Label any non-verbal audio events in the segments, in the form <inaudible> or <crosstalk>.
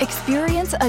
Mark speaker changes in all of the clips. Speaker 1: Experience a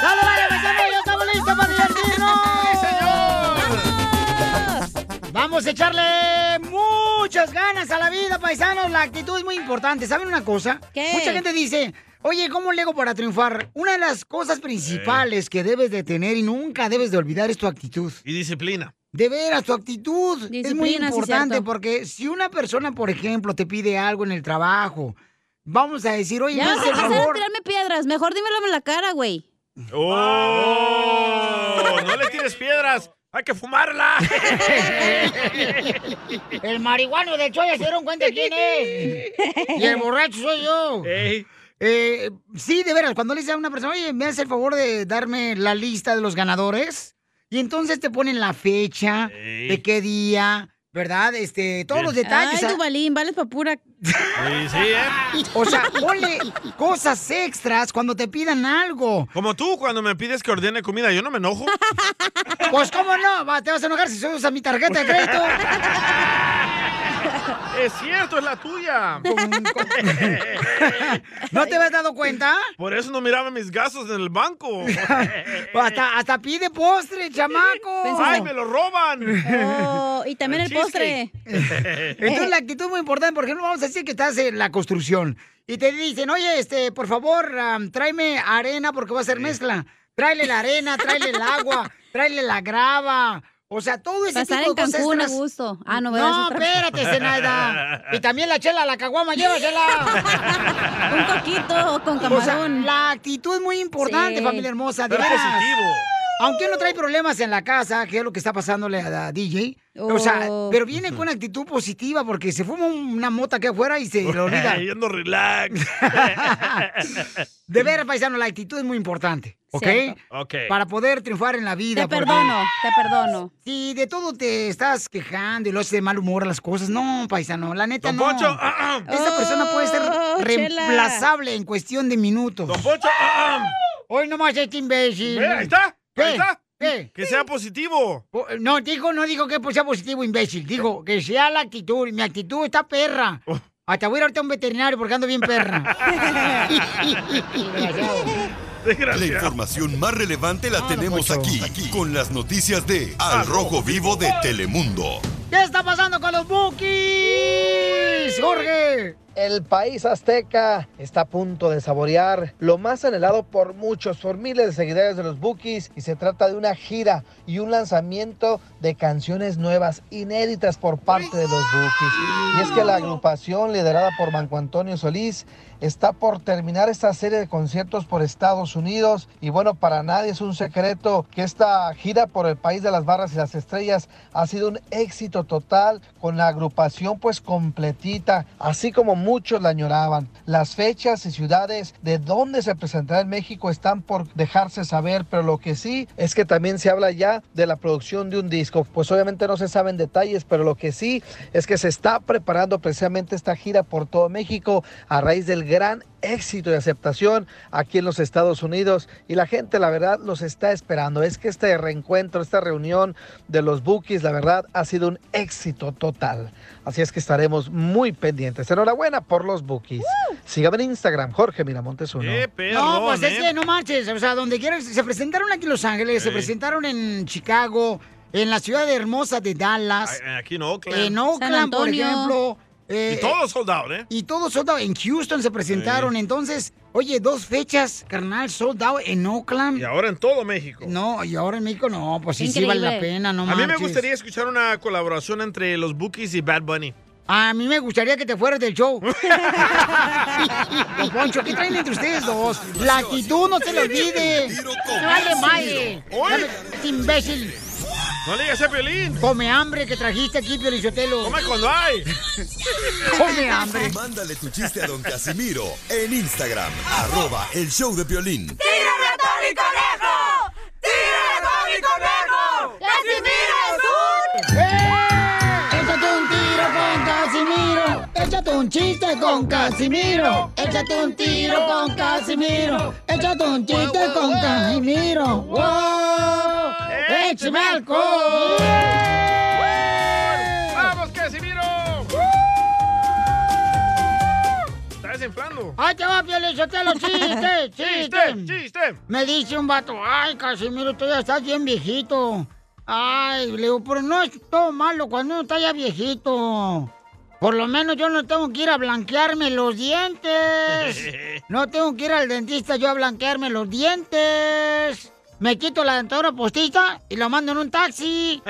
Speaker 2: ¡Dale, vale, paisanos! ¡Ya estamos listos para divertirnos! Vamos a echarle muchas ganas a la vida, paisanos. La actitud es muy importante. ¿Saben una cosa? Mucha gente dice, oye, ¿cómo le hago para triunfar? Una de las cosas principales que debes de tener y nunca debes de olvidar es tu actitud.
Speaker 3: Y disciplina.
Speaker 2: De veras, tu actitud es muy
Speaker 3: Disciplina, sí,
Speaker 2: importante
Speaker 3: cierto.
Speaker 2: porque si una persona, por ejemplo, te pide algo en el trabajo, vamos a decir, oye,
Speaker 4: Ya
Speaker 2: me
Speaker 4: vas a
Speaker 2: hace el
Speaker 4: empezar a
Speaker 2: favor.
Speaker 4: tirarme piedras. Mejor dímelo en la cara, güey.
Speaker 3: ¡Oh! ¡No le tires piedras! ¡Hay que
Speaker 2: <laughs>
Speaker 3: fumarla!
Speaker 2: El marihuano del Choya se dieron cuenta quién <laughs> es. Y el borracho soy yo. Eh, sí, de veras, cuando le dice a una persona, oye, me hace el favor de darme la lista de los ganadores. Y entonces te ponen la fecha, de qué día, ¿verdad? Este, todos los detalles.
Speaker 4: Ay,
Speaker 2: ¿ah?
Speaker 4: Dubalín, vales pa' pura.
Speaker 3: Sí, sí, ¿eh?
Speaker 2: O sea, ponle cosas extras cuando te pidan algo.
Speaker 3: Como tú, cuando me pides que ordene comida, yo no me enojo.
Speaker 2: <laughs> Pues cómo no, va, te vas a enojar si usas mi tarjeta de crédito.
Speaker 3: <laughs> Es cierto, es la tuya.
Speaker 2: <laughs>
Speaker 3: <laughs>
Speaker 2: ¿No te habías dado cuenta?
Speaker 3: Por eso no miraba mis gastos en el
Speaker 2: <laughs>
Speaker 3: banco.
Speaker 2: hasta, hasta pide postre, chamaco.
Speaker 3: ¡Ay, me lo roban!
Speaker 2: Oh, y también el postre.
Speaker 3: postre.
Speaker 4: Eh.
Speaker 2: Entonces la actitud es muy importante, porque no vamos a decir que estás en la construcción y te dicen, oye, este, por favor, am, tráeme arena porque va a ser mezcla. Tráele la arena, tráele el
Speaker 4: <laughs>
Speaker 2: agua, tráele la grava. O sea, todo ese
Speaker 4: Pasar en
Speaker 2: tipo de cosas
Speaker 4: Cancún a
Speaker 2: extras.
Speaker 4: gusto. Ah, no, ¿verdad?
Speaker 2: No,
Speaker 4: Es otra-
Speaker 2: espérate, Zenaida. Y también la chela, la caguama, llévasela.
Speaker 4: Un coquito con
Speaker 2: O sea,
Speaker 4: camarón.
Speaker 2: la actitud es muy importante,
Speaker 4: Sí.
Speaker 2: familia hermosa. De
Speaker 4: Ser
Speaker 2: veras.
Speaker 4: positivo.
Speaker 2: Aunque uno trae problemas en la casa, que es lo que está pasándole a, a DJ. O sea,
Speaker 4: Oh.
Speaker 2: pero viene con una actitud positiva porque se fuma una mota que afuera y
Speaker 3: <laughs>
Speaker 2: se lo olvida.
Speaker 3: Yo ando relax.
Speaker 2: De veras, paisano, la actitud es muy importante, ¿ok?
Speaker 3: Cierto. Ok.
Speaker 2: Para poder triunfar en la vida.
Speaker 4: Te perdono,
Speaker 2: te perdono. Si de todo te estás quejando y lo haces de mal humor a las cosas, no, paisano, la neta
Speaker 3: Don
Speaker 2: no.
Speaker 3: Poncho, ah, ah.
Speaker 2: Esta persona puede ser
Speaker 3: Oh, chela.
Speaker 2: reemplazable en cuestión de minutos. Don
Speaker 3: Poncho, ah,
Speaker 2: hoy nomás este imbécil.
Speaker 3: Ve, ahí está,
Speaker 2: ¿Qué?
Speaker 3: ahí está.
Speaker 2: ¿Qué?
Speaker 3: Que sea positivo.
Speaker 2: Po- No, dijo, no dijo que pues sea positivo, imbécil. Dijo que sea la actitud. Mi actitud está perra.
Speaker 3: Oh.
Speaker 2: Hasta voy a ir ahorita a un veterinario porque ando bien
Speaker 3: <laughs>
Speaker 2: perra. Desgraciado.
Speaker 5: La información más relevante la tenemos aquí, Ah, aquí, Ah, con las noticias de Al Rojo Vivo de Telemundo.
Speaker 2: ¿Qué está pasando con los Bookies, Jorge?
Speaker 6: El país azteca está a punto de saborear lo más anhelado por muchos, por miles de seguidores de los Bookies, y se trata de una gira y un lanzamiento de canciones nuevas, inéditas por parte de los Bookies. Y es que la agrupación liderada por Manco Antonio Solís está por terminar esta serie de conciertos por Estados Unidos. Y bueno, para nadie es un secreto que esta gira por el país de las barras y las estrellas ha sido un éxito total con la agrupación pues completita, así como muchos la añoraban. Las fechas y ciudades de donde se presentará en México están por dejarse saber, pero lo que sí es que también se habla ya de la producción de un disco. Pues obviamente no se saben detalles, pero lo que sí es que se está preparando precisamente esta gira por todo México a raíz del gran éxito y aceptación aquí en los Estados Unidos y la gente la verdad los está esperando. Es que este reencuentro, esta reunión de los Bookies, la verdad ha sido un éxito total. Así es que estaremos muy pendientes. Enhorabuena por los Bookies. Sígame en Instagram, Jorge Miramontes uno.
Speaker 2: no, pues es que no marches. O sea, donde quieras. Se presentaron aquí en Los Ángeles, se
Speaker 3: ¿eh? Sí.
Speaker 2: presentaron en Chicago, en la ciudad hermosa de Dallas,
Speaker 3: Ay, Aquí en Oakland.
Speaker 2: en Oakland, por ejemplo. eh,
Speaker 3: y todos soldados, ¿eh?
Speaker 2: Y todos soldados. En Houston se presentaron. Entonces, Oye, dos fechas, carnal, sold out en Oakland. Y
Speaker 3: ahora en todo México.
Speaker 2: No, y ahora en México no, pues sí, sí vale la pena, no
Speaker 3: A mí me
Speaker 2: marches.
Speaker 3: gustaría escuchar una colaboración entre los Bookies y Bad Bunny.
Speaker 2: A mí me gustaría que te fueras
Speaker 3: <laughs>
Speaker 2: del show. Don Poncho, ¿qué traen entre ustedes dos? La actitud no se le olvide. No vale madre. Dame- imbécil.
Speaker 3: No le digas a Piolín.
Speaker 2: Come hambre que trajiste aquí, Piolichotelo.
Speaker 3: Come cuando hay.
Speaker 2: Come hambre.
Speaker 5: Mándale tu chiste a don Casimiro en Instagram, arroba el show de violín.
Speaker 7: y Conejo! ¡Tírame y Conejo!
Speaker 2: Échate un tiro con Casimiro. Échate un chiste con Casimiro. Échate un tiro con Casimiro. Échate un chiste con Casimiro. ¡Wow! ¡Échame alcohol!
Speaker 3: ¡Vamos, Casimiro! Estás desinflando.
Speaker 2: ¡Ahí te va, Piolichotelo! <laughs> ¡Chiste! ¡Chiste!
Speaker 3: ¡Chiste!
Speaker 2: Me dice un vato, ay, Casimiro, tú ya estás bien viejito. Ay, le digo, pero no es todo malo cuando uno está ya viejito. Por lo menos yo no tengo que ir a blanquearme los <laughs> dientes. No tengo que ir al dentista yo a blanquearme los dientes. Me quito la dentadura postita y la mando en
Speaker 3: <laughs>
Speaker 2: un taxi.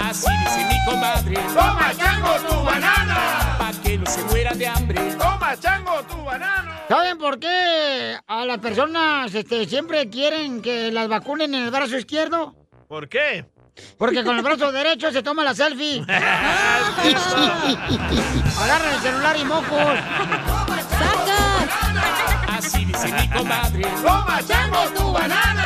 Speaker 7: Así dice mi comadre.
Speaker 3: Toma, chango, tu banana.
Speaker 7: Pa' que no se muera de hambre.
Speaker 3: Toma, chango, tu banana.
Speaker 2: ¿Saben por qué a las personas este, siempre quieren que las vacunen en el brazo izquierdo?
Speaker 3: ¿Por qué?
Speaker 2: Porque con el
Speaker 3: <laughs>
Speaker 2: brazo derecho se toma la selfie. <laughs> Agarra el celular y mocos.
Speaker 7: Así dice mi comadre.
Speaker 3: Toma, chango, tu banana.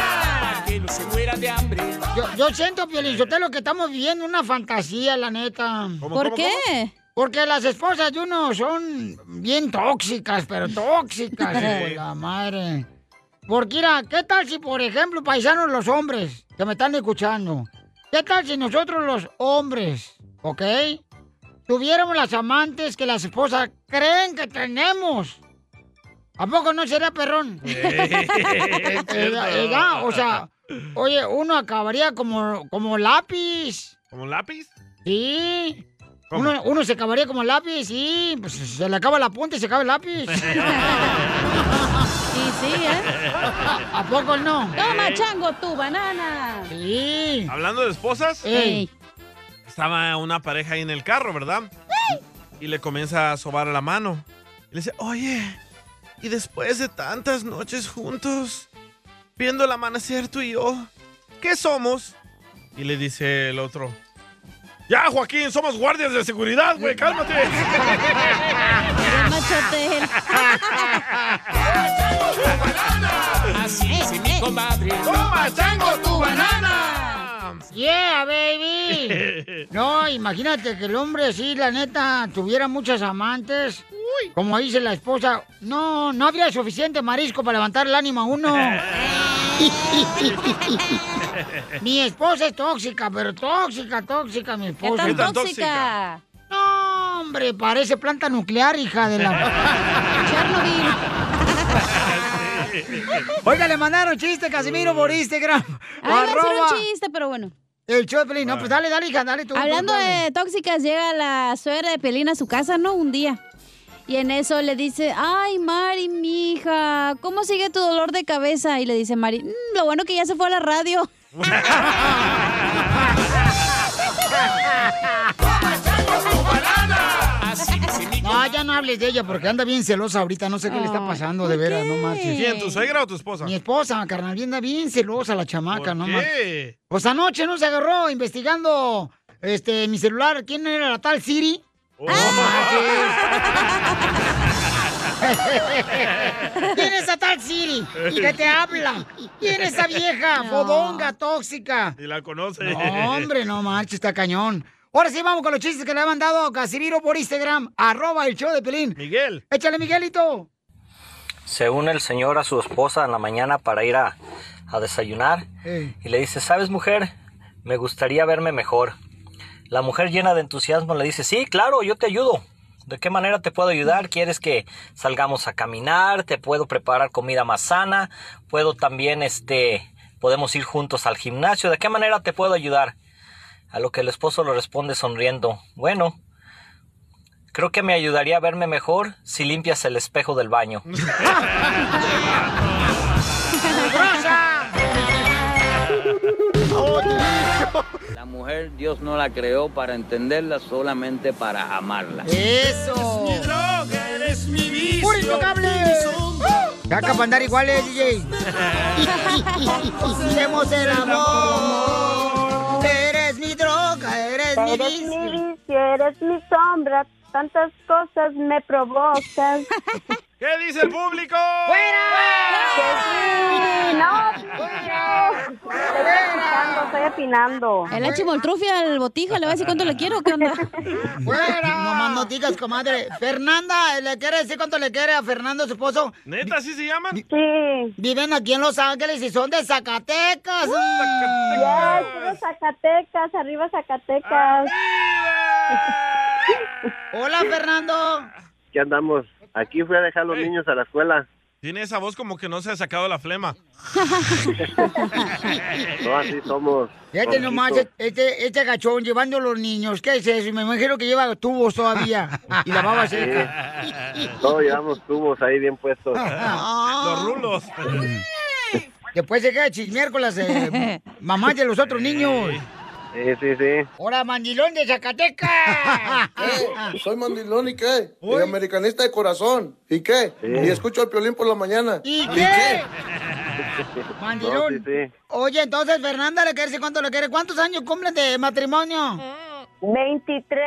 Speaker 7: Pa' que no se muera de hambre.
Speaker 2: Yo, yo siento, Piolizotelo, que estamos viviendo una fantasía, la neta.
Speaker 4: ¿Por cómo, qué? cómo?
Speaker 2: Porque las esposas de uno son bien tóxicas, pero tóxicas, hijo de la madre. Porque mira, ¿qué tal si, por ejemplo, paisanos los hombres que me están escuchando? ¿Qué tal si nosotros los hombres, ok? Tuviéramos las amantes que las esposas creen que tenemos. ¿A poco no sería
Speaker 7: <laughs>
Speaker 2: perrón?
Speaker 7: es cierto.
Speaker 2: Eh, eh, ya, o sea, oye, uno acabaría como, como lápiz.
Speaker 3: ¿Como un lápiz?
Speaker 2: Sí. Uno, uno se acabaría como lápiz, sí. Pues se le acaba la punta y se acaba el
Speaker 7: <laughs>
Speaker 2: lápiz. <laughs>
Speaker 4: Y sí, ¿eh?
Speaker 3: <laughs>
Speaker 2: ¿A poco no?
Speaker 4: Toma, <laughs> chango, tu banana.
Speaker 2: Sí.
Speaker 3: Hablando de esposas,
Speaker 2: Ey.
Speaker 3: estaba una pareja ahí en el carro, ¿verdad? Y le comienza a sobar la mano. Y le dice, oye, y después de tantas noches juntos, viendo el amanecer tú y yo, ¿qué somos? Y le dice el otro, ya, Joaquín, somos guardias de seguridad, güey, cálmate.
Speaker 4: Machote.
Speaker 7: Así dice mi comadre.
Speaker 3: Toma, chango, tu
Speaker 7: <laughs>
Speaker 3: banana.
Speaker 2: Yeah, <laughs> baby. No, imagínate que el hombre, sí, la neta, tuviera muchas amantes. Como dice la esposa, no, no habría suficiente marisco para levantar el ánimo a <laughs> uno. mi esposa es tóxica, pero tóxica, tóxica, mi
Speaker 4: ¿Qué
Speaker 2: esposa.
Speaker 4: tan
Speaker 3: tan
Speaker 4: tóxica?
Speaker 2: No, hombre, parece planta nuclear, hija de la.
Speaker 4: Chernobyl.
Speaker 2: <laughs> Oiga, le mandaron chiste, Casimiro, por Instagram.
Speaker 4: Ah, iba a hacer
Speaker 2: Arroba
Speaker 4: un chiste, pero bueno.
Speaker 2: El show de Pelín. No, pues dale, dale, hija, dale tú. tú,
Speaker 4: Hablando
Speaker 2: dale.
Speaker 4: de tóxicas, llega la suegra de Pelín a su casa, ¿no? Un día. Y en eso le dice, ay, Mari, mija, ¿cómo sigue tu dolor de cabeza? Y le dice Mari, "Mm, lo bueno que ya se fue a la radio.
Speaker 7: Así dice mi
Speaker 2: No, ya no hables de ella porque anda bien celosa ahorita. No sé qué le está
Speaker 4: Ay,
Speaker 2: pasando, de veras, no marches.
Speaker 3: ¿Quién, tu suegra o tu esposa?
Speaker 2: Mi esposa, carnal, anda bien celosa la chamaca, no marches.
Speaker 3: ¿Qué?
Speaker 2: Pues anoche no se agarró investigando este, mi celular. ¿Quién era la tal Siri?
Speaker 3: Oh. <laughs>
Speaker 2: ¿Quién es esa tal Siri? ¿Y qué te habla? ¿Quién es esa vieja? Fodonga, tóxica.
Speaker 3: Y la conoce. <laughs>
Speaker 2: No, hombre, no manches, está cañón. Ahora sí, vamos con los chistes que le han mandado Casimiro por Instagram, arroba el show de Pelín.
Speaker 3: Miguel.
Speaker 2: Échale, Miguelito.
Speaker 8: Se une el señor a su esposa en la mañana para ir a, a desayunar
Speaker 2: Ey.
Speaker 8: y le dice, ¿sabes mujer? Me gustaría verme mejor. La mujer llena de entusiasmo le dice, sí, claro, yo te ayudo. ¿De qué manera te puedo ayudar? ¿Quieres que salgamos a caminar? ¿Te puedo preparar comida más sana? ¿Puedo también, este, podemos ir juntos al gimnasio? ¿De qué manera te puedo ayudar?
Speaker 9: A lo que el esposo le responde sonriendo, bueno, creo que me ayudaría a verme mejor si limpias el espejo del baño.
Speaker 7: La mujer Dios no la creó para entenderla, solamente para amarla.
Speaker 2: ¡Eso!
Speaker 10: Mi droga, eres mi vicio.
Speaker 2: ¡Puro intocable! Caca para andar eh, iguales, DJ. <laughs> Hacemos el amor. Eres mi droga, eres mi
Speaker 11: Eres
Speaker 2: vicio.
Speaker 11: mi vicio, eres mi sombra, tantas cosas
Speaker 2: <laughs>
Speaker 11: me provocas.
Speaker 3: ¿Qué dice el público? Pues
Speaker 11: ¡Fuera!
Speaker 4: <laughs>
Speaker 11: No, opinando, estoy opinando.
Speaker 4: El la chimoltrufia al botija, le va a decir cuánto le quiero, ¿qué onda?
Speaker 11: <laughs>
Speaker 2: ¡Fuera! Nomás no digas, comadre. Fernanda, ¿le quiere decir cuánto le quiere a Fernando, su esposo?
Speaker 3: ¿Neta, así se llaman?
Speaker 11: Sí.
Speaker 2: Viven aquí en Los Ángeles y son de Zacatecas.
Speaker 11: Ya, puro Zacatecas, arriba Zacatecas.
Speaker 2: Hola, Fernando.
Speaker 12: ¿Qué andamos? Aquí fui a dejar a los niños a la escuela.
Speaker 3: Tiene esa voz como que no se ha sacado la
Speaker 11: <laughs>
Speaker 3: flema.
Speaker 12: No, así somos.
Speaker 2: Fíjate
Speaker 12: Somos
Speaker 2: nomás,
Speaker 12: listos.
Speaker 2: este, este gachón llevando a los niños. ¿Qué es eso? Me imagino que lleva tubos todavía y la baba <laughs> seca.
Speaker 12: Sí. Todos llevamos tubos ahí bien puestos.
Speaker 2: Los
Speaker 3: rulos.
Speaker 2: Después pues se queda chismear con las eh, mamás de los otros niños.
Speaker 12: Sí, sí, sí.
Speaker 2: ¡Hola, mandilón de Zacatecas!
Speaker 13: Soy mandilón y qué? Y americanista de corazón. ¿Y qué? Y escucho el piolín por la mañana.
Speaker 2: ¿Y qué? Mandilón.
Speaker 13: No, sí, sí.
Speaker 2: Oye, entonces, Fernanda, ¿le quiere decir cuánto le quiere? ¿Cuántos años cumplen de matrimonio?
Speaker 11: 23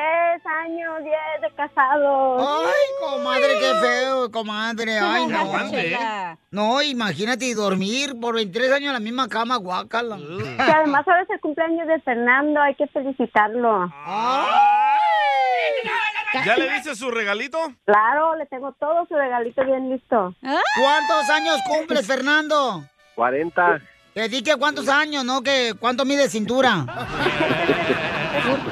Speaker 11: años, 10 de casados.
Speaker 2: Ay, comadre, qué feo, comadre. Ay, no.
Speaker 11: Aguante, eh.
Speaker 2: No, imagínate y dormir por 23 años en la misma cama, guácala.
Speaker 11: Que además ahora es el cumpleaños de Fernando, hay que felicitarlo.
Speaker 2: Ah.
Speaker 3: ¿Ya le diste su regalito?
Speaker 11: Claro, le tengo todo su regalito bien listo.
Speaker 2: ¿Ah? ¿Cuántos años cumples, Fernando?
Speaker 12: 40.
Speaker 2: Te dije cuántos años, ¿no? Que cuánto mide cintura.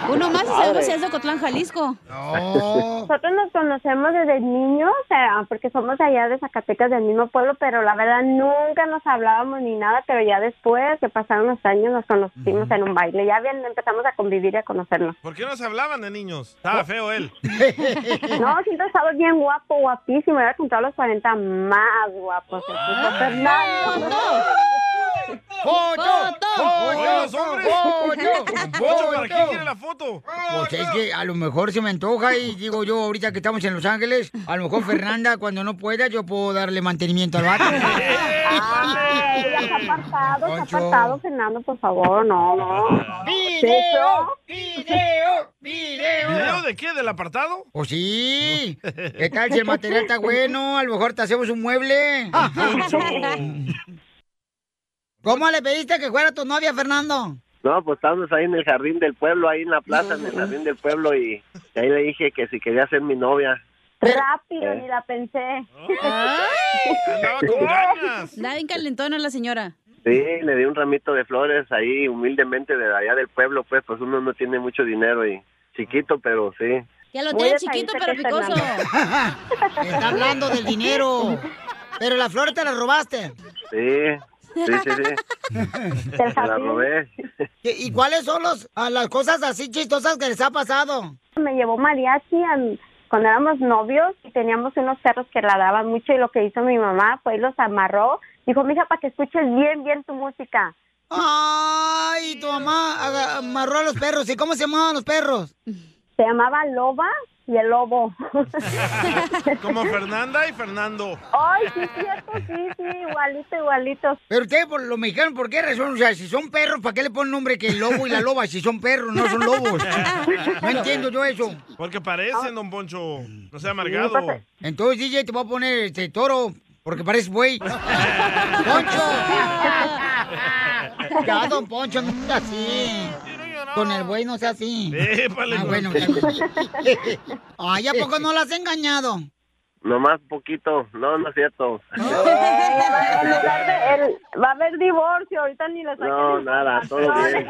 Speaker 4: Uno más y sabemos si es de Cotlán, Jalisco.
Speaker 11: Nosotros nos conocemos desde niños, eh, porque somos allá de Zacatecas, del mismo pueblo, pero la verdad nunca nos hablábamos ni nada, pero ya después que pasaron los años nos conocimos en un baile, ya bien empezamos a convivir y
Speaker 3: <laughs>
Speaker 11: a conocernos.
Speaker 3: ¿Por qué no se hablaban de niños? Estaba feo él.
Speaker 11: <laughs> No, siempre estaba bien guapo, guapísimo, era con todos los 40 más guapos. el tipo
Speaker 7: <laughs>
Speaker 11: Fernando.
Speaker 2: ¡Foto!
Speaker 3: Oye, los hombres. Poncho, ¿para qué
Speaker 2: ¡Foto!
Speaker 3: quiere la foto?
Speaker 2: Pues es que a lo mejor se me antoja y digo yo, ahorita que estamos en Los Ángeles, a lo mejor Fernanda, cuando no pueda, yo puedo darle mantenimiento al vato.
Speaker 11: Ay, ya está apartado, está apartado, Fernando, por favor, no, no.
Speaker 2: ¡Video! ¡Video! ¡Video!
Speaker 3: ¿Video de qué? ¿Del apartado?
Speaker 2: ¡Oh, sí! ¿Qué tal si el material está bueno? A lo mejor te hacemos un mueble. ¿Cómo le pediste que fuera tu novia, Fernando?
Speaker 12: No, pues estábamos ahí en el jardín del pueblo, ahí en la plaza, en el jardín del pueblo, y y ahí le dije que si quería ser mi novia.
Speaker 11: Rápido,
Speaker 2: eh.
Speaker 11: ni la pensé.
Speaker 3: Ah.
Speaker 11: <laughs>
Speaker 4: Da bien calentona la señora.
Speaker 12: Sí, le di un ramito de flores ahí humildemente de allá del pueblo, pues, pues uno no tiene mucho dinero y chiquito, pero sí.
Speaker 4: Ya lo
Speaker 11: Muy
Speaker 4: tiene chiquito,
Speaker 11: detallista que
Speaker 4: pero
Speaker 11: es
Speaker 4: picoso.
Speaker 2: Está hablando del dinero. Pero la flor te la robaste.
Speaker 12: Sí, sí, sí, sí. Me la robé.
Speaker 2: ¿Y y cuáles son los, a las cosas así chistosas que les ha pasado?
Speaker 11: Me llevó mariachi al- cuando éramos novios y teníamos unos perros que ladraban mucho y lo que hizo mi mamá fue los amarró. Dijo, mija, para que escuches bien, bien tu música.
Speaker 2: Ay, tu mamá aga- amarró a los perros. ¿Y cómo se llamaban los perros?
Speaker 11: Se llamaba Loba y el Lobo.
Speaker 3: Como Fernanda y Fernando.
Speaker 11: Ay, sí, cierto, sí, sí, igualito, igualito.
Speaker 2: Pero ustedes, por los mexicanos, ¿por qué razón? O sea, si son perros, ¿para qué le ponen nombre que el lobo y la loba si son perros, no
Speaker 3: <laughs>
Speaker 2: son lobos? No entiendo yo eso.
Speaker 3: Porque parecen, don Poncho. No sea amargado.
Speaker 2: Entonces, DJ, te voy a poner este toro, porque pareces buey. ¡Poncho! ya, don Poncho, no seas así. Con el buey no sea así.
Speaker 3: Épale,
Speaker 2: ah,
Speaker 3: no.
Speaker 2: bueno. ya. Ay, ¿a poco no las has engañado?
Speaker 12: Nomás poquito. No, no es cierto.
Speaker 11: En lugar de- el- va a haber divorcio, ahorita ni les
Speaker 12: No, nada,
Speaker 11: <laughs>
Speaker 12: todo bien.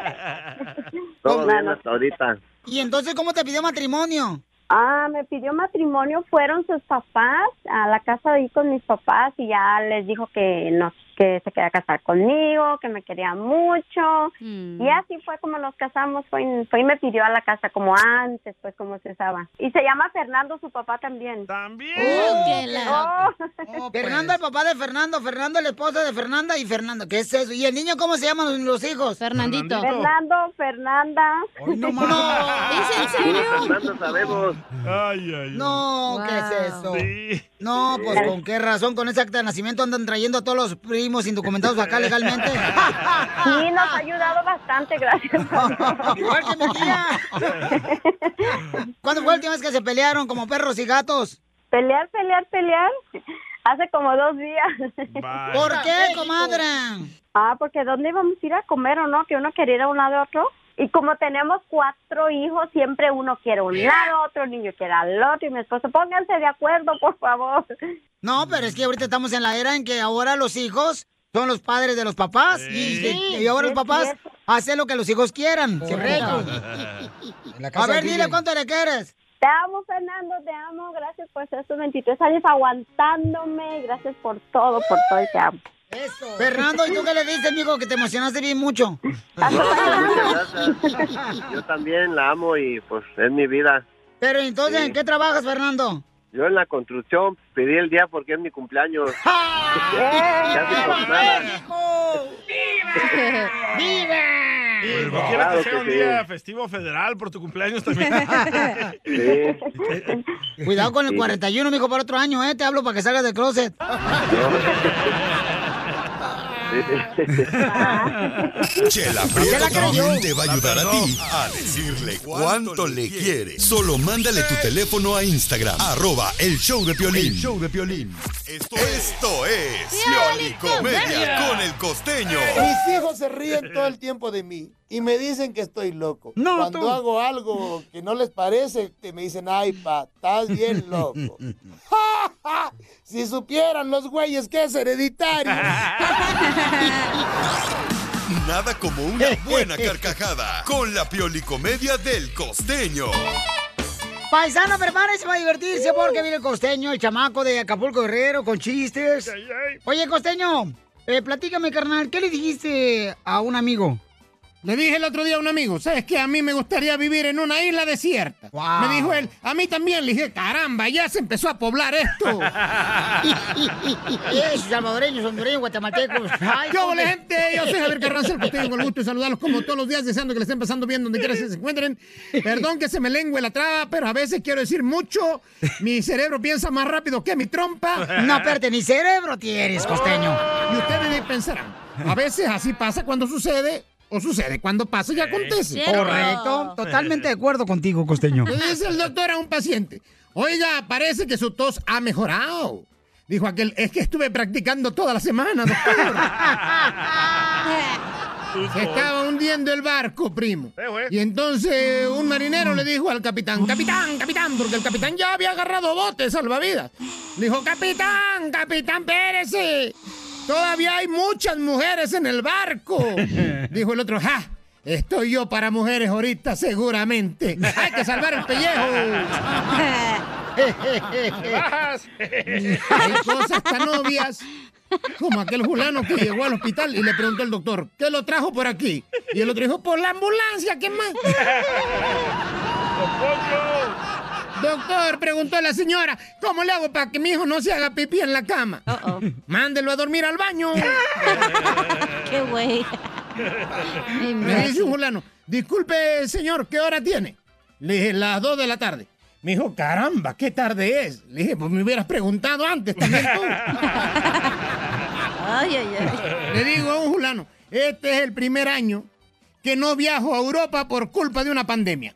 Speaker 11: Pues
Speaker 12: Todo bien hasta ahorita.
Speaker 2: ¿Y entonces cómo te pidió matrimonio?
Speaker 11: Ah, me pidió matrimonio, fueron sus papás a la casa ahí con mis papás y ya les dijo que nos,
Speaker 14: que se quería casar conmigo, que me quería mucho.
Speaker 11: Mm.
Speaker 2: Mm.
Speaker 14: Y así fue como nos casamos, fue, y- fue y me pidió a la casa como antes, pues como se usaba. Y se llama Fernando, su papá también. Oh,
Speaker 3: También.
Speaker 2: Oh, Fernando, el papá de Fernando, Fernando, el esposo de Fernanda y Fernando. ¿Qué es eso? ¿Y el niño cómo se llaman los hijos?
Speaker 14: Fernandito. Fernando, Fernanda.
Speaker 2: no, ¿Es en serio?
Speaker 12: No sabemos.
Speaker 3: Ay, ay,
Speaker 2: No, ¿qué es eso? No, pues
Speaker 12: Sí.
Speaker 2: con qué razón, con ese acta de nacimiento andan trayendo a todos los primos indocumentados acá legalmente.
Speaker 14: Sí, nos ha ayudado bastante, gracias.
Speaker 2: <laughs> Igual que mi tía. ¿Cuándo fue la última vez que se pelearon como perros y gatos?
Speaker 14: Pelear, pelear, pelear. Hace como dos días.
Speaker 2: ¿Por qué, comadre?
Speaker 14: Ah, porque ¿dónde íbamos a ir a comer o no? Que uno quería ir a un lado a otro. Y como tenemos cuatro hijos, siempre uno quiere a un lado, otro niño quiere al otro. Y mi esposo, pónganse de acuerdo, por favor.
Speaker 2: No, pero es que ahorita estamos en la era en que ahora los hijos son los padres de los papás y,
Speaker 14: Sí,
Speaker 2: y ahora
Speaker 14: es
Speaker 2: los papás
Speaker 14: cierto.
Speaker 2: hacen lo que los hijos quieran. Correcto. A ver, dile cuánto le quieres.
Speaker 14: Te amo, Fernando, te amo. Gracias por estos 23 años aguantándome. Gracias por todo, por todo. y Te amo.
Speaker 2: Fernando, ¿y tú qué le dices, amigo? Que te emocionaste bien mucho.
Speaker 12: Yo también la amo y pues es mi vida.
Speaker 2: Pero entonces, ¿en qué trabajas, Fernando?
Speaker 12: Yo en la construcción pedí el día porque es mi cumpleaños.
Speaker 15: ¡Ah!
Speaker 12: <laughs> Casi por nada.
Speaker 2: ¡Viva!
Speaker 3: Cualquiera
Speaker 12: Claro
Speaker 7: Ah,
Speaker 3: que sea
Speaker 12: que
Speaker 3: un
Speaker 12: sí.
Speaker 3: día festivo federal por tu cumpleaños
Speaker 2: <laughs>
Speaker 3: también.
Speaker 2: Cuidado con el
Speaker 3: Sí.
Speaker 2: 41, mijo, para otro año, ¿eh? Te hablo para que salgas del closet.
Speaker 5: <laughs> Chela
Speaker 2: Se Ah. la
Speaker 5: Prieto
Speaker 2: creyó.
Speaker 5: también te va a ayudar a ti a decirle cuánto le quiere. Solo mándale tu teléfono a Instagram, arroba el show de Piolín.
Speaker 15: El
Speaker 5: show de Piolín. Esto, esto es Pioli Comedia con el costeño.
Speaker 16: Mis hijos se ríen todo el tiempo de mí y me dicen que estoy loco.
Speaker 5: No,
Speaker 16: Cuando
Speaker 5: tú.
Speaker 16: hago algo que no les parece, te- me dicen, ay, pa,
Speaker 17: <laughs>
Speaker 16: estás bien loco. ¡Ja, ja! si supieran los güeyes que es hereditario.
Speaker 5: Nada como una <laughs> buena carcajada con la Pioli Comedia del costeño.
Speaker 2: Paisano, prepárense para divertirse porque viene el costeño, el chamaco de Acapulco Guerrero con chistes. Oye, costeño, eh, platícame, carnal, ¿qué le dijiste a un amigo?
Speaker 17: Le dije el otro día a un amigo, ¿sabes qué? <laughs> A mí me gustaría vivir en una isla desierta. Me dijo él, a mí también. Le dije, caramba, ya se empezó a poblar
Speaker 16: <laughs>
Speaker 17: esto.
Speaker 2: Esos salvadoreños, hondureños, guatemaltecos.
Speaker 17: <laughs>
Speaker 2: Ay,
Speaker 17: ¿Qué hubo,
Speaker 2: hombre.
Speaker 17: gente? Yo soy Javier Carranza, el costeño, con el gusto de saludarlos como todos los días, deseando que les estén pasando bien donde quiera que se encuentren. Perdón que se me lengüe la traba, pero a veces quiero decir mucho. Mi cerebro piensa más rápido que mi trompa.
Speaker 2: No, espérate, ni cerebro tienes, costeño.
Speaker 17: Y ustedes ni pensarán. A veces así pasa cuando sucede, o sucede cuando pasa y acontece.
Speaker 2: Correcto, totalmente de acuerdo contigo,
Speaker 17: <laughs>
Speaker 2: costeño.
Speaker 17: Le dice el doctor a un paciente, oiga, parece que su tos ha mejorado. Dijo aquel, es que estuve practicando toda la semana, doctor. Se estaba hundiendo el barco, primo. Y entonces un marinero le dijo al capitán, capitán, capitán, porque el capitán ya había agarrado bote salvavidas. Le dijo, capitán, capitán, pérese. Todavía hay muchas mujeres en el barco. Dijo el otro, ja, estoy yo para mujeres ahorita seguramente. Hay que salvar el <laughs> pellejo. Hay cosas tan obvias como aquel fulano que llegó al hospital y le preguntó al doctor, ¿qué lo trajo por aquí? Y el otro dijo, por la ambulancia, ¿qué más? Doctor, preguntó la señora, ¿cómo le hago para que mi hijo no se haga pipí en la cama? Mándelo a dormir al baño. <laughs> Qué güey. Me dice un fulano, disculpe, señor, ¿qué hora tiene? Le dije, las 2 de la tarde. Me dijo, caramba, qué tarde es. Le dije, pues me hubieras preguntado antes también <laughs> tú. Le digo a un fulano, este es el primer año que no viajo a Europa por culpa de una pandemia.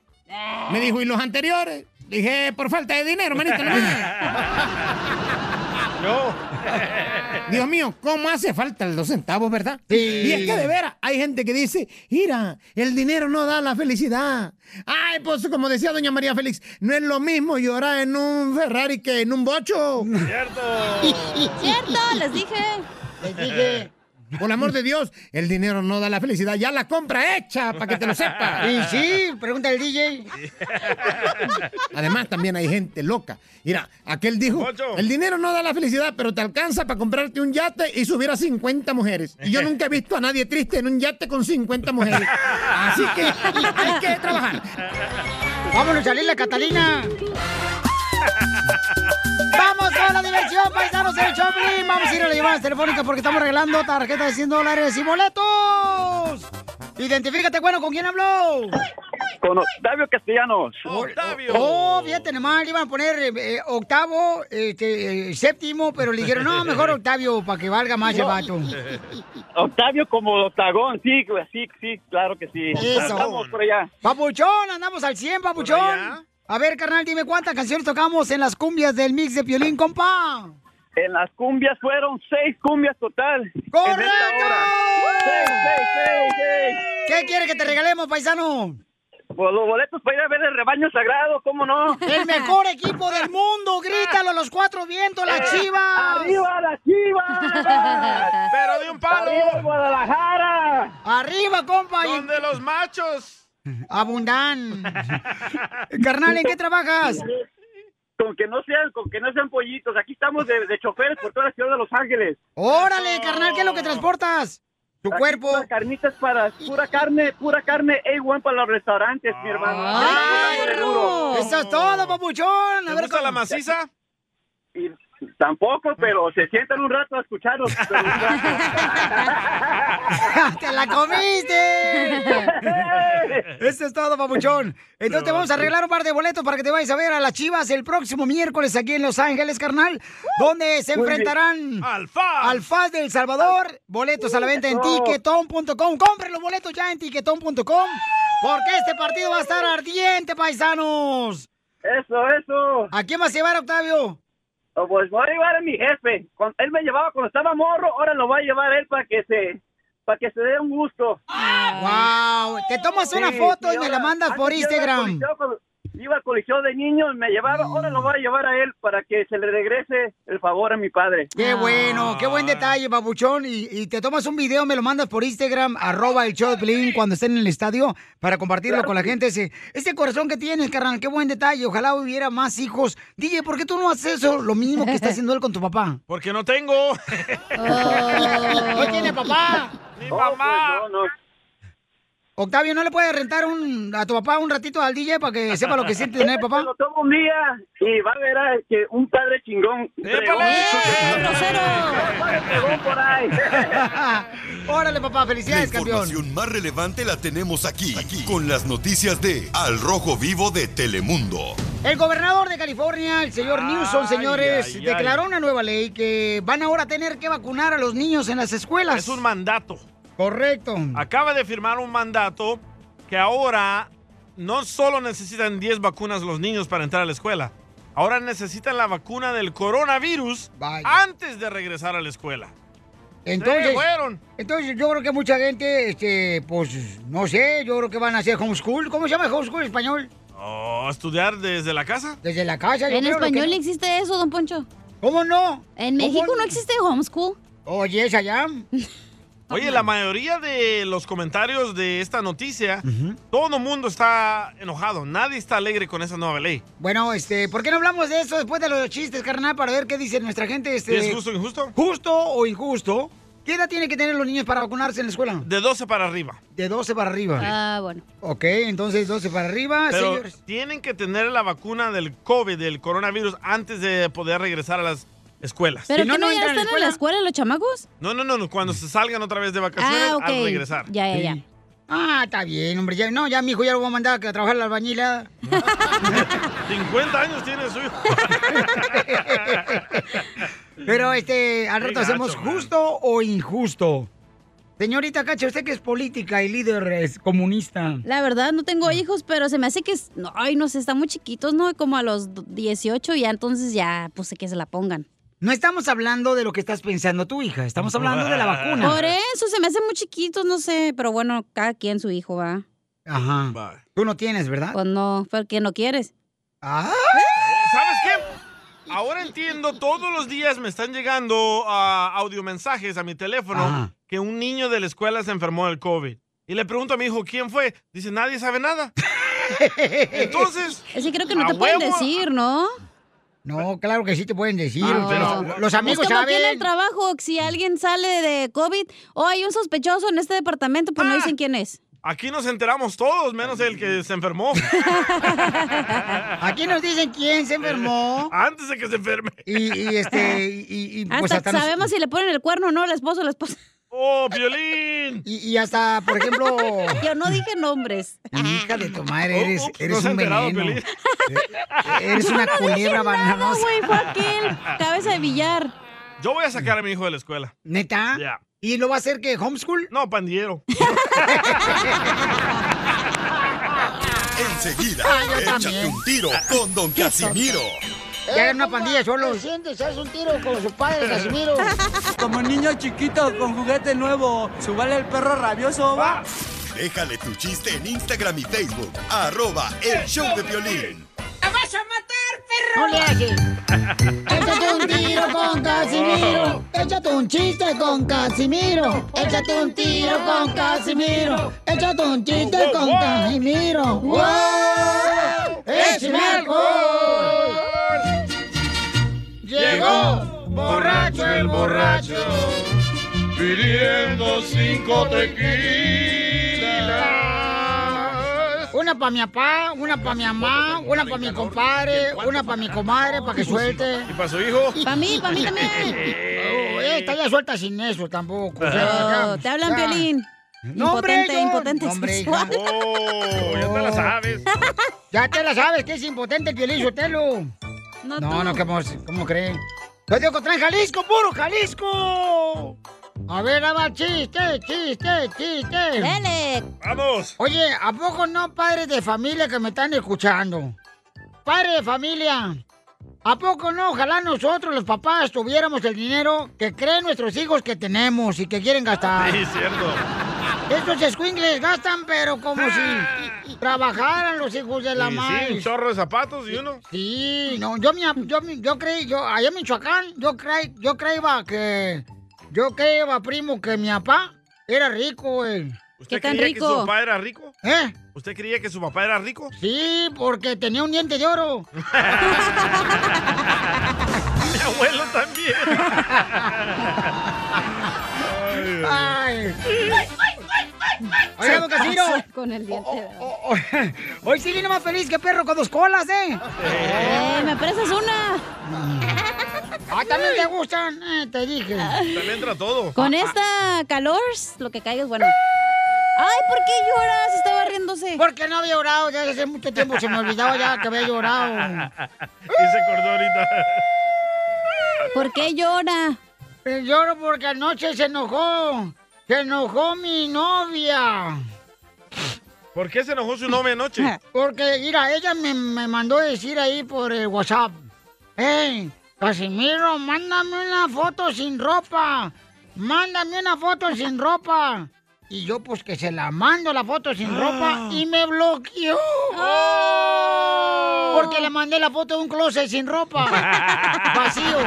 Speaker 17: Me dijo, ¿y los anteriores? Le dije, por falta de dinero, manito. no mames". Dios mío, ¿cómo hace falta los centavos, verdad? Y es que de veras, hay gente que dice, mira, el dinero no da la felicidad. Ay, pues como decía doña María Félix, no es lo mismo llorar en un Ferrari <laughs> que en un bocho.
Speaker 3: Cierto.
Speaker 17: Cierto, les dije.
Speaker 2: Les dije.
Speaker 17: Por amor de Dios, el dinero no da la felicidad. Ya la compra hecha, para que te lo sepas.
Speaker 2: <laughs> Y sí, pregunta al DJ.
Speaker 17: <laughs> Además, también hay gente loca. Mira, aquel dijo, el dinero no da la felicidad, pero te alcanza para comprarte un yate y subir a 50 mujeres. Y yo nunca he visto a nadie triste en un yate con 50 mujeres. Así que hay que trabajar.
Speaker 2: Vámonos a la
Speaker 17: <laughs>
Speaker 2: Catalina. ¡Vamos con la diversión, paisanos del Choplin! Vamos a ir a las llamadas telefónicas porque estamos regalando tarjetas de 100 dólares y boletos. Identifícate, bueno, ¿con quién habló?
Speaker 15: Con Octavio Castellanos.
Speaker 2: Octavio. Oh, fíjate nomás, le iban a poner eh, octavo, este, eh, séptimo, pero le dijeron, no, mejor Octavio, para que valga más el
Speaker 15: No.
Speaker 2: vato.
Speaker 15: <laughs> Octavio como octagón, sí, güey, sí, sí, claro que sí.
Speaker 2: Eso.
Speaker 15: Estamos por allá.
Speaker 2: Papuchón, andamos al 100, papuchón. A ver, carnal, dime cuántas canciones tocamos en las cumbias del mix de Piolín, compa.
Speaker 15: En las cumbias fueron seis cumbias total. En esta hora.
Speaker 2: ¿Qué quiere que te regalemos, paisano?
Speaker 15: Por los boletos para ir a ver el rebaño sagrado, ¿cómo no?
Speaker 2: El
Speaker 15: <laughs>
Speaker 2: mejor equipo del mundo, grítalo a los cuatro vientos, las
Speaker 15: Eh,
Speaker 2: chivas.
Speaker 15: ¡Arriba las chivas!
Speaker 3: ¡Pero de un palo!
Speaker 15: ¡Arriba Guadalajara!
Speaker 2: ¡Arriba, compa!
Speaker 3: ¡Donde los machos!
Speaker 2: Abundan. Carnal, ¿en qué trabajas?
Speaker 15: Con que no sean, con que no sean pollitos. Aquí estamos de, de choferes por toda la ciudad de Los Ángeles.
Speaker 2: Oh, Órale, carnal, ¿qué es lo que transportas? Tu cuerpo.
Speaker 15: carnitas para pura carne, pura carne A1 para los restaurantes, mi hermano.
Speaker 2: Eso es todo, papuchón. A ver,
Speaker 15: gusta
Speaker 2: ¿cómo-
Speaker 15: la
Speaker 2: <laughs>
Speaker 15: maciza? Y tampoco, pero se sientan un rato
Speaker 2: <laughs>
Speaker 15: a escucharlos.
Speaker 2: ¡Te la comiste! <laughs> Eso es todo, papuchón. Entonces te vamos a arreglar un par de boletos para que te vayas a ver a las Chivas el próximo miércoles aquí en Los Ángeles, carnal, donde se
Speaker 17: Muy
Speaker 2: enfrentarán
Speaker 17: bien.
Speaker 2: al FAS. de El Salvador. Boletos a la venta en
Speaker 17: Eso.
Speaker 2: tiquetón.com. Compren los boletos ya en tiquetón.com porque este partido va a estar ardiente, paisanos.
Speaker 15: Eso, eso.
Speaker 2: ¿A quién vas a llevar, Octavio?
Speaker 15: Oh, Pues voy a llevar a mi jefe. Cuando él me llevaba cuando estaba morro, ahora lo voy a llevar él para que se para que se dé un gusto.
Speaker 2: ¡Wow! Te tomas una foto y me la mandas por Instagram.
Speaker 15: Iba al colegio de niños, me llevaba, ahora lo voy a llevar a él para que se le regrese el favor a mi padre.
Speaker 2: Qué bueno, qué buen detalle, babuchón. Y, y te tomas un video, me lo mandas por Instagram, arroba el show de Piolín, cuando estén en el estadio para compartirlo
Speaker 17: Claro
Speaker 2: con la
Speaker 17: que sí.
Speaker 2: gente. Ese, ese corazón que tienes, carnal, qué buen detalle. Ojalá hubiera más hijos. DJ, ¿por qué tú no haces eso? Lo mismo que está haciendo él con tu papá.
Speaker 3: Porque no
Speaker 2: <laughs>
Speaker 3: tengo.
Speaker 2: Oh.
Speaker 3: <laughs>
Speaker 2: No tiene papá.
Speaker 3: ¡Ni mamá!
Speaker 2: Octavio, ¿no le puedes rentar un, a tu papá un ratito al DJ para que sepa lo que siente tener
Speaker 15: <laughs>
Speaker 2: papá?
Speaker 15: Lo tomo un día y va a ver a que un padre chingón.
Speaker 2: ¡Eh,
Speaker 15: <laughs>
Speaker 2: <laughs> Órale, papá,
Speaker 5: La
Speaker 2: felicidades, campeón.
Speaker 5: información más relevante la tenemos aquí, aquí, con las noticias de Al Rojo Vivo de Telemundo.
Speaker 2: El gobernador de California, el señor Newsom, señores,
Speaker 5: ay, ay.
Speaker 2: declaró una nueva ley que van ahora a tener que vacunar a los niños en las escuelas.
Speaker 3: Es un mandato.
Speaker 2: Correcto.
Speaker 3: Acaba de firmar un mandato que ahora no solo necesitan 10 vacunas los niños para entrar a la escuela, ahora necesitan la vacuna del coronavirus antes de regresar a la escuela.
Speaker 2: Entonces,
Speaker 3: Se fueron.
Speaker 2: entonces yo creo que mucha gente, este, pues, no sé, yo creo que van a hacer homeschool. ¿Cómo se llama homeschool en español?
Speaker 3: ¿O Oh, estudiar desde la casa?
Speaker 2: Desde la casa. yo
Speaker 4: En
Speaker 2: creo, lo
Speaker 4: español
Speaker 2: que-
Speaker 4: existe eso, don Poncho.
Speaker 2: ¿Cómo no?
Speaker 4: En México no existe homeschool.
Speaker 2: Oye, es allá.
Speaker 3: Oye, la mayoría de los comentarios de esta noticia, todo el mundo está enojado, nadie está alegre con esa nueva ley.
Speaker 2: Bueno, este, ¿por qué no hablamos de eso después de los chistes, carnal, para ver qué dice nuestra gente? Este,
Speaker 3: ¿Es justo o injusto?
Speaker 2: ¿Justo o injusto? ¿Qué edad tienen que tener los niños para vacunarse en la escuela?
Speaker 3: De 12 para arriba.
Speaker 2: De 12 para arriba.
Speaker 4: Ah, bueno.
Speaker 2: Ok, entonces 12 para
Speaker 4: Ah,
Speaker 2: arriba,
Speaker 3: Pero
Speaker 2: señores.
Speaker 3: tienen que tener la vacuna del COVID, del coronavirus, antes de poder regresar a las escuelas.
Speaker 4: ¿Pero que no, ya están en la escuela Mm. los chamacos?
Speaker 3: No, no, no, no, cuando se salgan otra vez de vacaciones
Speaker 4: Ah, ok.
Speaker 3: al regresar.
Speaker 4: Ya, ya, ya.
Speaker 3: Sí.
Speaker 2: Ah, está bien, hombre. Ya, no, ya mi hijo ya lo voy a mandar a trabajar ¿eh? a la albañila.
Speaker 3: 50 años tiene su hijo.
Speaker 2: Pero este, al
Speaker 3: Qué gacho,
Speaker 2: rato hacemos
Speaker 3: man.
Speaker 2: justo o injusto. Señorita Cacha, usted que es política y líder es comunista.
Speaker 4: La verdad, no
Speaker 2: Mm.
Speaker 4: tengo hijos, pero se me hace que, es- no, ay, no sé, están muy chiquitos, ¿no? Como a los 18, ya entonces ya, pues que se la pongan.
Speaker 2: No estamos hablando de lo que estás pensando tú, hija. Estamos hablando de la
Speaker 3: Ah.
Speaker 2: vacuna.
Speaker 4: Por eso, se me hacen muy chiquitos, no sé, pero bueno, cada quien su hijo va.
Speaker 2: Ajá. Tú no tienes,
Speaker 3: <laughs>
Speaker 2: ¿verdad?
Speaker 4: Pues no, porque no quieres.
Speaker 2: Ah.
Speaker 3: ¿Sabes qué? Ahora entiendo, todos los días me están llegando ah, audiomensajes a mi teléfono
Speaker 4: Ah.
Speaker 3: que un niño de la escuela se enfermó del COVID. Y le pregunto a mi hijo, ¿quién fue? Dice, nadie sabe
Speaker 4: <laughs>
Speaker 3: nada. Entonces...
Speaker 4: Ese creo que no
Speaker 3: a
Speaker 4: te pueden
Speaker 3: huevo,
Speaker 4: decir, ¿no?
Speaker 2: No, claro que sí te pueden decir.
Speaker 3: Ah, pero-
Speaker 2: Los- los amigos
Speaker 4: es pues. como aquí en el
Speaker 2: saben.
Speaker 4: trabajo, si alguien sale de COVID, o hay un sospechoso en este departamento, pero no
Speaker 2: Ah,
Speaker 4: dicen quién es.
Speaker 3: Aquí nos enteramos todos, menos el que se enfermó.
Speaker 2: Aquí nos dicen quién se enfermó.
Speaker 3: Antes de que se enferme.
Speaker 2: Y, y, este, y, y- y,
Speaker 4: Hasta,
Speaker 2: pues hasta nos-
Speaker 4: sabemos si le ponen el cuerno o no, la esposa o la esposa.
Speaker 3: ¡Oh, violín!
Speaker 2: Y, y hasta, por ejemplo.
Speaker 4: <laughs> Yo no dije nombres.
Speaker 2: Hija de tu madre, eres,
Speaker 4: Oh, oh,
Speaker 2: eres
Speaker 4: no se ha
Speaker 2: un
Speaker 4: enterado,
Speaker 2: veneno.
Speaker 4: Piolín.
Speaker 2: E- Eres
Speaker 4: Yo
Speaker 2: <laughs>
Speaker 4: <laughs>
Speaker 2: una
Speaker 4: no dije nada,
Speaker 2: culebra bananosa.
Speaker 4: güey, fue aquel. Cabeza de billar.
Speaker 3: Yo voy a sacar a mi hijo de la escuela.
Speaker 2: ¿Neta?
Speaker 3: Ya.
Speaker 2: ¿Y lo va a hacer qué? ¿Homeschool?
Speaker 3: No, pandillero.
Speaker 5: Enseguida,
Speaker 2: Ah, yo
Speaker 5: échate
Speaker 2: también.
Speaker 5: un tiro
Speaker 18: Ah,
Speaker 5: con Don Casimiro.
Speaker 2: Que hagan una pandilla solo. ¿Qué sientes? ¿Haz un tiro con su padre, Casimiro?
Speaker 4: <laughs>
Speaker 18: Como niño chiquito con juguete nuevo, subale el perro rabioso, va.
Speaker 5: Déjale tu chiste en Instagram y Facebook. Arroba el show de violín.
Speaker 2: ¡La vas a matar, perro! ¡No le haces! Échate un tiro con Casimiro. Échate un chiste con Casimiro. Échate un tiro con Casimiro. Échate un chiste con Casimiro. ¡Wow! ¡Échame alcohol! Llegó borracho el borracho
Speaker 7: pidiendo cinco tequilas.
Speaker 2: Una pa' mi papá, una pa' mi mamá, una pa' mi compadre, una pa' mi comadre, para que suelte.
Speaker 3: ¿Y para su hijo?
Speaker 2: Pa' mí, pa' mí también. <laughs> Oh, esta ya suelta sin eso tampoco. o sea,
Speaker 4: Oh,
Speaker 2: ya,
Speaker 4: te hablan,
Speaker 2: ya.
Speaker 4: Piolín.
Speaker 2: No, hombre,
Speaker 4: impotente,
Speaker 2: yo-
Speaker 4: impotente
Speaker 2: no, hombre,
Speaker 4: sexual.
Speaker 2: hija.
Speaker 3: Oh, ya te la sabes.
Speaker 2: Ya te la sabes, que es impotente el Piolín Sotelo.
Speaker 4: No,
Speaker 2: no,
Speaker 4: tú.
Speaker 2: ¿cómo, cómo creen? Yo digo, traen Jalisco, puro Jalisco. A ver, nada más, chiste, chiste, chiste.
Speaker 4: Dale.
Speaker 3: Vamos.
Speaker 2: Oye, ¿a poco no padres de familia que me están escuchando? Padres de familia, ¿a poco no? Ojalá nosotros, los papás, tuviéramos el dinero que creen nuestros hijos que tenemos y que quieren gastar.
Speaker 3: Sí, cierto.
Speaker 2: Estos escuingles gastan, pero como
Speaker 3: <laughs>
Speaker 2: si trabajaran los hijos de la
Speaker 3: Y
Speaker 2: madre.
Speaker 3: sí, un chorro de zapatos y uno.
Speaker 2: Sí, no, yo, mi- yo, mi- yo creí, yo, allá en Michoacán, yo creí, yo creí, va, que, yo creí, va, primo, que mi papá era rico, güey.
Speaker 3: ¿Usted creía que su papá era rico?
Speaker 2: ¿Eh?
Speaker 3: ¿Usted creía que su papá era rico?
Speaker 2: Sí, porque tenía un diente
Speaker 3: <laughs>
Speaker 2: de oro.
Speaker 3: Mi abuelo también.
Speaker 2: Ay.
Speaker 7: Se
Speaker 2: Oiga, don Casimiro.
Speaker 7: pasa
Speaker 4: Con el diente.
Speaker 2: o- Hoy sí viene más feliz que perro con dos colas, ¿eh?
Speaker 4: Eh, me prestas una.
Speaker 2: Ah, también te gustan, eh, te dije.
Speaker 4: Ah.
Speaker 3: También entra todo. Ah,
Speaker 4: Con esta calor, lo que caiga es bueno. Ay, ¿por qué lloras? Estaba riéndose.
Speaker 2: Porque no había llorado, ya hace mucho tiempo se me olvidaba ya que había llorado.
Speaker 3: Y se acordó ahorita.
Speaker 4: ¿Por qué llora?
Speaker 2: Pues Lloro porque anoche se enojó. Se enojó mi novia.
Speaker 3: ¿Por qué se enojó su novia
Speaker 2: <laughs>
Speaker 3: anoche?
Speaker 2: Porque, mira, ella me, me mandó decir ahí por el WhatsApp. ¡Ey, Casimiro, mándame una foto sin ropa! ¡Mándame una foto sin ropa! Y yo, pues, que se la mando la foto sin ropa y me bloqueó.
Speaker 4: Oh.
Speaker 2: Porque le mandé la foto de un closet sin ropa.
Speaker 3: <laughs>
Speaker 2: Vacío.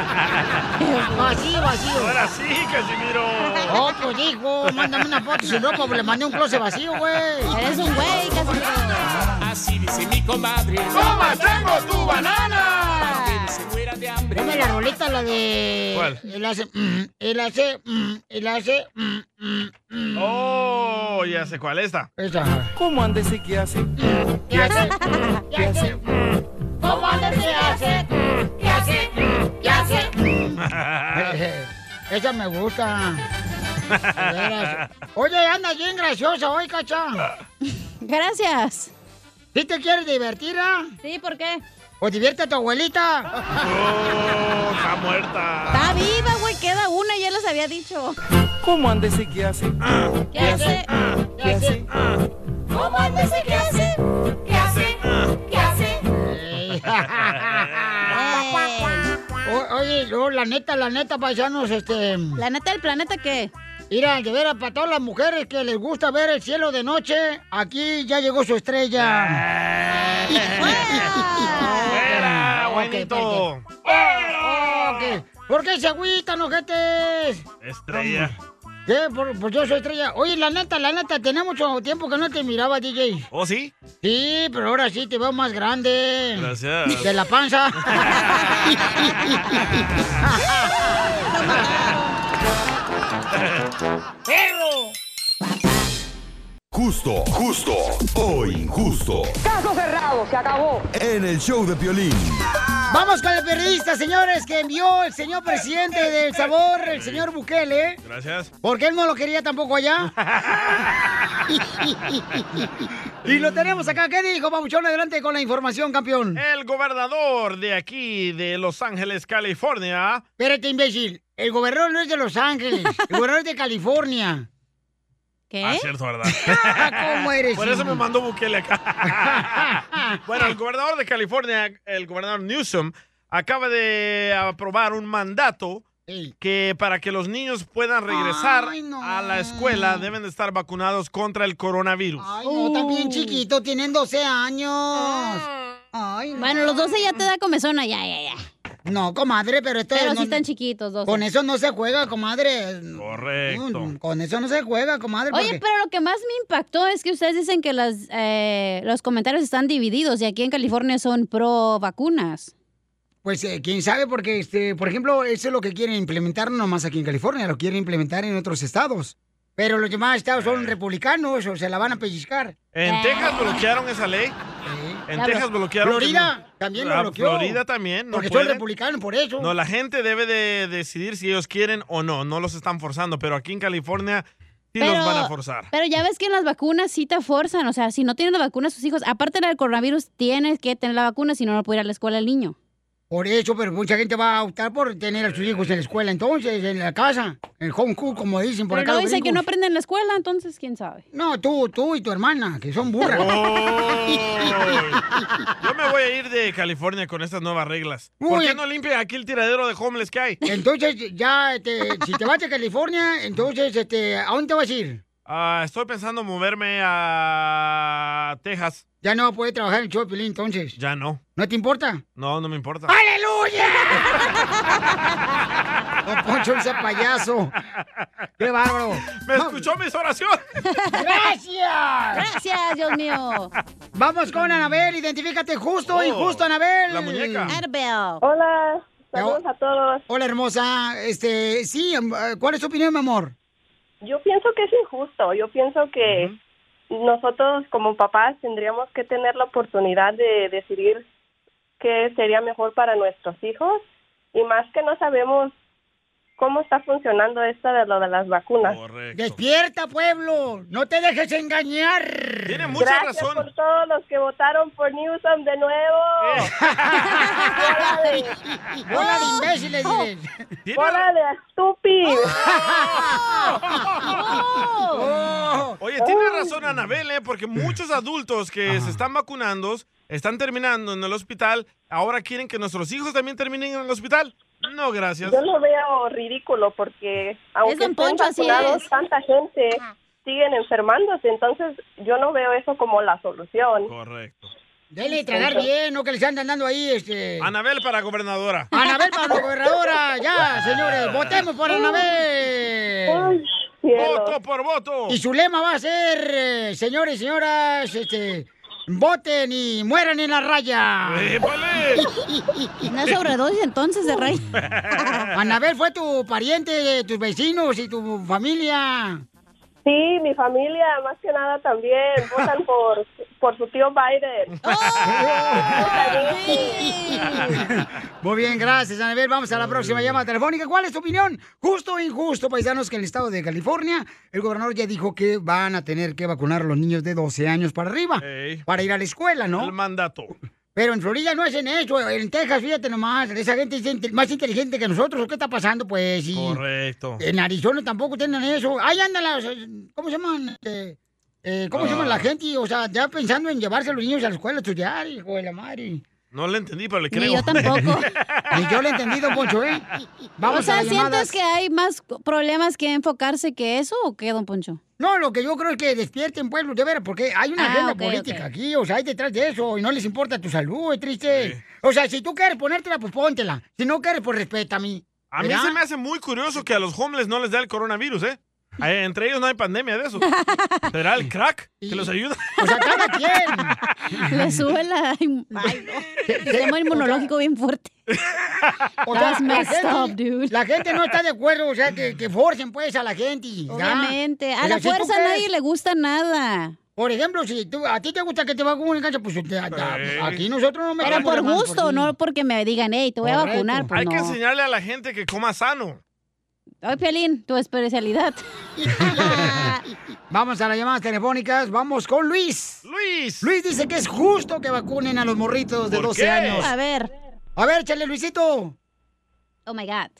Speaker 2: Vacío, vacío.
Speaker 3: Ahora sí, Casimiro.
Speaker 2: Oh, pues dijo, mándame una foto sin ropa, pues le mandé un closet vacío, güey.
Speaker 4: Eres un güey,
Speaker 7: Así dice mi comadre.
Speaker 2: Ah. ¡Toma, chango, tu banana!
Speaker 7: Mueran de hambre.
Speaker 2: Dame la rolita, la de.
Speaker 7: ¿Cuál?
Speaker 2: Él hace. mm, él hace. mm, él hace. mm.
Speaker 3: Oh, ya sé cuál esta.
Speaker 2: Esa.
Speaker 18: ¿Cómo andes y qué hace?
Speaker 2: ¿Qué hace? ¿Qué hace? ¿Cómo andas? ¿Qué hace? ¿Qué hace? ¿Qué hace? Esa me gusta. De veras. Oye, anda bien graciosa hoy, cacha.
Speaker 4: Gracias.
Speaker 2: ¿Sí te quieres divertir, ah?
Speaker 4: Sí, ¿por qué?
Speaker 2: ¿O divierte a tu abuelita?
Speaker 3: Oh, está muerta.
Speaker 4: Está viva, güey. Queda una, ya les había dicho.
Speaker 18: <laughs> ¿Cómo andes y qué hace?
Speaker 4: ¿Qué hace?
Speaker 18: ¿Qué hace?
Speaker 4: ¿Cómo andas y qué hace? ¿Qué hace? ¿Qué hace?
Speaker 2: O- oye, no, la neta, la neta, paisanos, este...
Speaker 4: ¿La neta del planeta qué?
Speaker 2: Mira, de veras, para todas las mujeres que les gusta ver el cielo de noche, aquí ya llegó su
Speaker 4: Ah.
Speaker 2: <laughs> estrella.
Speaker 3: ¡Fuera, buenito!
Speaker 2: ¡Fuera! qué? ¿Por qué se agüitan, ojetes?
Speaker 3: <laughs> Estrella.
Speaker 2: ¿Qué? Por- pues yo soy estrella. Oye, la neta, la neta, tenía mucho tiempo que no te miraba, DJ.
Speaker 3: ¿Oh, sí?
Speaker 2: Sí, pero ahora sí te veo más grande.
Speaker 3: Gracias.
Speaker 2: De la panza. ¡Perro!
Speaker 5: Justo, justo o injusto.
Speaker 2: <laughs> ¡Caso cerrado! ¡Se acabó!
Speaker 5: En el show de Piolín.
Speaker 2: Vamos con el periodista, señores, que envió el señor presidente del sabor, el señor Bukele.
Speaker 3: Gracias.
Speaker 2: Porque él no lo quería
Speaker 3: <laughs>
Speaker 2: tampoco allá. y lo tenemos acá. ¿Qué dijo, Pabuchón? Adelante con la información, campeón.
Speaker 3: El gobernador de aquí, de Los Ángeles, California.
Speaker 2: Espérate, imbécil. El gobernador no es de
Speaker 3: <laughs>
Speaker 2: Los Ángeles. El gobernador es de California.
Speaker 4: ¿Qué?
Speaker 7: ¿Eh?
Speaker 3: Ah, cierto,
Speaker 7: <laughs>
Speaker 3: ¿verdad?
Speaker 2: Ah, ¿Cómo eres?
Speaker 3: Por eso
Speaker 2: hijo?
Speaker 3: me mandó Bukele acá. <laughs> bueno, el gobernador de California, el gobernador Newsom, acaba de aprobar un mandato que para que los niños puedan regresar a la escuela deben de estar vacunados contra el coronavirus.
Speaker 2: Ay, no, también chiquito, tienen 12 años.
Speaker 3: Ah.
Speaker 2: Ay, Bueno, los 12 ya te da comezona, ya, ya, ya. No, comadre, pero esto
Speaker 4: Pero
Speaker 2: no-
Speaker 4: sí están chiquitos, dos.
Speaker 2: Con eso no se juega, comadre. Mm,
Speaker 3: Correcto.
Speaker 2: Con eso no se juega, comadre.
Speaker 4: Oye,
Speaker 2: porque-
Speaker 4: pero lo que más me impactó es que ustedes dicen que las, eh, los comentarios están divididos y aquí en California son pro vacunas.
Speaker 2: Pues eh, quién sabe, porque, este, por ejemplo, eso es lo que quieren implementar no nomás aquí en California, lo quieren implementar en otros estados. Pero los demás estados son republicanos o se la van a pellizcar.
Speaker 3: Ah.
Speaker 2: Ah.
Speaker 3: En Texas bloquearon esa ley. En
Speaker 2: Ya
Speaker 3: Texas
Speaker 2: blo-
Speaker 3: bloquearon. que
Speaker 2: Florida
Speaker 3: no-
Speaker 2: también lo
Speaker 3: Ah,
Speaker 2: bloqueó.
Speaker 3: Florida también. No
Speaker 2: Porque son
Speaker 3: pueden.
Speaker 2: republicanos, por eso.
Speaker 3: No, la gente debe de decidir si ellos quieren o no. No los están forzando, pero aquí en California sí los van a forzar.
Speaker 4: Pero ya ves que en las vacunas sí te forzan. O sea, si no tienen la vacuna sus hijos, aparte del coronavirus, tienes que tener la vacuna, si no, no puede ir a la escuela el niño.
Speaker 2: Por eso, pero mucha gente va a optar por tener a sus hijos en la escuela, entonces, en la casa, en home cook, como dicen por
Speaker 4: Pero
Speaker 2: acá.
Speaker 4: no
Speaker 2: los
Speaker 4: dicen que no
Speaker 2: gringos.
Speaker 4: aprenden en la escuela, entonces quién sabe.
Speaker 2: No, tú, tú y tu hermana, que son burras.
Speaker 3: Yo me voy a ir de California con estas nuevas reglas. ¿Por
Speaker 2: Uy.
Speaker 3: qué no limpia aquí el tiradero de homeless que hay?
Speaker 2: Entonces, ya, este, si te vas a California, entonces, este, ¿a dónde te vas a ir?
Speaker 3: Ah, estoy pensando moverme a Texas.
Speaker 2: Ya no puedes trabajar en el show de Piolín, entonces.
Speaker 3: Ya no.
Speaker 2: ¿No te importa?
Speaker 3: No, no me importa. <laughs>
Speaker 7: <laughs>
Speaker 2: Don Poncho, ese payaso. ¡Qué bárbaro!
Speaker 3: ¡Me escuchó mis oraciones!
Speaker 2: ¡Gracias!
Speaker 4: ¡Gracias, Dios mío!
Speaker 2: Vamos con Anabel, identifícate justo y justo, Anabel.
Speaker 3: Oh, la muñeca.
Speaker 4: Anabel.
Speaker 2: Hola, saludos a todos. Hola, hermosa. Este, sí, em, eh, ¿cuál es tu opinión, mi amor?
Speaker 14: Yo pienso que es injusto. Yo pienso que nosotros como papás tendríamos que tener la oportunidad de decidir qué sería mejor para nuestros hijos y más que no sabemos cómo está funcionando esta de lo de las vacunas.
Speaker 2: Despierta, pueblo. No te dejes engañar.
Speaker 3: Tiene
Speaker 14: Gracias por todos los que votaron por Newsom de
Speaker 2: <laughs>
Speaker 14: nuevo. Bola de-
Speaker 2: Bola de imbéciles, diles.
Speaker 14: Bola de estúpidos.
Speaker 7: ¡Oh!
Speaker 2: ¡Oh!
Speaker 3: Oye, tiene razón Anabel, ¿eh? porque muchos adultos que se están vacunando están terminando en el hospital. Ahora quieren que nuestros hijos también terminen en el hospital. No, gracias.
Speaker 14: Yo lo veo ridículo porque aunque
Speaker 4: Don
Speaker 14: estén
Speaker 4: Poncho, así
Speaker 14: vacunados,
Speaker 4: es.
Speaker 14: tanta gente siguen enfermándose, entonces yo no veo eso como la solución.
Speaker 3: Correcto.
Speaker 2: Dele tragar bien, no que les andan dando ahí, este.
Speaker 3: Anabel para gobernadora.
Speaker 2: Anabel para la
Speaker 3: <laughs>
Speaker 2: gobernadora, ya, señores, votemos por Anabel.
Speaker 3: Voto por voto.
Speaker 2: Y su lema va a ser, eh, señores y señoras, este, voten y mueran en la raya. <laughs>
Speaker 4: ¿No es sobredosis entonces de rey?
Speaker 2: Anabel fue tu pariente, tus vecinos y tu familia.
Speaker 14: Sí, mi familia, más que nada <laughs> también, votan por, por su tío Biden.
Speaker 4: ¡Oh,
Speaker 2: Muy bien, gracias, Anabel. Vamos a la próxima llamada telefónica. ¿Cuál es tu opinión? Justo o injusto, paisanos, que en el estado de California el gobernador ya dijo que van a tener que vacunar a los niños de 12 años para arriba
Speaker 3: Ey.
Speaker 2: para ir a la escuela, ¿no?
Speaker 3: Eh. El mandato.
Speaker 2: Pero en Florida no hacen eso. En Texas, fíjate nomás, esa gente es inte- más inteligente que nosotros. ¿Qué está pasando, pues? Y
Speaker 3: Correcto.
Speaker 2: En Arizona tampoco tienen eso. Ahí andan las... eh, ¿Cómo se llaman? Eh, eh, ¿Cómo se llama
Speaker 3: Ah.
Speaker 2: la gente? O sea, ya pensando en llevarse a los niños a la escuela a estudiar, hijo de la madre.
Speaker 3: No le entendí, pero le
Speaker 4: Ni
Speaker 3: creo.
Speaker 4: yo tampoco.
Speaker 2: Ni yo le entendí, don Poncho, ¿eh?
Speaker 4: o sea, ¿sientes que hay más problemas que enfocarse que eso o qué, don Poncho?
Speaker 2: No, lo que yo creo es que despierten pueblos, de veras, porque hay una
Speaker 4: Ah,
Speaker 2: agenda
Speaker 4: ok,
Speaker 2: política aquí, o sea, hay detrás de eso, y no les importa tu salud, es triste. O sea, si tú quieres ponértela, pues póntela. Si no quieres, pues respeta a mí.
Speaker 3: A mí se me hace muy curioso que a los homeless no les da el coronavirus, ¿eh? A- Entre ellos no hay pandemia de eso. ¿Será el crack que los ayuda?
Speaker 2: O
Speaker 4: Pues
Speaker 3: <laughs>
Speaker 2: sea, cada
Speaker 4: <laughs>
Speaker 2: quien.
Speaker 4: Le sube la... Ay, no. Sistema inmunológico bien <laughs> fuerte.
Speaker 2: <laughs> O
Speaker 4: That's
Speaker 2: la,
Speaker 4: messed up,
Speaker 2: gente, la gente no está de acuerdo, o sea, que, que forcen pues a la gente. y ya.
Speaker 4: Obviamente. A
Speaker 2: Pero
Speaker 4: la
Speaker 2: si tú
Speaker 4: fuerza a
Speaker 2: crees-
Speaker 4: nadie le gusta nada.
Speaker 2: Por ejemplo, si tú, a ti te gusta que te vacunen, cacha, pues te- a- a- aquí nosotros no
Speaker 4: Pero
Speaker 2: metemos
Speaker 4: por
Speaker 2: la mano
Speaker 4: gusto,
Speaker 2: ti.
Speaker 4: no porque me digan, hey, te voy a vacunar. Pues
Speaker 3: Hay que
Speaker 4: no.
Speaker 3: enseñarle a la gente que coma sano.
Speaker 4: Ay, Piolín, tu especialidad.
Speaker 2: Vamos a las llamadas telefónicas, vamos con Luis.
Speaker 3: Luis.
Speaker 2: Luis dice que es justo que vacunen a los morritos de
Speaker 4: ¿Por
Speaker 2: 12
Speaker 4: qué?
Speaker 2: años.
Speaker 4: A ver.
Speaker 2: A ver, chale, Luisito.
Speaker 4: Oh my God.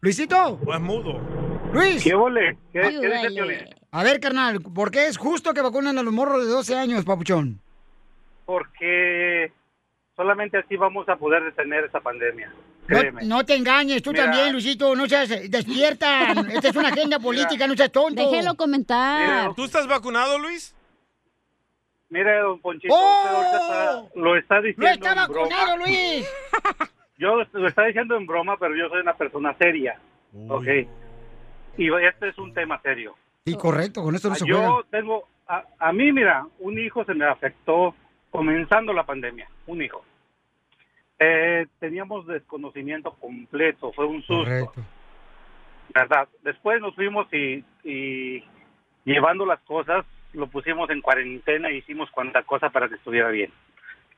Speaker 2: Luisito.
Speaker 3: Pues mudo.
Speaker 2: Luis. ¿Qué
Speaker 19: vole?
Speaker 4: ¿Qué- qué dice Ayúdale. Piolín?
Speaker 2: A ver, carnal, ¿por qué es justo que vacunen a los morros de 12 años, papuchón?
Speaker 19: porque solamente así vamos a poder detener esa pandemia.
Speaker 2: No,
Speaker 19: Créeme.
Speaker 2: no te engañes, tú
Speaker 19: Mira.
Speaker 2: también, Luisito, no seas,
Speaker 4: <laughs>
Speaker 2: despierta, esta es una agenda política, no seas tonto.
Speaker 4: Déjelo comentar.
Speaker 3: ¿Tú estás vacunado, Luis?
Speaker 19: Mire, don Ponchito,
Speaker 3: ¡Oh!
Speaker 19: usted ahorita está- lo está diciendo en broma.
Speaker 2: Luis!
Speaker 19: Yo lo está diciendo en broma, pero yo soy una persona seria. Ok. Y este es un tema serio.
Speaker 2: Sí, correcto, con esto no se juega.
Speaker 19: Oh. Ah, Yo tengo, a, a mí, mira, un hijo se me afectó comenzando la pandemia, un hijo. Eh, teníamos desconocimiento completo, fue un susto, ¿verdad? Después nos fuimos y, y llevando las cosas, lo pusimos en cuarentena y hicimos cuanta cosa para que estuviera bien.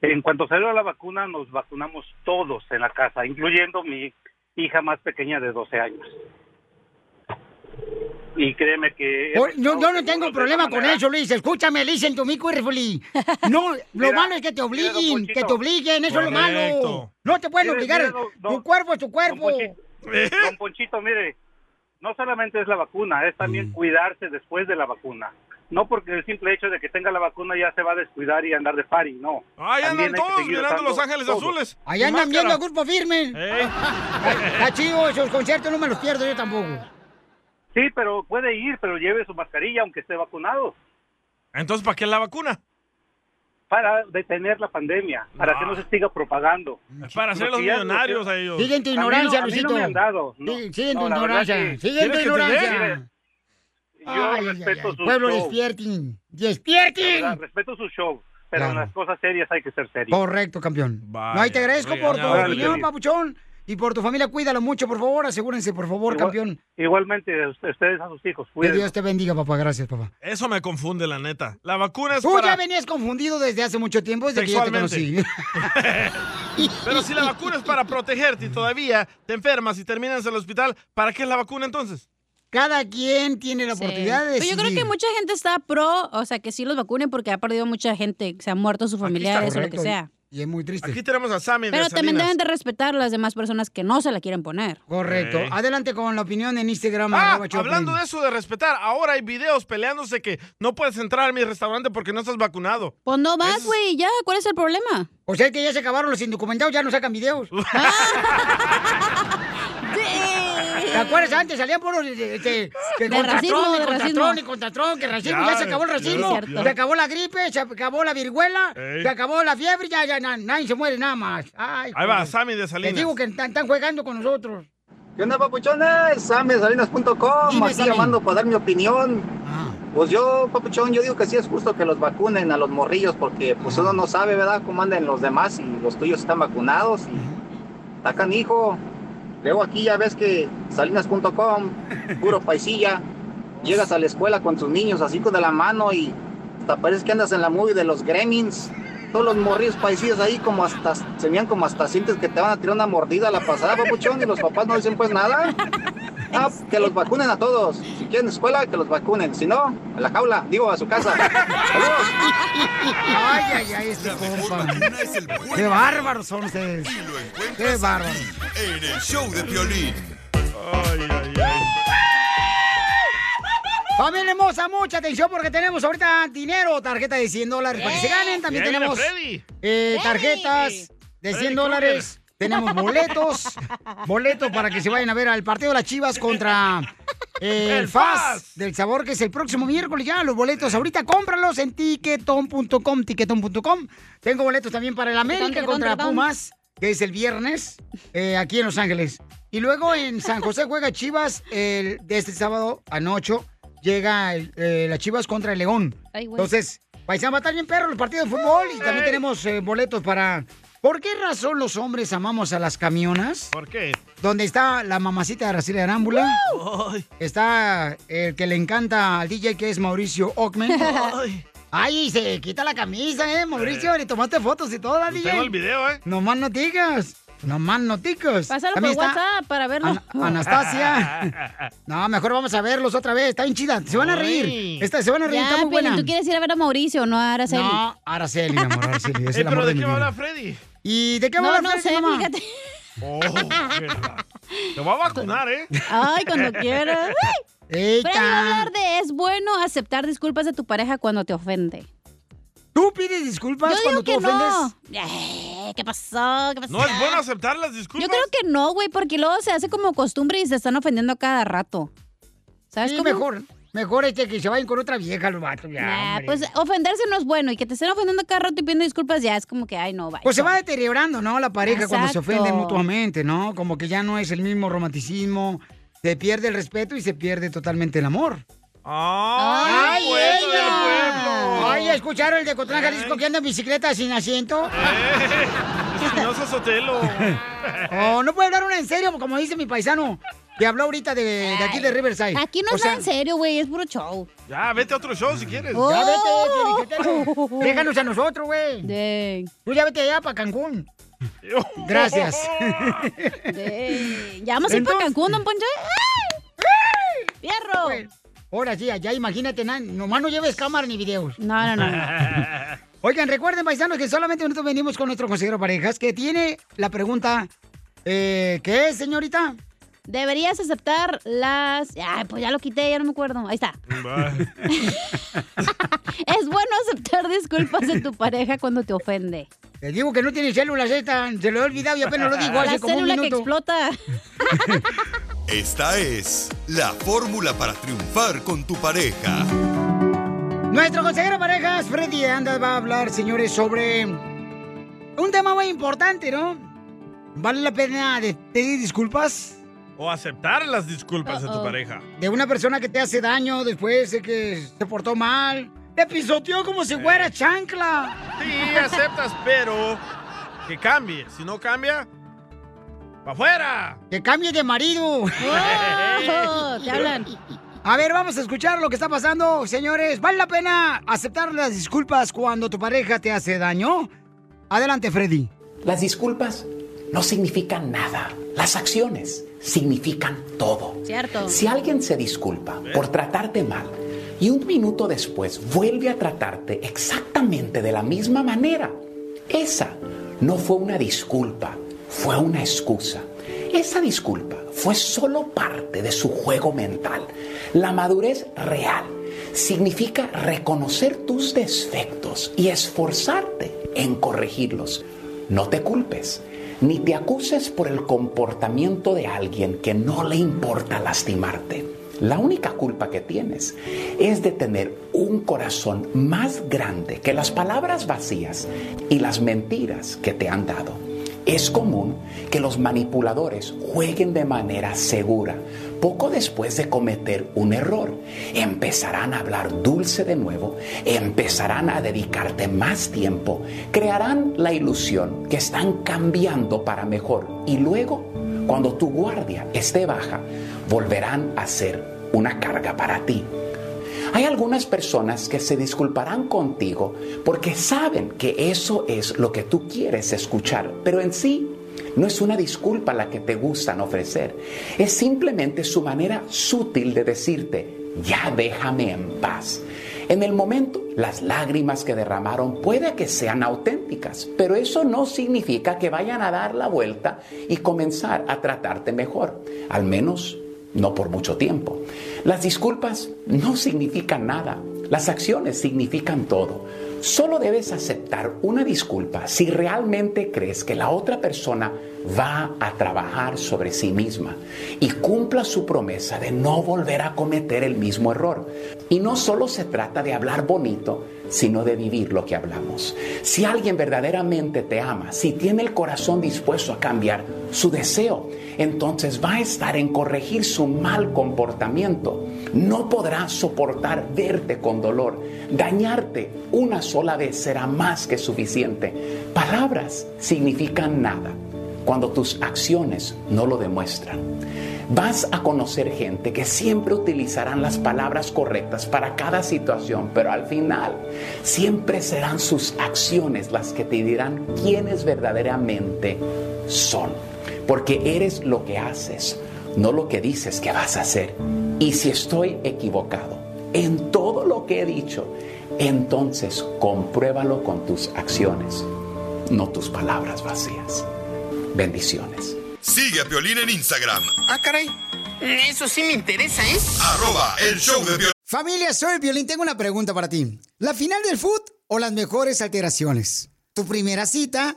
Speaker 19: En cuanto salió la vacuna, nos vacunamos todos en la casa, incluyendo mi hija más pequeña de 12 años. Y créeme que...
Speaker 2: Oh, yo, yo no tengo problema con eso, Luis. Escúchame, listen to me carefully.
Speaker 19: <laughs>
Speaker 2: No, lo
Speaker 19: Mira,
Speaker 2: malo es que te obliguen, que te obliguen, eso es lo malo.
Speaker 19: Correcto.
Speaker 2: No te pueden
Speaker 19: Mire,
Speaker 2: obligar.
Speaker 19: mire, don-
Speaker 2: tu cuerpo es tu cuerpo.
Speaker 19: <laughs> Don Ponchito, mire, no solamente es la vacuna, es
Speaker 2: Mm.
Speaker 19: también cuidarse después de la vacuna. No porque el simple hecho de que tenga la vacuna ya se va a descuidar y andar de party, no.
Speaker 3: Ahí
Speaker 19: También
Speaker 3: andan
Speaker 19: hay que
Speaker 3: todos
Speaker 19: seguir
Speaker 3: mirando
Speaker 19: usando
Speaker 3: Los Ángeles
Speaker 19: todo.
Speaker 3: Azules. Eh.
Speaker 2: Allá andan viendo a grupo firme. Está chido, esos conciertos no me los pierdo yo tampoco.
Speaker 19: Sí, pero puede ir, pero lleve su mascarilla aunque esté vacunado.
Speaker 3: Entonces, ¿para qué la vacuna?
Speaker 19: Para detener la pandemia, para
Speaker 3: Ah.
Speaker 19: que no se siga propagando.
Speaker 3: Es para hacer los
Speaker 19: Porque ya lo que-
Speaker 3: millonarios a ellos.
Speaker 19: Sigue en tu ignorancia, A mí no- a mí no me Luisito. han dado, no.
Speaker 2: Sí, sigue en
Speaker 19: No,
Speaker 2: tu
Speaker 19: la
Speaker 2: ignorancia.
Speaker 19: verdad que-
Speaker 2: Sigue en
Speaker 19: ¿Quieres
Speaker 2: tu
Speaker 19: que te dé?
Speaker 2: ignorancia.
Speaker 19: Yo
Speaker 2: Ay, ay,
Speaker 19: respeto
Speaker 2: ay,
Speaker 19: su
Speaker 2: Pueblo,
Speaker 19: show.
Speaker 2: despierten. Despierten.
Speaker 19: La verdad, respeto su show, pero en las cosas serias hay que ser serios.
Speaker 2: Correcto, campeón. No, ahí te agradezco por tu
Speaker 19: regañado.
Speaker 2: opinión,
Speaker 19: Órale.
Speaker 2: papuchón. Y por tu familia, cuídalo mucho, por favor. Asegúrense, por favor,
Speaker 19: Igual-
Speaker 2: campeón.
Speaker 19: Igualmente, a usted- ustedes a sus hijos,
Speaker 2: Que
Speaker 19: cuídense.
Speaker 2: Dios te bendiga, papá. Gracias, papá.
Speaker 3: Eso me confunde, la neta. La vacuna es
Speaker 2: Tú ya
Speaker 3: para...
Speaker 2: venías confundido desde hace mucho tiempo, desde que yo te conocí.
Speaker 3: Sexualmente.
Speaker 2: <laughs>
Speaker 3: Pero si la vacuna es para protegerte y todavía te enfermas y terminas en el hospital, ¿para qué es la vacuna entonces?
Speaker 2: Cada quien tiene la oportunidad de
Speaker 4: Pero Pues yo creo que
Speaker 2: decidir.
Speaker 4: mucha gente está pro, o sea, que sí los vacunen porque ha perdido mucha gente, se han muerto sus familiares o lo que
Speaker 2: Correcto,
Speaker 4: sea.
Speaker 2: Y es muy triste.
Speaker 3: Aquí tenemos a Sammy
Speaker 4: Pero
Speaker 3: de
Speaker 4: también
Speaker 3: Salinas.
Speaker 4: deben de respetar a las demás personas que no se la quieren poner.
Speaker 2: Correcto.
Speaker 3: Ok.
Speaker 2: Adelante con la opinión en Instagram.
Speaker 3: Ah,
Speaker 2: arroba Choplin.
Speaker 3: hablando de eso de respetar, ahora hay videos peleándose que no puedes entrar a mi restaurante porque no estás vacunado.
Speaker 4: Pues no vas, güey, ya, ¿cuál es el problema?
Speaker 2: O sea que ya se acabaron los indocumentados, ya no
Speaker 3: <laughs>
Speaker 2: sacan videos. ¿Te acuerdas? Antes salían por este, que
Speaker 4: De
Speaker 2: contra
Speaker 4: racismo,
Speaker 2: Trump, y
Speaker 4: de
Speaker 2: contra
Speaker 4: racismo.
Speaker 2: Trump y contra Trump, que racismo, ya,
Speaker 4: Ya,
Speaker 2: se acabó el
Speaker 4: ya,
Speaker 2: racismo,
Speaker 4: es cierto.
Speaker 2: se acabó la gripe, se acabó la viruela,
Speaker 3: Ey.
Speaker 2: se acabó la fiebre, ya, ya, na- nadie se muere nada más. Ay,
Speaker 3: Ahí va,
Speaker 2: joder.
Speaker 3: Sammy de
Speaker 2: Te
Speaker 3: Salinas.
Speaker 2: digo que están, están jugando con nosotros.
Speaker 20: ¿Qué onda, papuchones? SamySalinas.com,
Speaker 2: Dime,
Speaker 20: aquí
Speaker 2: Sammy. Ah.
Speaker 20: llamando para dar mi opinión. Pues yo, papuchón, yo digo que sí es justo que los vacunen a los morrillos porque pues uno no sabe, ¿verdad?, cómo andan los demás y los tuyos están vacunados y tacan hijo. Luego aquí ya ves que
Speaker 2: <laughs>
Speaker 20: Salinas.com, puro paisilla, llegas a la escuela con tus niños así con de la mano y hasta parece que andas en la movie de
Speaker 2: <laughs>
Speaker 20: los Gremlins. Todos los morrillos paisillas ahí como hasta, se miran como hasta sientes que te van a tirar una mordida a la pasada, papuchón, y los papás no dicen pues nada. Ah, que los vacunen a todos. Si quieren escuela, que los vacunen. Si no, a la jaula, digo, a su casa.
Speaker 2: Ay, ay, ay, este compa. Qué bárbaros son ustedes. Qué bárbaros.
Speaker 5: En el show de Piolín.
Speaker 3: Ay, ay, ay.
Speaker 2: Familia hermosa, mucha atención porque tenemos ahorita dinero, tarjeta de 100 dólares para que se ganen. También
Speaker 3: Bien,
Speaker 2: tenemos
Speaker 3: Eh. Freddy.
Speaker 2: eh, tarjetas de
Speaker 3: Freddy
Speaker 2: 100 dólares.
Speaker 3: Krueger.
Speaker 2: Tenemos boletos, boletos para que se vayan a ver al partido de las Chivas contra eh,
Speaker 3: El
Speaker 2: el FAS del Sabor, que es el próximo miércoles ya. Los boletos ahorita cómpralos en tiquetón.com, tiquetón.com. Tengo boletos también para el América
Speaker 4: Tiquetón,
Speaker 2: contra
Speaker 4: tiquetón.
Speaker 2: Pumas, que es el viernes eh, aquí en Los Ángeles. Y luego en San José juega Chivas el, de este sábado a 8. Llega el- eh, las Chivas contra el León.
Speaker 4: Ay, güey.
Speaker 2: Entonces, paisán, va a estar bien perro el partido de fútbol y también tenemos eh, boletos para... ¿Por qué razón los hombres amamos a las camionas?
Speaker 3: ¿Por qué?
Speaker 2: Donde está la mamacita de Araceli Arámbula. Está el que le encanta al DJ, que es Mauricio Ockman.
Speaker 3: Ay.
Speaker 2: Ay, se quita la camisa, ¿eh, Mauricio? Le tomaste fotos y todo, ¿eh, DJ.
Speaker 3: Tengo el video, ¿eh?
Speaker 2: Nomás no digas. Nomás no digas.
Speaker 4: Pásalo por
Speaker 2: También está
Speaker 4: WhatsApp para verlo.
Speaker 2: Ana-
Speaker 4: <laughs>
Speaker 3: <laughs>
Speaker 2: Anastasia. No, mejor vamos a verlos otra vez. Está bien chida. Se van a reír. Esta, se van a reír.
Speaker 4: Ya,
Speaker 2: está muy
Speaker 4: Piolín,
Speaker 2: buena.
Speaker 4: ¿tú quieres ir a ver a Mauricio, no a Araceli?
Speaker 2: No, Araceli, mi amor, Araceli.
Speaker 3: <laughs>
Speaker 2: Es
Speaker 3: Ey,
Speaker 2: el
Speaker 3: Eh,
Speaker 2: amor
Speaker 3: pero ¿de
Speaker 2: mi
Speaker 3: qué va a
Speaker 2: vida.
Speaker 3: hablar Freddy?
Speaker 2: ¿Y de qué va a
Speaker 4: No,
Speaker 2: hablar
Speaker 4: no
Speaker 2: Freddy,
Speaker 4: sé,
Speaker 2: mamá?
Speaker 4: fíjate.
Speaker 3: Oh, qué raro. Te voy a vacunar, ¿eh?
Speaker 4: Ay, cuando
Speaker 3: <laughs>
Speaker 4: quieras.
Speaker 2: Ay.
Speaker 4: Pero iba a hablar de es bueno aceptar disculpas de tu pareja cuando te ofende.
Speaker 2: ¿Tú pides disculpas
Speaker 4: Yo
Speaker 2: cuando
Speaker 4: digo
Speaker 2: tú
Speaker 4: que
Speaker 2: ofendes?
Speaker 4: no. Eh, ¿Qué pasó? ¿Qué pasó?
Speaker 3: No es bueno aceptar las disculpas.
Speaker 4: Yo creo que no, güey, porque luego se hace como costumbre y se están ofendiendo a cada rato. ¿Sabes
Speaker 2: Sí,
Speaker 4: cómo?
Speaker 2: mejor. Mejor este que se vayan con otra vieja los vatos. ya,
Speaker 4: Nah,
Speaker 2: hombre.
Speaker 4: pues ofenderse no es bueno y que te estén ofendiendo cada rato y pidiendo disculpas ya es como que, ay, no, vaya.
Speaker 2: Pues se va deteriorando, ¿no? La pareja cuando se
Speaker 4: Exacto.
Speaker 2: ofenden mutuamente, ¿no? Como que ya no es el mismo romanticismo, se pierde el respeto y se pierde totalmente el amor.
Speaker 3: ¡Ay,
Speaker 2: ¡Ay,
Speaker 3: pueblo del
Speaker 2: ella!
Speaker 3: pueblo!
Speaker 2: Ay, ¿escucharon el de Cotlán, Jalisco, que anda en bicicleta sin asiento?
Speaker 3: Espinosa Sotelo.
Speaker 2: <laughs> Oh, no puede hablar una en serio, como dice mi paisano, que habló ahorita de, de aquí de Riverside.
Speaker 4: Aquí no
Speaker 2: O
Speaker 4: es
Speaker 2: sea,
Speaker 4: nada en serio, güey, es puro show.
Speaker 3: Ya, vete a otro show si quieres.
Speaker 2: Ya
Speaker 4: ¡Oh!
Speaker 2: vete,
Speaker 4: <laughs>
Speaker 2: Piolichotelo. Déjanos a nosotros, güey. Tú ya vete allá
Speaker 4: <laughs>
Speaker 2: para Cancún. Gracias.
Speaker 4: Dang. Ya vamos a ir para Cancún, don Poncho. ¡Fierro!
Speaker 2: Pues, Ahora sí, allá imagínate, na- nomás no lleves cámara ni videos.
Speaker 4: No, no, no.
Speaker 2: <laughs>
Speaker 3: <laughs>
Speaker 2: Oigan, recuerden, paisanos, que solamente nosotros venimos con nuestro consejero parejas, que tiene la pregunta, eh, ¿qué es, señorita?
Speaker 4: Deberías aceptar las. Ay, pues ya lo quité, ya no me acuerdo. Ahí está. Es bueno aceptar disculpas de tu pareja cuando te ofende.
Speaker 2: Te digo que no tiene células esta, se lo he olvidado y apenas lo digo
Speaker 4: La
Speaker 2: hace como un
Speaker 4: célula que
Speaker 2: minuto.
Speaker 4: explota.
Speaker 5: Esta es la fórmula para triunfar con tu pareja.
Speaker 2: Nuestro consejero parejas, Freddy de Anda, va a hablar, señores, sobre un tema muy importante, ¿no? ¿Vale la pena de- pedir disculpas
Speaker 3: O aceptar las disculpas de
Speaker 2: Uh-oh.
Speaker 3: tu pareja.
Speaker 2: de una persona que te hace daño después de que se portó mal? Te pisoteó como si fuera chancla.
Speaker 3: Sí, aceptas, pero que cambie. Si no cambia, ¡pa' afuera!
Speaker 2: Que cambie de marido.
Speaker 3: ¡Oh! Te hablan.
Speaker 2: A ver, vamos a escuchar lo que está pasando, señores. ¿Vale la pena aceptar las disculpas cuando tu pareja te hace daño? Adelante, Freddy.
Speaker 21: Las disculpas no significan nada. Las acciones significan todo.
Speaker 4: Cierto.
Speaker 21: Si alguien se disculpa por tratarte mal y un minuto después vuelve a tratarte exactamente de la misma manera, esa no fue una disculpa, fue una excusa. Esa disculpa fue solo parte de su juego mental. La madurez real significa reconocer tus defectos y esforzarte en corregirlos. No te culpes, ni te acuses por el comportamiento de alguien que no le importa lastimarte. La única culpa que tienes es de tener un corazón más grande que las palabras vacías y las mentiras que te han dado. Es común que los manipuladores jueguen de manera segura. Poco después de cometer un error, empezarán a hablar dulce de nuevo, empezarán a dedicarte más tiempo, crearán la ilusión que están cambiando para mejor y luego, cuando tu guardia esté baja, volverán a ser una carga para ti. Hay algunas personas que se disculparán contigo porque saben que eso es lo que tú quieres escuchar, pero en sí no es una disculpa la que te gustan ofrecer. Es simplemente su manera sutil de decirte, ya déjame en paz. En el momento, las lágrimas que derramaron puede que sean auténticas, pero eso no significa que vayan a dar la vuelta y comenzar a tratarte mejor. Al menos no por mucho tiempo. Las disculpas no significan nada, las acciones significan todo. Solo debes aceptar una disculpa si realmente crees que la otra persona va a trabajar sobre sí misma y cumpla su promesa de no volver a cometer el mismo error. Y no solo se trata de hablar bonito, sino de vivir lo que hablamos. Si alguien verdaderamente te ama, si tiene el corazón dispuesto a cambiar su deseo, entonces va a estar en corregir su mal comportamiento. No podrá soportar verte con dolor. Dañarte una sola vez será más que suficiente. Palabras significan nada cuando tus acciones no lo demuestran. Vas a conocer gente que siempre utilizarán las palabras correctas para cada situación, pero al final siempre serán sus acciones las que te dirán quiénes verdaderamente son. Porque eres lo que haces, no lo que dices que vas a hacer. Y si estoy equivocado en todo lo que he dicho, entonces compruébalo con tus acciones, no tus palabras vacías. Bendiciones.
Speaker 5: Sigue a Piolín en Instagram.
Speaker 2: Ah, caray. Eso sí me interesa, ¿eh?
Speaker 5: Arroba el show de Piolín.
Speaker 2: Familia, soy Violín. Tengo una pregunta para ti. ¿La final del foot o las mejores alteraciones? ¿Tu primera cita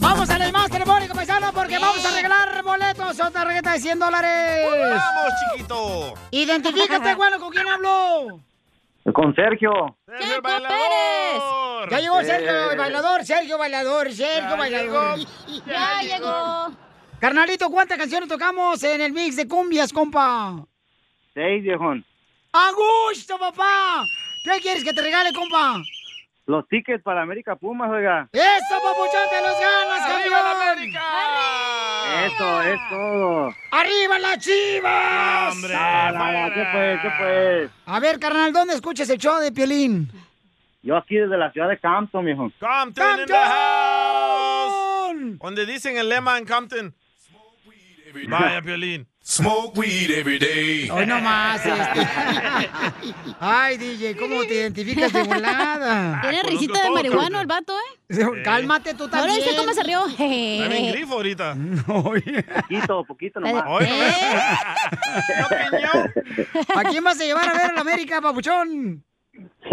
Speaker 2: Vamos a las más telefónicas, paisanos, porque vamos a regalar boletos o tarjeta de 100 dólares.
Speaker 3: ¡Vamos, chiquito!
Speaker 2: Identifícate, bueno, ¿con quién hablo?
Speaker 22: Con Sergio.
Speaker 2: Pérez. Ya llegó Sergio, el bailador, Sergio bailador, Sergio
Speaker 7: Ya
Speaker 2: bailador.
Speaker 7: llegó, ya Ya llegó.
Speaker 2: Carnalito, ¿cuántas canciones tocamos en el mix de cumbias, compa?
Speaker 22: Seis, viejón.
Speaker 2: ¡A gusto, papá! ¿Qué quieres que te regale, compa?
Speaker 22: Los tickets para América Pumas, oiga.
Speaker 2: ¡Eso, papuchón, te los ganas, campeón! América!
Speaker 22: Eso es todo.
Speaker 2: ¡Arriba las chivas!
Speaker 22: Ah, la, la, ¿Qué pues? ¿Qué pues?
Speaker 2: A ver, carnal, ¿dónde escuchas el show de Piolín?
Speaker 22: Yo aquí desde la ciudad de Campton, mijo.
Speaker 3: Compton in the house. Donde dicen el lema en Compton. Vaya, Piolín.
Speaker 23: Smoke weed every day.
Speaker 2: Hoy no más, este. Ay, DJ, ¿cómo te identificas de
Speaker 22: <laughs>
Speaker 2: volada?
Speaker 4: Tiene risita de marihuano el vato, ¿eh?
Speaker 2: Cálmate tú
Speaker 4: Ahora
Speaker 2: también.
Speaker 4: dice cómo se rió.
Speaker 3: Está bien grifo ahorita.
Speaker 22: Poquito, poquito nomás.
Speaker 3: Hoy no ves.
Speaker 2: <laughs>
Speaker 3: <laughs>
Speaker 2: ¿Eh? ¿A quién vas a llevar a ver a la América, papuchón?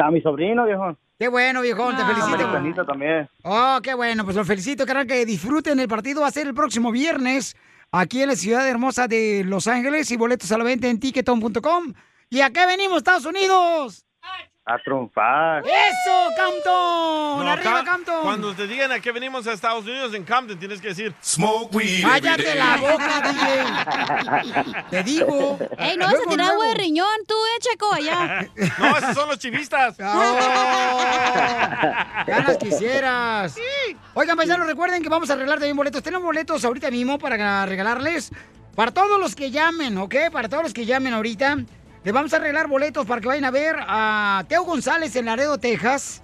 Speaker 22: A mi sobrino, viejón.
Speaker 2: Qué bueno, viejón, te felicito.
Speaker 22: Americanito también.
Speaker 2: Oh, qué bueno, pues los felicito, carnal, que disfruten el partido. Va a ser el próximo viernes aquí en la ciudad hermosa de Los Ángeles y boletos a la venta en ticketon.com. ¿Y a qué venimos, Estados Unidos?
Speaker 22: A triunfar.
Speaker 2: ¡Eso, Campton!
Speaker 3: No,
Speaker 2: ¡Arriba,
Speaker 3: acá,
Speaker 2: Campton!
Speaker 3: Cuando te digan a qué venimos a Estados Unidos en Compton, tienes que decir Smoke weed.
Speaker 2: ¡Cállate
Speaker 3: every
Speaker 2: la
Speaker 3: day".
Speaker 2: boca, DJ! ¡Te digo!
Speaker 4: Ey, no vas a
Speaker 2: Luego,
Speaker 4: tirar agua de
Speaker 2: luego.
Speaker 4: riñón, tú, eh, Checo,
Speaker 2: <laughs>
Speaker 4: allá.
Speaker 3: No, esos son los chivistas.
Speaker 2: Ganas quisieras. Oigan, paisanos, recuerden que vamos a arreglar también boletos. Tenemos boletos ahorita mismo para regalarles. Para todos los que llamen, ¿ok? Para todos los que llamen ahorita. Les vamos a arreglar boletos para que vayan a ver a Teo González en Laredo, Texas.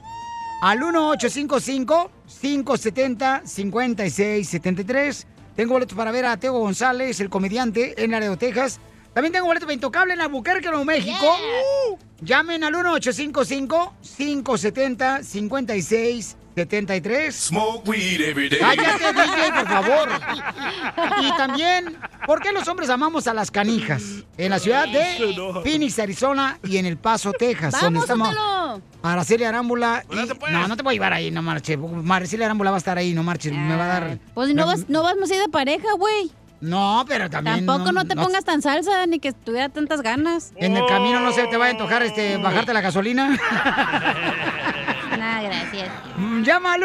Speaker 2: Al 1855-570-5673. Tengo boletos para ver a Teo González, el comediante, en Laredo, Texas. También tengo boletos para Intocable en Albuquerque, Nuevo México. Uh, Llamen al 1-855-570-5673.
Speaker 5: Smoke weed every day.
Speaker 2: Cállate, DJ, por
Speaker 4: <laughs>
Speaker 2: favor. Y también, ¿por qué los hombres amamos a las canijas? En la ciudad de Phoenix, Arizona y en El Paso, Texas. donde
Speaker 7: ¡Vamos,
Speaker 2: estamos.
Speaker 7: Sotelo!
Speaker 2: Araceli Arámbula.
Speaker 4: Pues
Speaker 2: y- No, no te voy a llevar ahí, no marches. Araceli Arámbula va a estar ahí, no marches. Me va a dar.
Speaker 4: Pues no, vas, no vamos a ir de pareja, güey.
Speaker 2: No, pero también.
Speaker 4: Tampoco no, te pongas tan salsa ni que tuviera tantas ganas.
Speaker 2: En el camino no se te va a antojar este, bajarte la gasolina.
Speaker 4: Nada, gracias.
Speaker 2: Mm, Llama al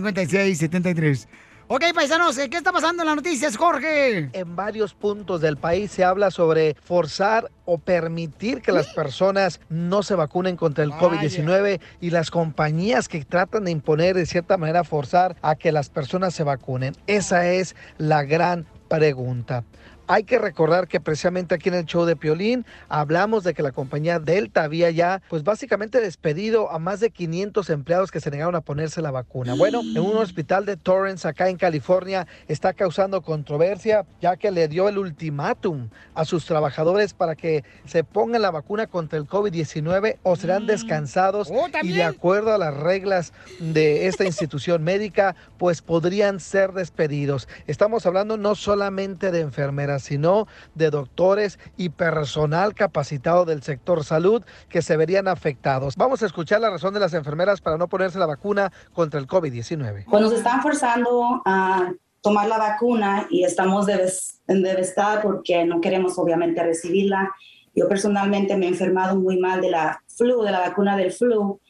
Speaker 2: 1-855-570-5673. Ok, paisanos, ¿eh? ¿qué está pasando en las noticias, Jorge?
Speaker 3: Este
Speaker 6: En varios puntos del país se habla sobre forzar o permitir que las personas no se vacunen contra el COVID-19 y las compañías que tratan de imponer de cierta manera forzar a que las personas se vacunen. Esa es la gran pregunta. Hay que recordar que precisamente aquí en el show de Piolín hablamos de que la compañía Delta había ya, pues básicamente despedido a más de 500 empleados que se negaron a ponerse la vacuna. Bueno, en un hospital de Torrance, acá en California, está causando controversia ya que le dio el ultimátum a sus trabajadores para que se pongan la vacuna contra el COVID-19 o serán descansados y de acuerdo a las reglas de esta institución médica, pues podrían ser despedidos. Estamos hablando no solamente de enfermeras, sino de doctores y personal capacitado del sector salud que se verían afectados. Vamos a escuchar la razón de las enfermeras para no ponerse la vacuna contra el COVID-19.
Speaker 24: Pues nos están forzando a tomar la vacuna y estamos deves- devastadas porque no queremos obviamente recibirla. Yo personalmente me he enfermado muy mal de la flu, de la vacuna del flu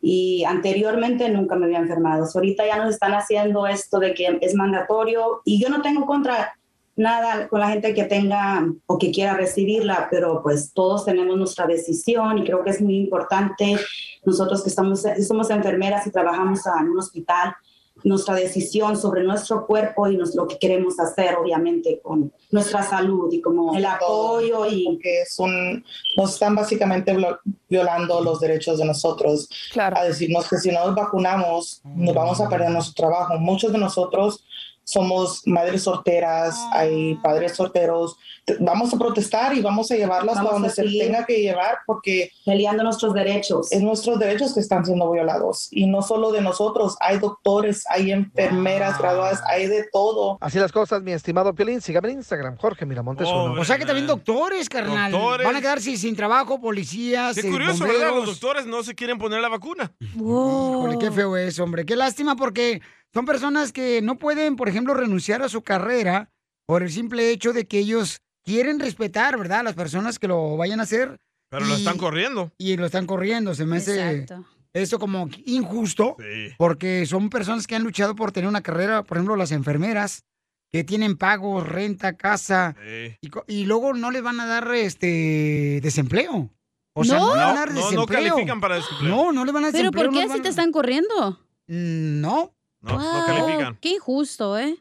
Speaker 24: y anteriormente nunca me había enfermado. So, ahorita ya nos están haciendo esto de que es mandatorio y yo no tengo contra nada con la gente que tenga o que quiera recibirla, pero pues todos tenemos nuestra decisión y creo que es muy importante nosotros que estamos, somos enfermeras y trabajamos en un hospital, nuestra decisión sobre nuestro cuerpo y nos- lo que queremos hacer, obviamente, con nuestra salud y como el apoyo y...
Speaker 1: que es un, nos están básicamente vlo- violando los derechos de nosotros. A decirnos que si no nos vacunamos, nos vamos a perder nuestro trabajo. Muchos de nosotros somos madres solteras,
Speaker 24: Ah.
Speaker 1: hay padres solteros. Te- Vamos a protestar y vamos a llevarlas a
Speaker 24: Vamos
Speaker 1: donde
Speaker 24: a
Speaker 1: se
Speaker 24: seguir
Speaker 1: tenga que llevar porque...
Speaker 24: Peleando nuestros derechos.
Speaker 1: Es nuestros derechos que están siendo violados. Y no solo de nosotros, hay doctores, hay enfermeras graduadas, hay de todo.
Speaker 6: Así las cosas, mi estimado Piolín. Sígame en Instagram, Jorge Miramontes. uno.
Speaker 2: o sea que también doctores, carnal.
Speaker 6: Doctores.
Speaker 2: Van a quedarse sin, trabajo, policías.
Speaker 3: Qué
Speaker 2: eh,
Speaker 3: curioso, ¿verdad? Los
Speaker 2: bomberos.
Speaker 3: doctores no se quieren poner la vacuna.
Speaker 2: Híjole, qué feo es, hombre. Qué lástima porque son personas que no pueden, por ejemplo, renunciar a su carrera por el simple hecho de que ellos quieren respetar, ¿verdad? A las personas que lo vayan a hacer.
Speaker 3: Pero lo
Speaker 2: Y-
Speaker 3: están corriendo.
Speaker 2: Y lo están corriendo. Se me hace
Speaker 3: Exacto.
Speaker 2: esto como injusto porque son personas que han luchado por tener una carrera, por ejemplo, las enfermeras que tienen pagos, renta, casa y, co- y luego no le van a dar este desempleo. O sea, no, le van a dar
Speaker 3: no, no
Speaker 2: desempleo.
Speaker 3: califican para desempleo.
Speaker 2: No, no le van a dar
Speaker 4: Pero
Speaker 2: desempleo.
Speaker 4: ¿por qué
Speaker 2: no
Speaker 4: así
Speaker 2: van-
Speaker 4: te están corriendo?
Speaker 2: No.
Speaker 3: No, no califican.
Speaker 4: Qué injusto, ¿eh?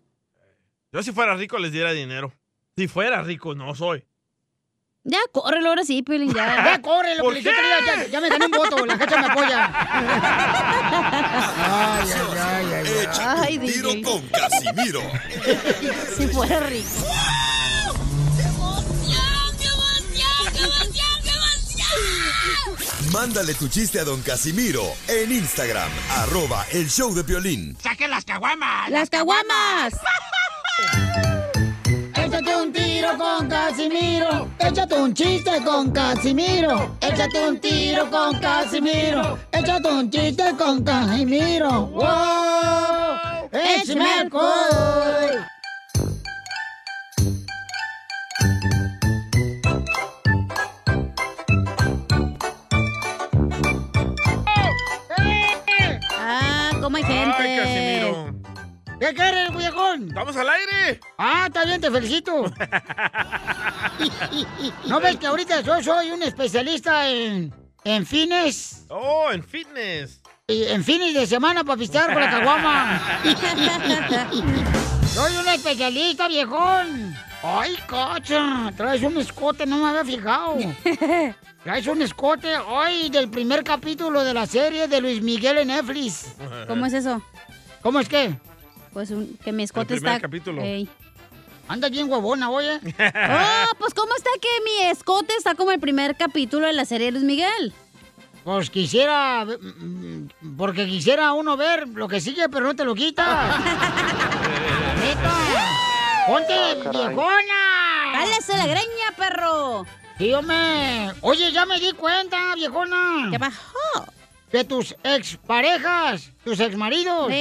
Speaker 3: Yo si fuera rico les diera dinero. Si fuera rico, no soy.
Speaker 4: Ya, córrelo ahora sí, Piolín, ya.
Speaker 2: <laughs> Ya, córrelo,
Speaker 3: ¿Por
Speaker 2: Piolín,
Speaker 3: qué?
Speaker 2: ya, ya, ya me gané un voto, la cacha me apoya.
Speaker 5: Ay, ay, ay, Échate un tiro con
Speaker 7: <laughs>
Speaker 5: Casimiro.
Speaker 4: si fuera rico.
Speaker 5: Mándale tu chiste a don Casimiro en Instagram, arroba el show de violín.
Speaker 2: ¡Saque las caguamas!
Speaker 4: ¡Las caguamas!
Speaker 2: Échate un tiro con Casimiro. Échate un chiste con Casimiro. Échate un tiro con Casimiro. Échate un chiste con Casimiro. ¡Wow! ¡Échame alcohol!
Speaker 4: Ah, cómo hay gente.
Speaker 3: Ay, Casimiro.
Speaker 2: ¿Qué quieres, viejón?
Speaker 3: ¡Vamos al aire!
Speaker 2: Ah, está bien,
Speaker 3: <laughs>
Speaker 2: te felicito. ¿No ves que ahorita yo soy un especialista en, en fines?
Speaker 3: Oh, en
Speaker 2: <laughs>
Speaker 3: fitness.
Speaker 2: Y en fines de semana para pistear con la caguama. <laughs> Soy un especialista, viejón. Ay, cacha, traes un escote, no me había
Speaker 4: <laughs>
Speaker 2: fijado. Traes un escote, ay, del primer capítulo de la serie de Luis Miguel en Netflix.
Speaker 4: ¿Cómo es eso?
Speaker 2: ¿Cómo es qué?
Speaker 4: Pues un- que mi escote
Speaker 2: primer
Speaker 4: está...
Speaker 2: capítulo.
Speaker 4: Ey.
Speaker 2: Anda bien
Speaker 4: <laughs>
Speaker 2: huevona, oye.
Speaker 4: Ah, pues ¿cómo está que mi escote está como el primer capítulo de la serie de Luis Miguel?
Speaker 2: Pues quisiera, mm, porque quisiera uno ver lo que sigue, pero no te lo quitas.
Speaker 4: <laughs>
Speaker 2: Neta. Ponte viejona.
Speaker 4: Cálese la greña, perro.
Speaker 2: Sí, hombre. Oye, ya me di cuenta, viejona. ¿Qué
Speaker 4: bajó?
Speaker 2: Que tus exparejas, tus exmaridos,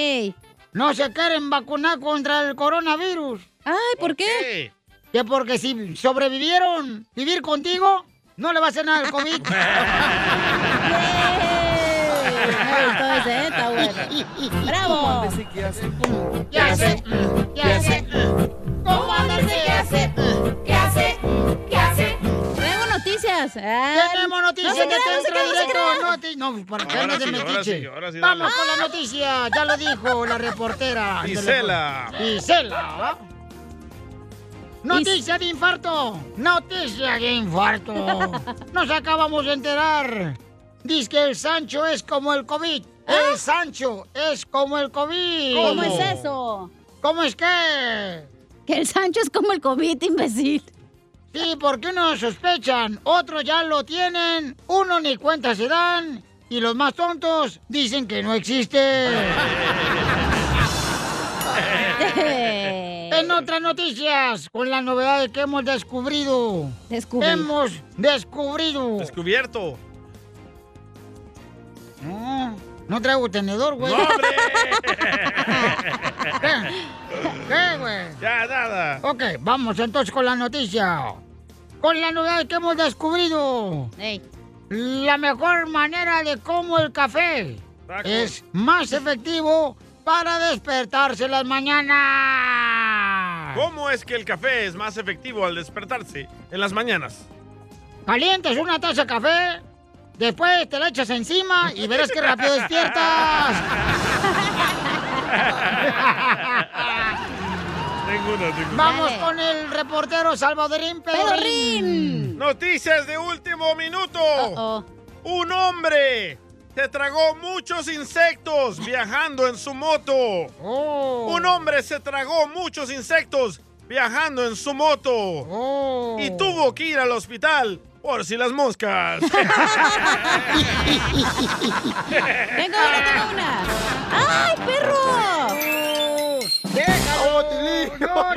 Speaker 2: no se quieren vacunar contra el coronavirus.
Speaker 4: Ay, ¿por qué?
Speaker 2: Que porque si sobrevivieron vivir contigo, no le va a hacer nada
Speaker 4: <laughs>
Speaker 2: el COVID. <laughs>
Speaker 7: Oh,
Speaker 4: ¡Bravo!
Speaker 2: ¿Qué hace? Mm,
Speaker 4: ¿Qué hace? ¿Cómo anda ese? ¿Qué hace? ¿Qué hace? ¿Qué hace? Tenemos noticias.
Speaker 2: Tenemos noticias.
Speaker 4: No se
Speaker 2: de
Speaker 4: crea, no se
Speaker 2: Centro
Speaker 4: crea, no se
Speaker 2: Directo,
Speaker 4: crea.
Speaker 2: noti- No, para que
Speaker 3: Ahora
Speaker 2: andes de
Speaker 3: sí, ahora
Speaker 2: metiche.
Speaker 3: sí, ahora sí, dale.
Speaker 2: Vamos con la noticia. Ya lo dijo la reportera.
Speaker 3: Gisela.
Speaker 2: Gisela. Noticia de infarto. Noticia de
Speaker 4: <laughs>
Speaker 2: infarto. Nos acabamos de enterar. Dice que el Sancho es como el COVID. El Sancho es como el COVID.
Speaker 4: ¿Ah? ¿Cómo es eso?
Speaker 2: ¿Cómo es que?
Speaker 4: Que el Sancho es como el COVID, imbécil.
Speaker 2: Sí, porque unos sospechan, otros ya lo tienen, unos ni cuenta se dan y los más tontos dicen que no existe. en otras noticias, con las novedades que hemos descubrido.
Speaker 4: Descubrido.
Speaker 2: Hemos descubrido.
Speaker 3: Descubierto.
Speaker 2: No, Mm, no traigo tenedor, güey. <laughs> ¿Qué, güey?
Speaker 3: Ya, nada.
Speaker 2: Ok, vamos entonces con la noticia. Con la novedad que hemos descubrido. La mejor manera de cómo el café
Speaker 3: Tacos.
Speaker 2: es más efectivo para despertarse las mañanas.
Speaker 3: ¿Cómo es que el café es más efectivo al despertarse en las mañanas?
Speaker 2: Calientes una taza de café, después te la echas encima y verás qué rápido <laughs> despiertas.
Speaker 3: Tengo uno, tengo uno.
Speaker 2: Vamos con el reportero salvadorín Pedrín.
Speaker 3: Noticias de último minuto. Un hombre se tragó muchos insectos viajando en su moto.
Speaker 2: Oh.
Speaker 3: Un hombre se tragó muchos insectos viajando en su moto.
Speaker 2: Oh.
Speaker 3: Y tuvo que ir al hospital por si las moscas.
Speaker 2: <laughs>
Speaker 4: Tengo una, tengo una. ¡Ay, perro!
Speaker 2: ¡Déjalo!
Speaker 4: ¡No,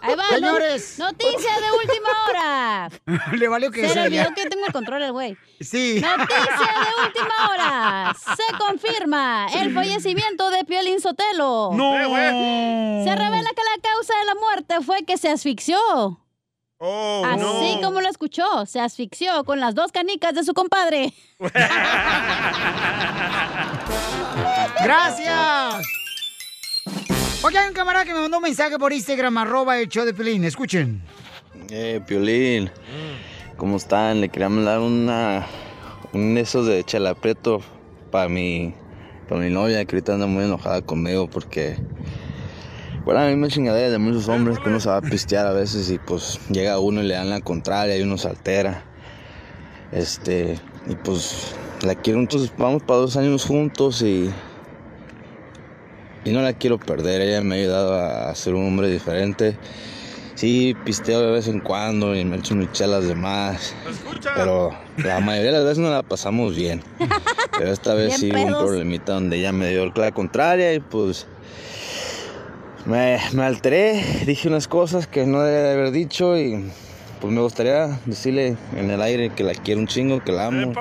Speaker 4: Ahí va, no-
Speaker 2: Señores.
Speaker 4: Noticias de última <laughs> hora.
Speaker 2: <laughs> Le valió que
Speaker 4: Se le
Speaker 2: sea ya.
Speaker 4: olvidó que tengo el control el güey.
Speaker 2: <laughs> Sí.
Speaker 4: Noticia de última hora.
Speaker 2: <laughs>
Speaker 4: Se confirma el fallecimiento de Piolín Sotelo.
Speaker 3: No. Eh, güey.
Speaker 4: Se revela que la causa de la muerte fue que se asfixió.
Speaker 3: Oh,
Speaker 4: Así
Speaker 3: no.
Speaker 4: como lo escuchó, se asfixió con las dos canicas de su compadre.
Speaker 2: ¡Gracias! Oigan, un camarada que me mandó un mensaje por Instagram, arroba el show de Pelín. Escuchen.
Speaker 8: Eh, Piolín, ¿cómo están? Le quería mandar una, un esos de chalapreto para mi, para mi novia que ahorita anda muy enojada conmigo porque, bueno, a mí me chingadera de muchos hombres que uno se va a pistear a veces y pues llega uno y le dan la contraria y uno se altera. Este, y pues la quiero, entonces vamos para dos años juntos y, y no la quiero perder. Ella me ha ayudado a, a ser un hombre diferente. Sí, pisteo de vez en cuando y me echo mis chelas de más. Pero la mayoría de las veces no la pasamos
Speaker 25: <laughs>
Speaker 8: bien. Pero esta vez
Speaker 25: Bien
Speaker 8: sí hubo
Speaker 25: pedos.
Speaker 8: un problemita donde ella me dio la contraria y pues me, me alteré. Dije unas cosas que no debía de haber dicho y pues me gustaría decirle en el aire que la quiero un chingo, que la amo.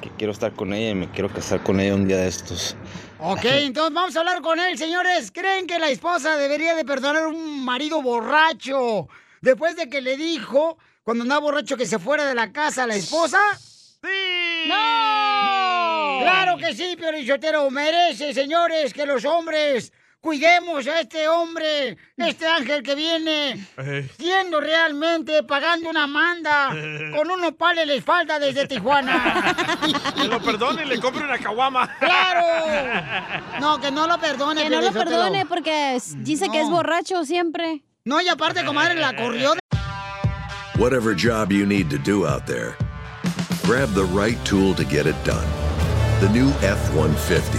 Speaker 8: Que quiero estar con ella y me quiero casar con ella un día de estos.
Speaker 2: Ok, entonces vamos a hablar con él, señores. ¿Creen que la esposa debería de perdonar a un marido borracho después de que le dijo, cuando andaba borracho, que se fuera de la casa a la esposa? ¡Sí! ¡No! ¡Claro que sí, Piorichotero! Merece, señores, que los hombres cuidemos a este hombre, este ángel que viene, siendo realmente pagando una manda con unos pales de espalda desde Tijuana.
Speaker 3: Que lo perdone y le compre una caguama.
Speaker 2: ¡Claro! No, que no lo perdone.
Speaker 4: Que no lo
Speaker 2: Piolín Sotelo.
Speaker 4: perdone porque es- dice que es borracho siempre.
Speaker 2: No, y aparte, comadre, la corrió de...
Speaker 26: Whatever job you need to do out there, grab the right tool to get it done. The new F 150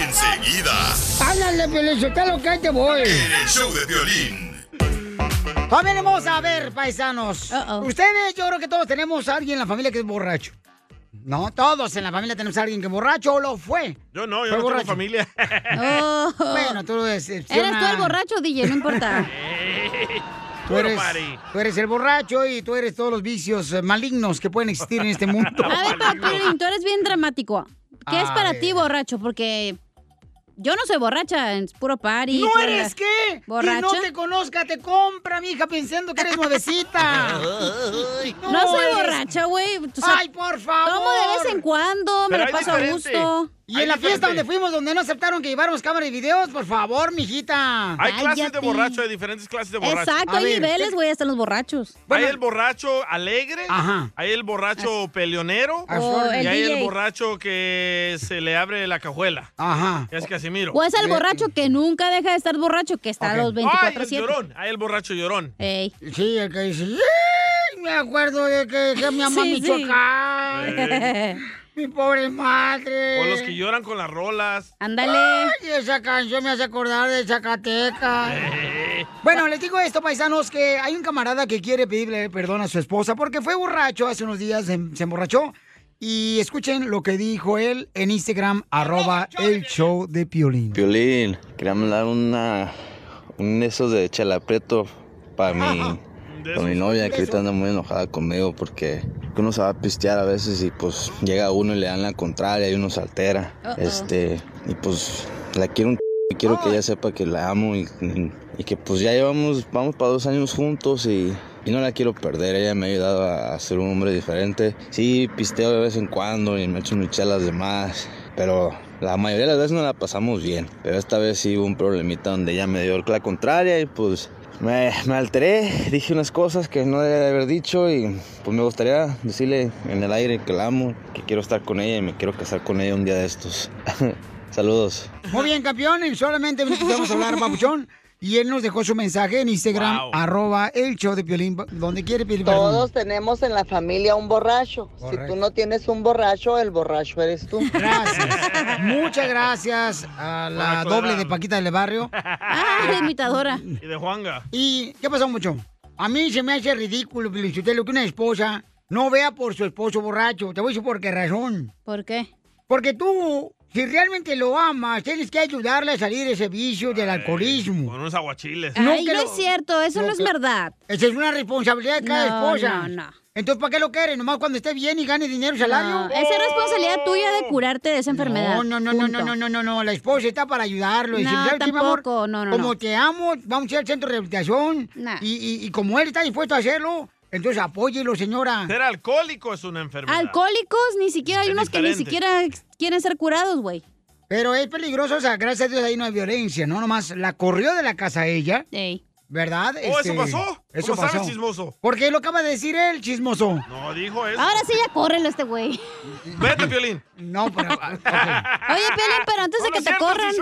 Speaker 5: Enseguida,
Speaker 2: ¡Ándale, Pelizotelo, que ahí te voy!
Speaker 5: en el show de violín.
Speaker 2: Familia hermosa, a ver, paisanos. Ustedes, yo creo que todos tenemos a alguien en la familia que es borracho. No, todos en la familia tenemos a alguien que es borracho o lo fue.
Speaker 3: Yo no, yo
Speaker 2: Fue
Speaker 3: no
Speaker 2: borracho.
Speaker 3: tengo
Speaker 2: <laughs>
Speaker 3: familia.
Speaker 2: No. Bueno, tú eres.
Speaker 4: Oh. Eres tú el borracho, DJ, no
Speaker 3: <laughs>
Speaker 4: importa.
Speaker 2: <laughs> Tú eres, tú eres el borracho y tú eres todos los vicios eh, malignos que pueden existir en
Speaker 4: <laughs>
Speaker 2: este mundo.
Speaker 4: A ver, pero Piolín, tú eres bien dramático. ¿Qué es
Speaker 2: A
Speaker 4: para
Speaker 2: ver.
Speaker 4: ti borracho? Porque yo no soy borracha, es puro party.
Speaker 2: ¿No
Speaker 4: pura-
Speaker 2: eres qué?
Speaker 4: ¿Borracha?
Speaker 2: Que no te conozca, te compra, mija, pensando que eres nuevecita.
Speaker 4: No, soy borracha, güey. O sea,
Speaker 2: Ay, por favor.
Speaker 4: Tomo de vez en cuando, me
Speaker 2: Pero
Speaker 4: la
Speaker 2: hay
Speaker 4: paso a
Speaker 2: diferente.
Speaker 4: gusto.
Speaker 2: Y en la fiesta donde fuimos, donde no aceptaron que lleváramos cámara y videos, por favor, mijita.
Speaker 3: Hay clases de borracho, hay diferentes clases de borracho.
Speaker 4: Exacto, hay niveles, güey, hasta los borrachos.
Speaker 3: hay el borracho alegre, hay el borracho peleonero
Speaker 4: O
Speaker 3: y
Speaker 4: el
Speaker 3: hay el
Speaker 4: DJ.
Speaker 3: borracho que se le abre la cajuela.
Speaker 2: Ajá.
Speaker 3: Es Casimiro.
Speaker 4: O es el borracho que nunca deja de estar borracho, que está a los
Speaker 3: Ay, el
Speaker 4: 24-7.
Speaker 3: llorón. Hay el borracho llorón.
Speaker 4: Ey.
Speaker 2: Sí, el que dice, "Ay, me acuerdo de que dejé a mi mamá en
Speaker 4: Sí, sí.
Speaker 2: Michoacán.
Speaker 3: Eh.
Speaker 2: Mi pobre madre.
Speaker 3: O los
Speaker 4: Eh.
Speaker 3: que lloran con las rolas.
Speaker 2: Ándale. Ay, esa canción me hace acordar de Zacatecas.
Speaker 3: Eh.
Speaker 2: Bueno, les digo esto, paisanos, que hay un camarada que quiere pedirle perdón a su esposa porque fue borracho hace unos días, se, se emborrachó. Y escuchen lo que dijo él en Instagram, arroba el show de Piolín.
Speaker 8: Piolín, quería mandar una, un de esos de chalapreto para mi, para mi novia, que ahorita anda muy enojada conmigo porque uno se va a pistear a veces y pues llega uno y le dan la contraria y uno se altera.
Speaker 25: Uh-oh.
Speaker 8: Este, y pues la quiero un ch- y quiero que ella sepa que la amo y, y- y que pues ya llevamos, vamos para dos años juntos y, y no la quiero perder. Ella me ha ayudado a, a ser un hombre diferente. Sí, pisteo de vez en cuando y me echo mis chelas de más, pero la mayoría de las veces no la pasamos bien. Pero esta vez sí hubo un problemita donde ella me dio la contraria y pues me, me alteré, dije unas cosas que no debía de haber dicho y pues me gustaría decirle en el aire que la amo, que quiero estar con ella y me quiero casar con ella un día de estos. <laughs> Saludos.
Speaker 2: Muy bien, campeón. En solamente minutos vamos a hablar, papuchón. Y él nos dejó su mensaje en Instagram, arroba el show de Piolín, donde quiere pedir perdón.
Speaker 12: Todos tenemos en la familia un borracho. Si
Speaker 2: Correcto.
Speaker 12: tú no tienes un borracho, el borracho eres tú.
Speaker 2: Gracias. Muchas gracias a la
Speaker 12: aclararlo.
Speaker 2: doble de Paquita del Barrio. Ah,
Speaker 4: la imitadora.
Speaker 3: Y de Juanga.
Speaker 2: ¿Y qué pasó, mucho? A mí se me hace ridículo, lo que una esposa no vea por su esposo borracho. Te voy a decir por qué razón.
Speaker 4: ¿Por qué?
Speaker 2: Porque tú, si realmente lo amas, tienes que ayudarle a salir de ese vicio del alcoholismo.
Speaker 3: Con unos aguachiles.
Speaker 4: Ay, no es cierto, eso no es verdad.
Speaker 2: Esa es una responsabilidad de cada
Speaker 4: No, no,
Speaker 2: esposa.
Speaker 4: no.
Speaker 2: Entonces, ¿para qué lo quieres? Nomás cuando esté bien y gane dinero y salario.
Speaker 4: No, esa es responsabilidad tuya de curarte de esa enfermedad.
Speaker 2: No, no, no, no, no, no, no, no, no, la esposa está para ayudarlo. y
Speaker 4: No,
Speaker 2: decirle, "¿Sabes qué, mi amor?
Speaker 4: tampoco, no, no,
Speaker 2: Como
Speaker 4: no.
Speaker 2: te amo, vamos a ir al centro de rehabilitación. Y, y- y como él está dispuesto a hacerlo, entonces apóyelo, señora.
Speaker 3: Ser alcohólico es una enfermedad.
Speaker 4: Alcohólicos, ni siquiera hay
Speaker 3: Es
Speaker 4: unos que ni
Speaker 3: diferente.
Speaker 4: siquiera ex- quieren ser curados, güey.
Speaker 2: Pero es peligroso, o sea, gracias a Dios ahí no hay violencia, ¿no? Nomás la corrió de la casa ella. ¿Verdad? Este,
Speaker 3: Oh, ¿eso pasó?
Speaker 2: Eso
Speaker 3: ¿Cómo
Speaker 2: pasó.
Speaker 3: sabes, chismoso?
Speaker 2: Porque lo acaba de decir él, chismoso.
Speaker 3: No dijo eso.
Speaker 4: Ahora sí ya córrelo este güey.
Speaker 3: Vete, Piolín.
Speaker 2: No, pero...
Speaker 4: Oye, Piolín, pero antes de que te corran.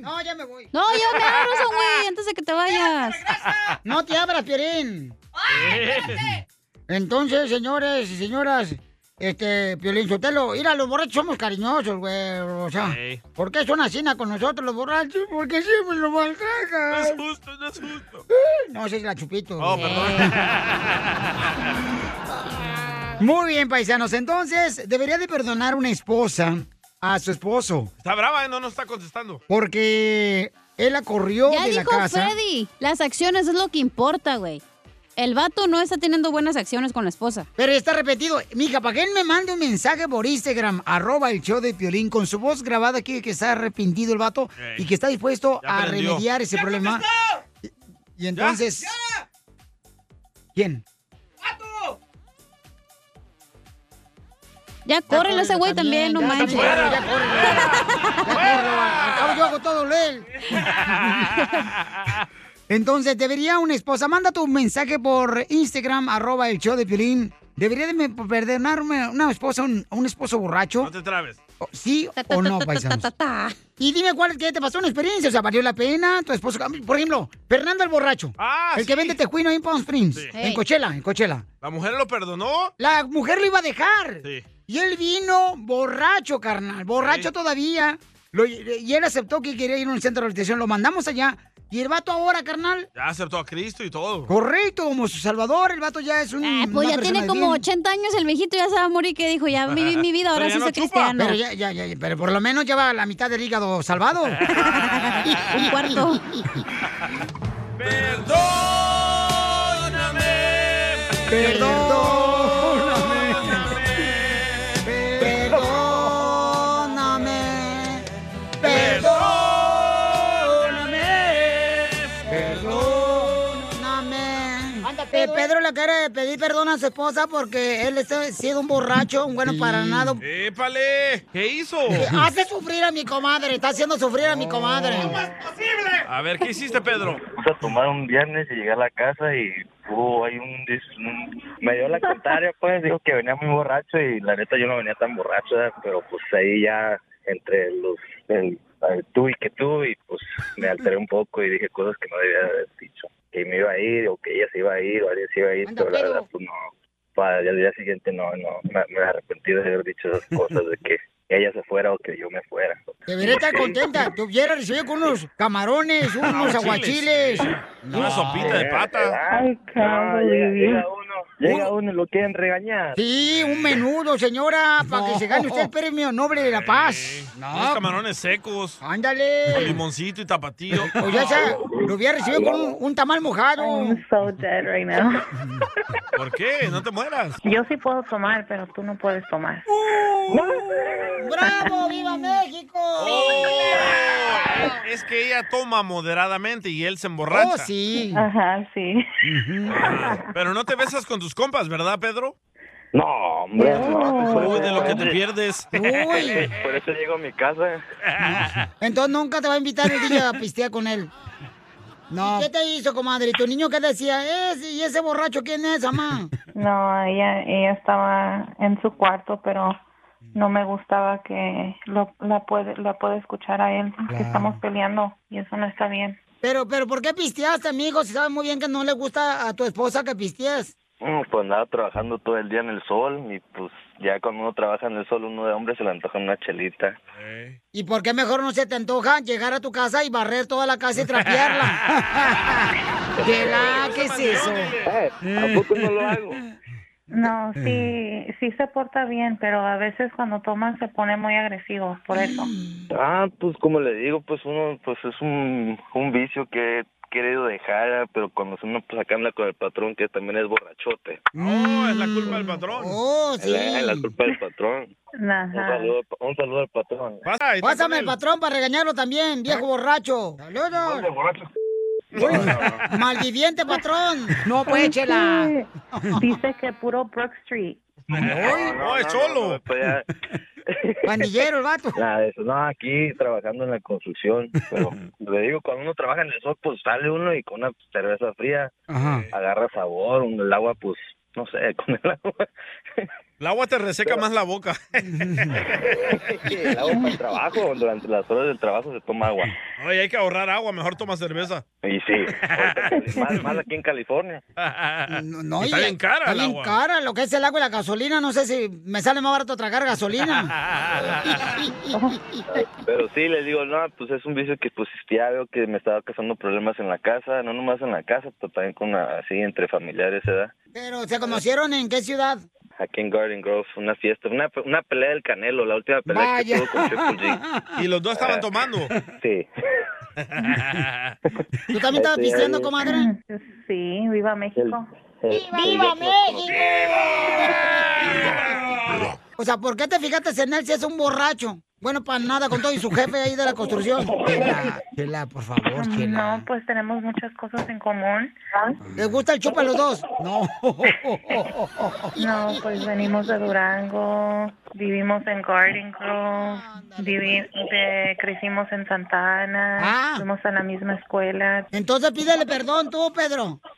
Speaker 2: No, ya me voy.
Speaker 4: <laughs> No, yo me abro eso, güey, antes de que te vayas.
Speaker 2: <laughs> No te abras, Piolín. Entonces, señores y señoras, este, Piolín Sotelo, mira, los borrachos somos cariñosos, güey, o sea,
Speaker 3: Ey.
Speaker 2: ¿por qué son así na, con nosotros los borrachos? ¿Por qué siempre los maltratan?
Speaker 3: No es justo, no es justo.
Speaker 2: No, esa es la chupito.
Speaker 3: Oh, perdón.
Speaker 2: <laughs> Muy bien, paisanos, entonces, debería de perdonar una esposa a su esposo,
Speaker 3: Está brava, ¿eh? no nos está contestando.
Speaker 2: porque Él la corrió
Speaker 4: Ya
Speaker 2: de la
Speaker 4: dijo
Speaker 2: casa.
Speaker 4: Freddy, las acciones es lo que importa, güey. El vato no está teniendo buenas acciones con la esposa.
Speaker 2: Pero está repetido. Mija, ¿para que él me mande un mensaje por Instagram? Arroba el show de Piolín con su voz grabada aquí que está arrepentido el vato
Speaker 3: Ey.
Speaker 2: y que está dispuesto
Speaker 3: Ya
Speaker 2: a
Speaker 3: aprendió.
Speaker 2: remediar ese
Speaker 3: ¡Ya
Speaker 2: problema. Y, y entonces... ¿Quién?
Speaker 4: Ya córrelo ese güey también, no manches.
Speaker 2: Ya corre, al cabo yo hago todo él. Entonces, debería una esposa, manda tu mensaje por Instagram, arroba el show de Piolín. ¿Debería de me- perdonarme una esposa, un, un esposo borracho?
Speaker 3: No te trabes.
Speaker 2: ¿Sí o no, paisanos? Y dime cuál es que te pasó una experiencia, o sea, ¿valió la pena? Tu esposo, por ejemplo, Fernando el borracho. el que vende tejuino ahí en Palm Springs,
Speaker 3: Ah, Sí.
Speaker 2: en Cochela, en Cochela.
Speaker 3: ¿La mujer lo perdonó?
Speaker 2: La mujer lo iba a dejar.
Speaker 3: Sí.
Speaker 2: Y él vino borracho, carnal, borracho todavía. Lo- y él aceptó que quería ir a un centro de rehabilitación. Lo mandamos allá. Y el vato ahora, carnal.
Speaker 3: Ya aceptó a Cristo y todo.
Speaker 2: Correcto, como su salvador, el vato ya es un.
Speaker 4: Pues ya
Speaker 2: una persona
Speaker 4: tiene
Speaker 2: de
Speaker 4: como
Speaker 2: bien.
Speaker 4: 80 años el viejito, ya se va a morir, que dijo, ya viví mi vida, ahora sí soy cristiano.
Speaker 2: Pero ya, ya, ya, ya, pero por lo menos ya va la mitad del hígado salvado. un
Speaker 4: cuarto.
Speaker 2: Perdóname. Perdóname. Perdóname. Perdóname. Eh, Pedro le quiere pedir perdón a su esposa porque él ha sido un borracho, un bueno para nada.
Speaker 3: ¡Épale! ¿Qué hizo?
Speaker 2: Hace sufrir a mi comadre, está haciendo sufrir a mi comadre.
Speaker 3: A ver, ¿qué hiciste, Pedro?
Speaker 25: Fuimos a tomar un viernes y llegué a la casa y hubo ahí un, dis- un- Me dio la contraria, pues, dijo que venía muy borracho y la neta yo no venía tan borracho, ¿verdad? pero pues ahí ya entre los... el- el tú y que tú y pues me alteré un poco y dije cosas que no debía haber dicho. Que me iba a ir o que ella se iba a ir o alguien se iba a ir, pero la verdad pues no. Para el día siguiente no, no, me, me arrepentí de haber dicho esas cosas de que ella se fuera o que yo me fuera.
Speaker 2: Debería estar contenta. Te hubiera recibido con unos camarones, unos aguachiles.
Speaker 3: Una sopita de pata.
Speaker 25: No, llega, llega uno, llega uno y lo quieren regañar.
Speaker 2: Sí, un menudo, señora, para que se gane usted el premio Noble de la Paz.
Speaker 3: Unos camarones secos.
Speaker 2: Ándale.
Speaker 3: Con limoncito y
Speaker 2: <laughs>
Speaker 3: tapatío.
Speaker 2: O ya sea, lo hubiera recibido con un, un tamal mojado.
Speaker 16: so dead right now.
Speaker 3: ¿Por qué? No te mueras. Uh,
Speaker 16: Yo sí puedo tomar, pero tú no puedes tomar.
Speaker 2: ¡Bravo! ¡Viva México!
Speaker 3: Oh. Es que ella toma moderadamente y él se
Speaker 2: Oh,
Speaker 3: emborracha.
Speaker 16: Ajá, sí.
Speaker 3: Ah, Pero no te besas con tus compas, ¿verdad, Pedro?
Speaker 25: No, hombre, no.
Speaker 3: Uy, de lo que te pierdes. <laughs>
Speaker 2: Uy.
Speaker 25: Por eso llego a mi casa.
Speaker 2: <laughs> Entonces nunca te va a invitar el DJ a pistear con <laughs> él. No. ¿Qué te hizo, comadre? ¿Y ¿Tu niño qué decía? Ese, ¿Y ese borracho quién es, <laughs> mamá?
Speaker 16: No, ella, ella estaba en su cuarto, pero no me gustaba que lo, la puede, la puede escuchar a él, que
Speaker 2: Claro.
Speaker 16: estamos peleando y eso no está bien.
Speaker 2: Pero, pero, ¿por qué pisteaste, amigo? Si sabes muy bien que no le gusta a tu esposa que pistees.
Speaker 25: Mm, Pues andaba trabajando todo el día en el sol y pues ya cuando uno trabaja en el sol, uno de hombre se le antoja una chelita.
Speaker 2: ¿Y por qué mejor no se te antoja llegar a tu casa y barrer toda la casa y <laughs> trapearla? ¿Qué, la, ¿Qué es eso?
Speaker 25: Eh, ¿A poco no lo hago?
Speaker 16: No,
Speaker 2: eh.
Speaker 16: sí, sí se porta bien, pero a veces cuando toman se pone muy agresivo, por eso.
Speaker 25: Ah, pues como le digo, pues uno, pues es un, un vicio que he querido dejar, pero cuando uno pues acá anda con el patrón que también es borrachote.
Speaker 3: No, Oh, es la culpa del patrón.
Speaker 2: Oh,
Speaker 25: Es la- es Eh, la culpa del patrón. Un saludo, un saludo al patrón.
Speaker 2: Pásame el patrón para regañarlo también, viejo borracho. Saludos. <laughs> Malviviente patrón. No, pues échela.
Speaker 16: Dice que puro Brook Street.
Speaker 25: No, no,
Speaker 16: es
Speaker 25: no,
Speaker 16: cholo.
Speaker 25: no, pues ya-
Speaker 2: Pandillero el vato.
Speaker 25: <laughs> Nada de eso, no, aquí trabajando en la construcción,
Speaker 2: <laughs>
Speaker 25: pero le digo, cuando uno trabaja en el sol, pues sale uno y con una cerveza fría
Speaker 3: Ajá.
Speaker 25: agarra sabor, un- el agua, pues, no sé, <laughs> con el agua.
Speaker 3: El agua te reseca más la boca.
Speaker 25: el agua para el trabajo, durante las horas del trabajo se toma agua.
Speaker 3: <laughs> Oye, hay que ahorrar agua, mejor toma cerveza.
Speaker 25: Y
Speaker 3: <laughs>
Speaker 25: sí, ahorita, más, más aquí en California.
Speaker 2: No, no,
Speaker 25: está
Speaker 2: y-
Speaker 25: bien cara
Speaker 2: Está
Speaker 25: el
Speaker 2: bien
Speaker 25: agua.
Speaker 2: cara lo que es el agua y la gasolina. No sé si me sale más barato tragar
Speaker 25: <laughs>
Speaker 2: gasolina.
Speaker 25: <laughs> Pero sí, les digo, no, pues es un vicio que pues ya veo que me estaba causando problemas en la casa, no nomás en la casa, pero también con la- así entre familiares, ¿verdad?
Speaker 2: Pero, ¿se conocieron en qué
Speaker 25: <laughs>
Speaker 2: ciudad?
Speaker 25: Aquí en Garden Grove, una fiesta, una, pe- una pelea del Canelo, la última pelea
Speaker 3: <laughs>
Speaker 2: Vaya.
Speaker 25: que tuvo con Triple G.
Speaker 3: Y los dos estaban
Speaker 25: Ah,
Speaker 3: tomando.
Speaker 25: Sí.
Speaker 2: ¿Tú también estabas
Speaker 22: Así es.
Speaker 2: pisteando, comadre?
Speaker 16: Sí, viva México.
Speaker 2: ¡Viva México! O sea, ¿por qué te fijaste en él si es un borracho? Bueno, para nada, con todo y su jefe ahí de la
Speaker 16: <laughs>
Speaker 2: construcción. Chela, chela, por favor, chela.
Speaker 16: No, pues tenemos muchas cosas en común.
Speaker 2: ¿Ah? ¿Les gusta el chupa a los dos? No.
Speaker 16: <laughs> No, pues venimos de Durango, vivimos en Garden Grove, vivi-
Speaker 2: pues.
Speaker 16: de- crecimos en Santa Ana, fuimos a la misma escuela.
Speaker 2: Ah. Entonces pídele perdón tú, Pedro.
Speaker 25: <laughs>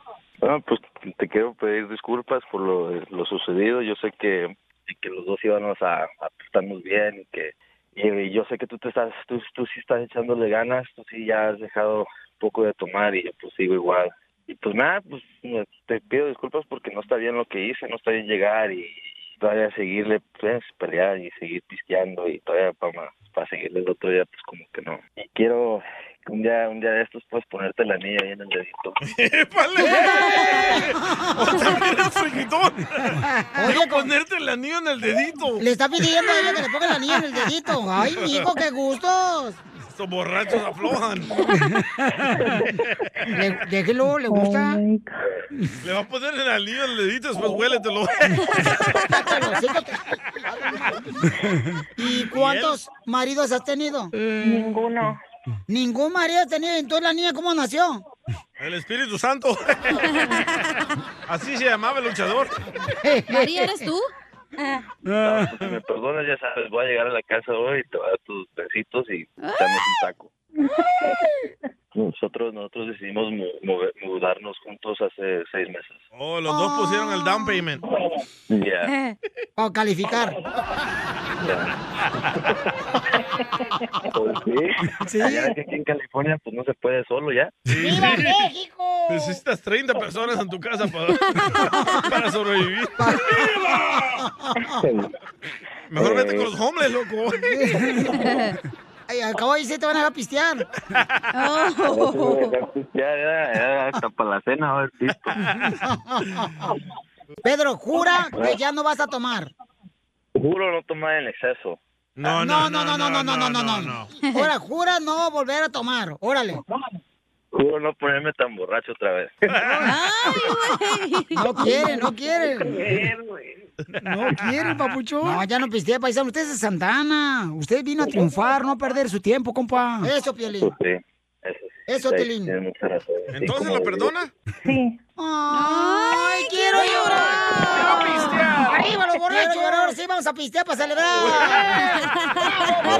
Speaker 25: Ah, pues te quiero pedir disculpas por lo, lo sucedido. Yo sé que, que los dos íbamos a, a estarnos bien y que y yo sé que tú te estás, tú, tú sí estás echándole ganas, tú sí ya has dejado un poco de tomar y yo pues sigo igual. Y pues nada, pues me- te pido disculpas porque no está bien lo que hice, no está bien llegar y todavía seguirle, pues pelear y seguir pisteando y todavía para, para seguirle el otro día pues como que no. Y quiero que un día, un día de estos pues ponerte la anilla ahí en el dedito.
Speaker 2: <laughs>
Speaker 16: <laughs>
Speaker 3: Oye, ponerte el anillo en el dedito.
Speaker 2: Le está pidiendo a ella que le ponga la niña en el dedito. Ay, mijo, qué gustos.
Speaker 3: Estos borrachos aflojan.
Speaker 2: Le- Déjelo, le
Speaker 16: Oh
Speaker 2: gusta.
Speaker 3: Le va a poner el anillo en el dedito, después huéletelo.
Speaker 2: ¿Y cuántos maridos has tenido? Ninguno. ¿Ningún marido has tenido? Entonces la niña, ¿cómo nació?
Speaker 3: El Espíritu Santo. Así se llamaba el luchador.
Speaker 4: María, ¿eres tú?
Speaker 3: Ah.
Speaker 25: No, pues, si me perdonas, ya sabes, voy a llegar a la casa hoy y te voy a dar tus besitos y echamos
Speaker 3: Ah.
Speaker 25: un taco. Nosotros, nosotros decidimos mu- mover- mudarnos juntos hace seis meses.
Speaker 3: Oh, los dos pusieron el down payment.
Speaker 25: Ya.
Speaker 2: <laughs> O calificar. <laughs>
Speaker 25: Pues sí. Ya ves que aquí en California pues no se puede solo ya.
Speaker 3: ¡Viva
Speaker 2: eh.
Speaker 3: México! Necesitas 30 personas en tu casa para, para sobrevivir. Mejor vete con los homeless, loco.
Speaker 2: Ay, al cabo ahí sí te van a dejar <laughs> pistear.
Speaker 3: <laughs>
Speaker 25: Ya, ya, ya, hasta para la cena, a ver, listo.
Speaker 2: Pedro, jura que ya no vas a tomar.
Speaker 25: Juro no tomar en exceso.
Speaker 3: No,
Speaker 2: No, Ah, no, no, no, no, no, no, no, no. Ahora, jura no volver a tomar. <laughs> Órale.
Speaker 25: Juro no ponerme tan borracho otra vez.
Speaker 2: <laughs> No quieren, no quieren. No quieren, papuchón. No, ya no pistea, paisano. Usted es de Santana. Usted vino a triunfar, no a perder su tiempo, compa. Eso, Pielín.
Speaker 25: Pues sí, eso sí.
Speaker 2: Eso,
Speaker 25: Sí,
Speaker 2: Tilín.
Speaker 25: tienes mucha razón. Sí,
Speaker 3: ¿Entonces
Speaker 25: como
Speaker 3: la
Speaker 25: digo,
Speaker 3: perdona?
Speaker 16: Sí.
Speaker 2: ¡Ay, quiero llorar! pistear! ¡Arriba los borrachos! Quiero llorar, sí, vamos a pistear para celebrar.
Speaker 25: Me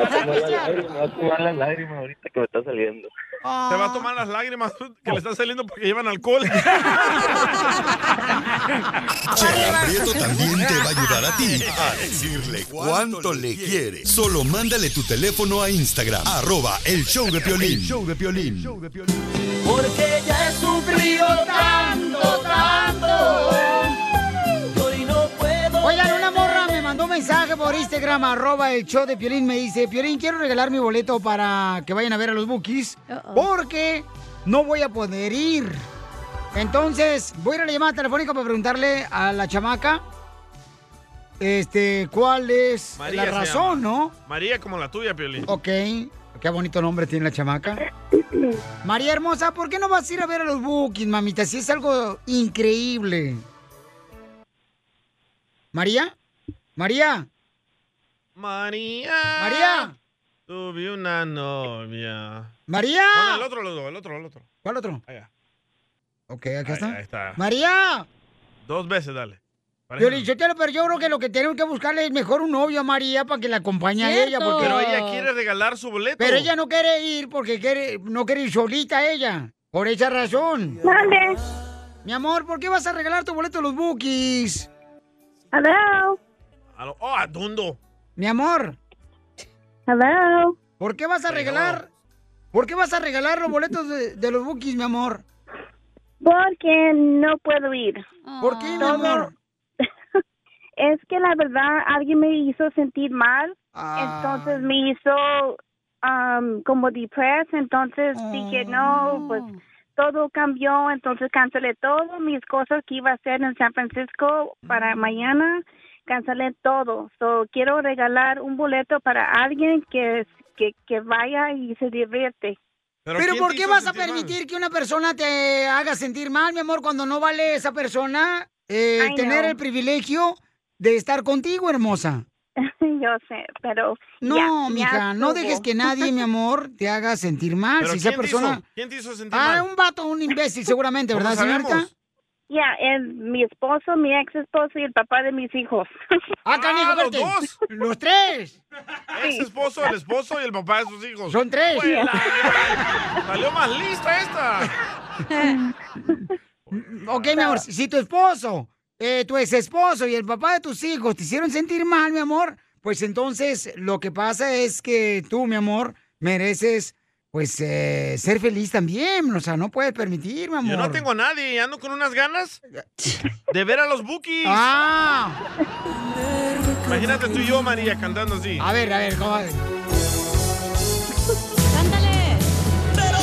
Speaker 25: va a tomar la lágrima, me va a tomar las lágrimas ahorita que me está saliendo.
Speaker 3: Te
Speaker 2: Ah.
Speaker 3: va a tomar las lágrimas <laughs> que
Speaker 2: Oh.
Speaker 3: le están saliendo porque llevan alcohol. <laughs>
Speaker 5: Chela Prieto también te va a ayudar a ti a decirle cuánto le quiere. Solo mándale tu teléfono a Instagram, arroba el show de Piolín.
Speaker 15: El
Speaker 5: show de Piolín.
Speaker 15: Porque ya he sufrido tanto, tanto. Hoy no puedo.
Speaker 2: Oigan, una morra me mandó un mensaje por Instagram, arroba el show de Piolín. Me dice, Piolín, quiero regalar mi boleto para que vayan a ver a los Bookies. Porque no voy a poder ir. Entonces, voy a ir a la llamada telefónica para preguntarle a la chamaca. Este, ¿cuál es
Speaker 3: María
Speaker 2: la
Speaker 3: se
Speaker 2: razón, no?
Speaker 3: llama. María como la tuya, Piolín.
Speaker 2: Ok, qué bonito nombre tiene la chamaca. María Hermosa, ¿por qué no vas a ir a ver a los Bookies, mamita? Si es algo increíble. ¿María? ¿María?
Speaker 3: María.
Speaker 2: María.
Speaker 3: Tuve una novia.
Speaker 2: ¡María!
Speaker 3: No, no, el otro, el otro, el otro, el otro.
Speaker 2: ¿Cuál otro?
Speaker 3: Allá.
Speaker 2: Ok, acá
Speaker 3: Ahí-
Speaker 2: está.
Speaker 3: ahí está.
Speaker 2: ¡María!
Speaker 3: Dos veces, dale. Pareja.
Speaker 2: Yo le yo te lo- pero yo creo que lo que tenemos que buscarle es mejor un novio a María para que la acompañe a ella. Porque...
Speaker 3: Pero ella quiere regalar su boleto.
Speaker 2: Pero ella no quiere ir porque quiere, no quiere ir solita ella. Por esa razón. Mi amor, ¿por qué vas a regalar tu boleto a los bookies? Hello.
Speaker 3: A lo- ¡Oh, adundo!
Speaker 2: Mi amor. Hello. ¿Por qué vas a regalar? ¿Por qué vas a regalar los boletos de, de los bookies, mi amor?
Speaker 17: Porque no puedo ir.
Speaker 2: ¿Por qué, mi
Speaker 17: Todo-
Speaker 2: amor?
Speaker 17: <laughs> es que la verdad alguien me hizo sentir mal, entonces me hizo um, como depressed, entonces dije
Speaker 2: Oh.
Speaker 17: no, pues todo cambió, entonces cancelé todo, mis cosas que iba a hacer en San Francisco
Speaker 2: Mm.
Speaker 17: para mañana, cancelé todo. So, quiero regalar un boleto para alguien que, que, que vaya y se divierte.
Speaker 2: Pero,
Speaker 3: ¿quién
Speaker 2: ¿por
Speaker 3: te
Speaker 2: qué
Speaker 3: hizo
Speaker 2: vas a
Speaker 3: sentir mal?
Speaker 2: permitir que una persona te haga sentir mal, mi amor, cuando no vale esa persona eh,
Speaker 27: I
Speaker 2: tener
Speaker 27: know.
Speaker 2: el privilegio de estar contigo, hermosa?
Speaker 27: Yo sé, pero.
Speaker 2: No,
Speaker 27: ya, ya
Speaker 2: mija, no dejes
Speaker 27: estuvo.
Speaker 2: que nadie, mi amor, te haga sentir mal.
Speaker 3: ¿Pero
Speaker 2: si esa
Speaker 3: quién te
Speaker 2: persona.
Speaker 3: hizo? ¿Quién te hizo sentir
Speaker 2: Ah,
Speaker 3: mal?
Speaker 2: un vato, un imbécil, seguramente,
Speaker 3: ¿Cómo
Speaker 2: ¿verdad, señorita?
Speaker 3: sabemos?
Speaker 27: Ya, es mi esposo, mi ex esposo y el papá de mis hijos.
Speaker 2: ¡Ah, canijo,
Speaker 3: los
Speaker 2: verte.
Speaker 3: dos.
Speaker 2: ¡Los tres!
Speaker 3: Ex esposo, el esposo y el papá de sus hijos.
Speaker 2: Son tres.
Speaker 3: Vuela, ya. Salió más lista esta. <laughs>
Speaker 2: Ok, mi amor, si tu esposo, eh, tu ex esposo y el papá de tus hijos te hicieron sentir mal, mi amor, pues entonces lo que pasa es que tú, mi amor, mereces pues eh, ser feliz también. O sea, no puedes permitir, mi amor.
Speaker 3: Yo no tengo a nadie y ando con unas ganas de ver a los bookies.
Speaker 2: ¡Ah!
Speaker 3: Imagínate tú y yo, María, cantando así.
Speaker 2: A ver, a ver, ¿cómo?
Speaker 7: ¡Cántale! Pero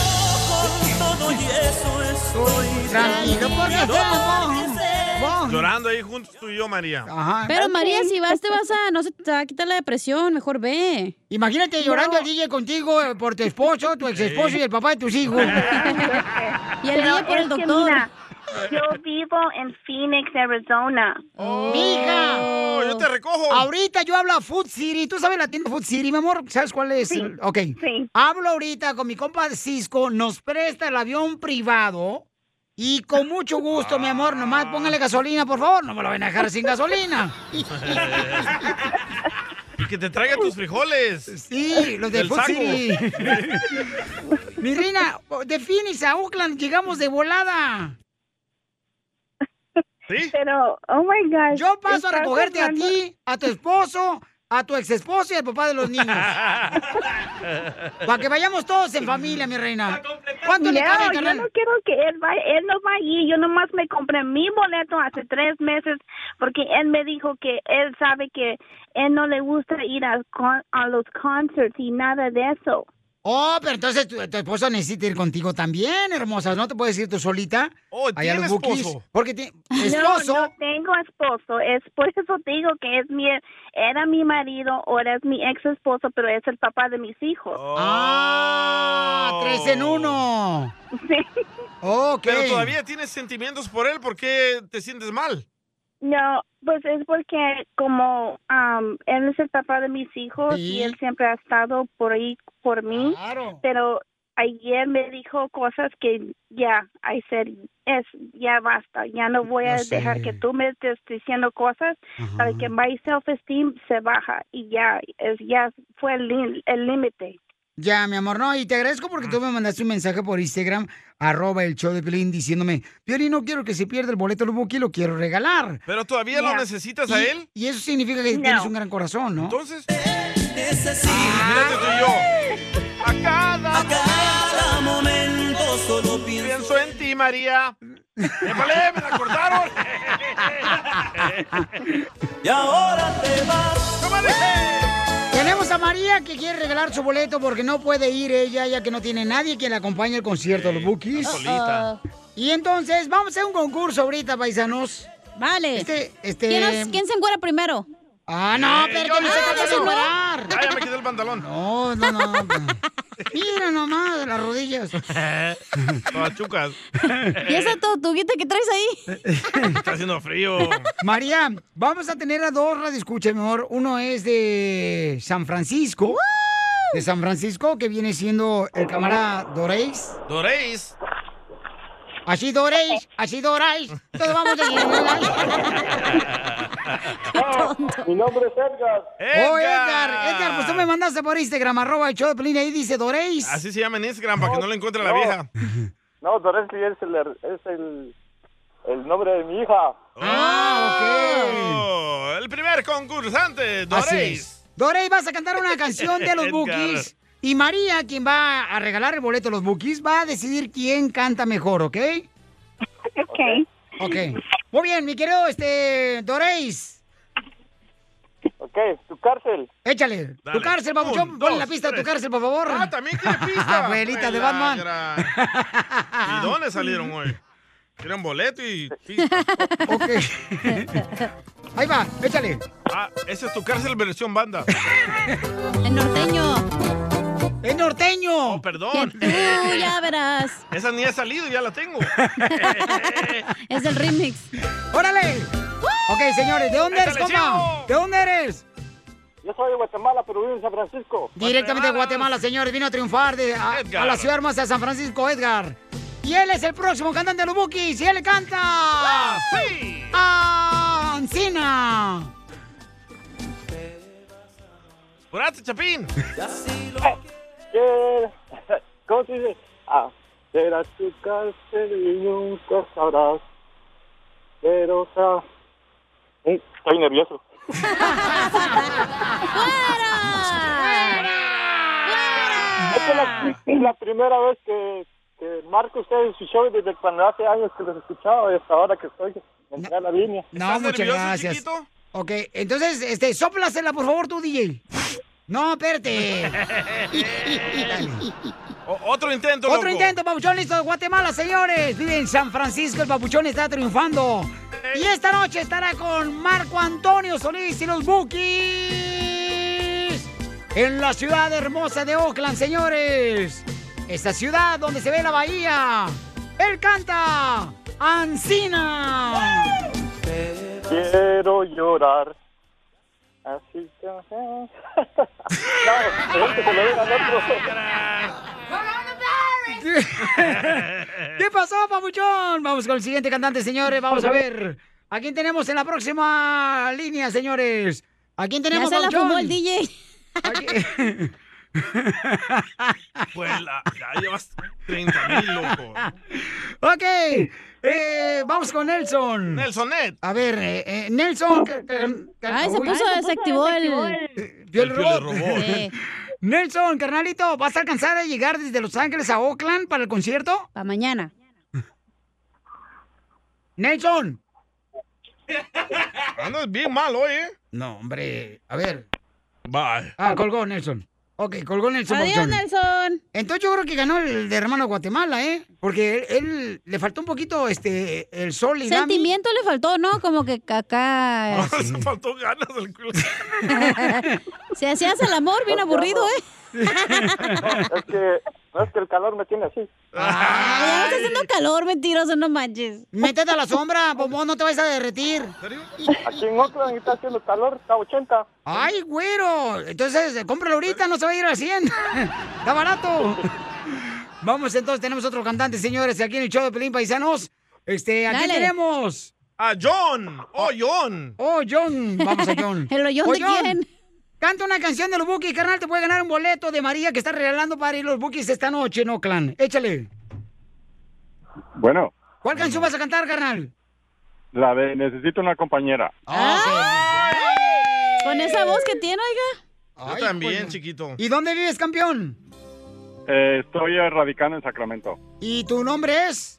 Speaker 7: con todo y eso estoy
Speaker 2: Tranquilo, porque estamos
Speaker 3: Llorando ahí juntos tú y yo, María.
Speaker 2: Ah,
Speaker 4: Pero María, si vas, te vas a. No se te va a quitar la depresión, mejor ve.
Speaker 2: Imagínate llorando al DJ contigo eh, por tu esposo, tu ex esposo y el papá de tus
Speaker 4: <laughs>
Speaker 2: hijos.
Speaker 27: y
Speaker 4: el día por el doctor.
Speaker 27: yo vivo en Phoenix, Arizona.
Speaker 2: ¡Mija!
Speaker 27: Oh, yo te recojo.
Speaker 2: Ahorita yo hablo a Food City. ¿Tú sabes la tienda Food City, mi amor? ¿Sabes cuál es?
Speaker 27: Sí.
Speaker 2: Ok. Hablo ahorita con mi compa Cisco. Nos presta el avión privado. Y con mucho gusto, mi amor. Nomás póngale gasolina, por favor. No me lo van a dejar sin gasolina.
Speaker 3: Y <laughs> que te traiga tus frijoles.
Speaker 2: Sí, los de
Speaker 3: Del
Speaker 2: Food
Speaker 3: saco. <laughs>
Speaker 2: City. Mi reina, de Phoenix a Oakland llegamos de volada.
Speaker 27: Pero, oh my God.
Speaker 2: Yo paso a
Speaker 27: estás
Speaker 2: recogerte
Speaker 27: hablando-
Speaker 2: a ti, a tu esposo, a tu ex esposo y al papá de los
Speaker 3: <laughs>
Speaker 2: niños. Para que vayamos todos en familia, mi reina. ¿Cuánto le
Speaker 27: No,
Speaker 2: cabe,
Speaker 27: yo
Speaker 2: carnal?
Speaker 27: no quiero que él vaya, él no va allí. Yo nomás me compré mi boleto hace tres meses porque él me dijo que él sabe que él no le gusta ir a, con- a los concerts y nada de eso.
Speaker 2: Oh, pero entonces tu, tu esposo necesita ir contigo también, hermosa. No te puedes ir tú solita.
Speaker 3: Oh,
Speaker 2: allá a
Speaker 27: ¿tiene
Speaker 2: los Bukis.
Speaker 27: esposo?
Speaker 2: Porque ti-
Speaker 27: No,
Speaker 2: esposo.
Speaker 27: no tengo esposo. Es por eso te digo que es mi, era mi marido, ahora es mi ex esposo, pero es el papá de mis hijos.
Speaker 2: Ah, tres en uno.
Speaker 27: Sí.
Speaker 2: Ok.
Speaker 3: Pero todavía tienes sentimientos por él. ¿Por qué te sientes mal?
Speaker 27: No, pues es porque como am, él es el papá de mis hijos y él siempre ha estado por ahí por mí, pero ayer me dijo cosas que ya, I said, es, ya basta, ya no voy a
Speaker 16: No sé.
Speaker 27: dejar que tú me estés diciendo cosas para que my self-esteem se baja y ya, es, ya fue el lí- el límite.
Speaker 2: Ya, mi amor, no, y te agradezco porque tú me mandaste un mensaje por Instagram, arroba el show de Piolín, diciéndome, Piolín, no quiero que se pierda el boleto del Buki, lo quiero regalar.
Speaker 3: ¿Pero todavía lo
Speaker 2: Ya.
Speaker 3: necesitas a
Speaker 2: Y-
Speaker 3: él?
Speaker 2: Y eso significa que
Speaker 3: No.
Speaker 2: tienes un gran corazón, ¿no?
Speaker 3: Entonces. Imagínate tú y yo. A cada, <laughs> momento solo pienso, en ti,
Speaker 4: <laughs>
Speaker 3: María. ¡Épale, me la cortaron!
Speaker 7: y ahora te vas.
Speaker 2: Tenemos a María que quiere regalar su boleto porque no puede ir ella, ya que no tiene nadie quien la acompañe al concierto de los Bukis.
Speaker 3: está solita.
Speaker 2: Y entonces, vamos a hacer un concurso ahorita, paisanos.
Speaker 4: Vale.
Speaker 2: Este, este...
Speaker 4: ¿Quién, nos- quién se encuera primero?
Speaker 2: Ah, no,
Speaker 4: Eh,
Speaker 2: pero
Speaker 4: yo
Speaker 2: que no
Speaker 4: no
Speaker 2: se
Speaker 4: sé
Speaker 2: trata de
Speaker 4: eso, ¿no?
Speaker 2: encuerar.
Speaker 3: Ah, ya me quité el pantalón.
Speaker 2: No, no, no. no. <laughs> Mira nomás
Speaker 3: <laughs>
Speaker 2: las rodillas.
Speaker 3: Pachucas.
Speaker 4: ¿Y esa tortuguita que traes ahí?
Speaker 3: Está haciendo frío.
Speaker 2: María, vamos a tener a dos radioescuchas, mi amor. Uno es de San Francisco. De San Francisco, que viene siendo el camarada Doreis.
Speaker 3: ¿Doréis?
Speaker 2: Así Doreis, así Dorais. Todos vamos a
Speaker 28: Mi nombre es Edgar.
Speaker 2: Oh, Edgar, Edgar, pues tú me mandaste por Instagram, arroba el show de Pelín, ahí dice Doreis.
Speaker 3: Así se llama en Instagram para que no lo encuentre la
Speaker 28: No.
Speaker 3: vieja.
Speaker 28: No, Doresli es, el, es el, el nombre de mi hija.
Speaker 3: ¡Ah, ok! El primer concursante,
Speaker 2: Así
Speaker 3: Doréis.
Speaker 2: es. Dorey, vas a cantar una canción de los
Speaker 3: Edgar.
Speaker 2: Bookies. Y María, quien va a regalar el boleto a los Bookies, va a decidir quién canta mejor, ¿ok?
Speaker 27: Ok.
Speaker 2: Ok. Muy bien, mi querido este, Doreis.
Speaker 28: Ok, tu cárcel.
Speaker 2: Échale.
Speaker 28: Dale.
Speaker 2: Tu cárcel,
Speaker 28: Un,
Speaker 2: babuchón. Ponle la
Speaker 28: dos,
Speaker 2: pista a
Speaker 28: tres.
Speaker 2: tu cárcel, por favor. Ah,
Speaker 3: también tiene
Speaker 2: pista. <laughs> Abuelita de Batman.
Speaker 3: ¿Y dónde salieron
Speaker 2: <laughs>
Speaker 3: hoy? Quieren boleto y...
Speaker 2: Ok. Ahí va, échale.
Speaker 3: Ah, esa es tu cárcel versión banda.
Speaker 4: El norteño.
Speaker 2: ¡Es norteño!
Speaker 3: Oh, perdón.
Speaker 4: Tú ya verás.
Speaker 3: Esa ni ha salido, ya la
Speaker 4: <laughs>
Speaker 3: tengo.
Speaker 4: Es el remix.
Speaker 2: <laughs> ¡Órale! Ok, señores, ¿de dónde eres, compa? ¿De dónde eres?
Speaker 18: Yo soy de Guatemala, pero vivo en San Francisco.
Speaker 2: Directamente de Guatemala, señores. Vino a triunfar de, a,
Speaker 18: Edgar.
Speaker 2: a la ciudad hermosa de San Francisco, Edgar. Y él es el próximo cantante de los Bookies. Y él le canta.
Speaker 15: sí!
Speaker 2: ¡A Ancina!
Speaker 3: ¡Curate, Chapín!
Speaker 18: Que- <laughs> ¿Cómo se dice? Ah, será tu cárcel y nunca sabrás. Pero, o sea, eh, estoy nervioso. Esta es la, es la primera vez que, que marco ustedes su show desde cuando hace años que los escuchaba y hasta ahora que estoy en la línea.
Speaker 2: No, muchas gracias. Ok, entonces, este, sóplasela, por favor, tú, DJ. No, espérate.
Speaker 3: <laughs> O- otro intento,
Speaker 2: Otro
Speaker 3: loco.
Speaker 2: intento, Papuchón, listo de Guatemala, señores. Vive en San Francisco, el Papuchón está triunfando. Y esta noche estará con Marco Antonio Solís y los Bookies. En la ciudad hermosa de Oakland, señores. Esta ciudad donde se ve la bahía. Él canta
Speaker 3: <laughs>
Speaker 2: Ancina.
Speaker 18: Quiero llorar. Así que... <laughs> no, ¿eh? este se lo diga al
Speaker 3: <laughs>
Speaker 2: ¿Qué pasó, Papuchón? Vamos con el siguiente cantante, señores. Vamos a ver. ¿A quién tenemos en la próxima línea, señores? ¿A quién tenemos,
Speaker 4: Ya se la
Speaker 2: Papuchón?
Speaker 4: fumó el DJ.
Speaker 3: Pues la, ya llevas 30 mil, loco.
Speaker 2: <laughs> Ok, eh, vamos con Nelson. Nelsonet. A ver, eh, eh, Nelson. que- que- que-
Speaker 4: Ay, se
Speaker 2: uy,
Speaker 4: puso, desactivó el...
Speaker 2: Vio el
Speaker 4: el
Speaker 2: robot.
Speaker 4: robot. Sí.
Speaker 2: <laughs> Nelson, carnalito, ¿vas a alcanzar a llegar desde Los Ángeles a Oakland para el concierto?
Speaker 4: Para mañana.
Speaker 2: Nelson.
Speaker 3: Andas bien mal hoy, ¿eh?
Speaker 2: No, hombre. A ver.
Speaker 3: Bye.
Speaker 2: Ah, colgó Nelson. Ok, colgó Nelson.
Speaker 4: Adiós,
Speaker 2: Papuchón.
Speaker 4: Nelson.
Speaker 2: Entonces yo creo que ganó el de hermano Guatemala, ¿eh? Porque él, él- le faltó un poquito este el sol y
Speaker 4: Sentimiento le faltó, ¿no? Como que
Speaker 2: <laughs>
Speaker 4: acá... este,
Speaker 3: Se faltó ganas del culo.
Speaker 4: Si hacías el amor, bien aburrido, ¿eh?
Speaker 18: otro. Es que, no es que el calor me tiene así.
Speaker 4: Ay, ya está haciendo calor, mentiroso, no manches.
Speaker 2: Métete a la sombra, bombón, no te vas a derretir.
Speaker 18: Aquí en Oakland está haciendo calor, está 80.
Speaker 2: ¡Ay, güero! Entonces, eh, cómpralo ahorita, no se va a ir a 100. <laughs> Está barato. Vamos, entonces, tenemos otro cantante, señores, aquí en el show de Pelín Paisanos. Este, aquí
Speaker 3: Dale.
Speaker 2: tenemos...
Speaker 3: A John. Oh, John.
Speaker 2: Oh, John. Vamos a
Speaker 4: <laughs>
Speaker 2: John.
Speaker 3: ¿El Oyón
Speaker 2: Oh,
Speaker 3: de quién?
Speaker 2: Canta una canción de los Bookies, carnal, te puede ganar un boleto de María que está regalando para ir los Bookies esta noche en Oakland. Échale.
Speaker 18: Bueno,
Speaker 2: ¿Cuál canción vas a cantar, carnal?
Speaker 18: la de necesito una compañera.
Speaker 3: Ah,
Speaker 4: Con esa voz que tiene, oiga.
Speaker 3: Yo también, chiquito.
Speaker 2: ¿Y dónde vives, campeón?
Speaker 18: Eh, estoy radicando en Sacramento.
Speaker 2: ¿Y tu nombre es?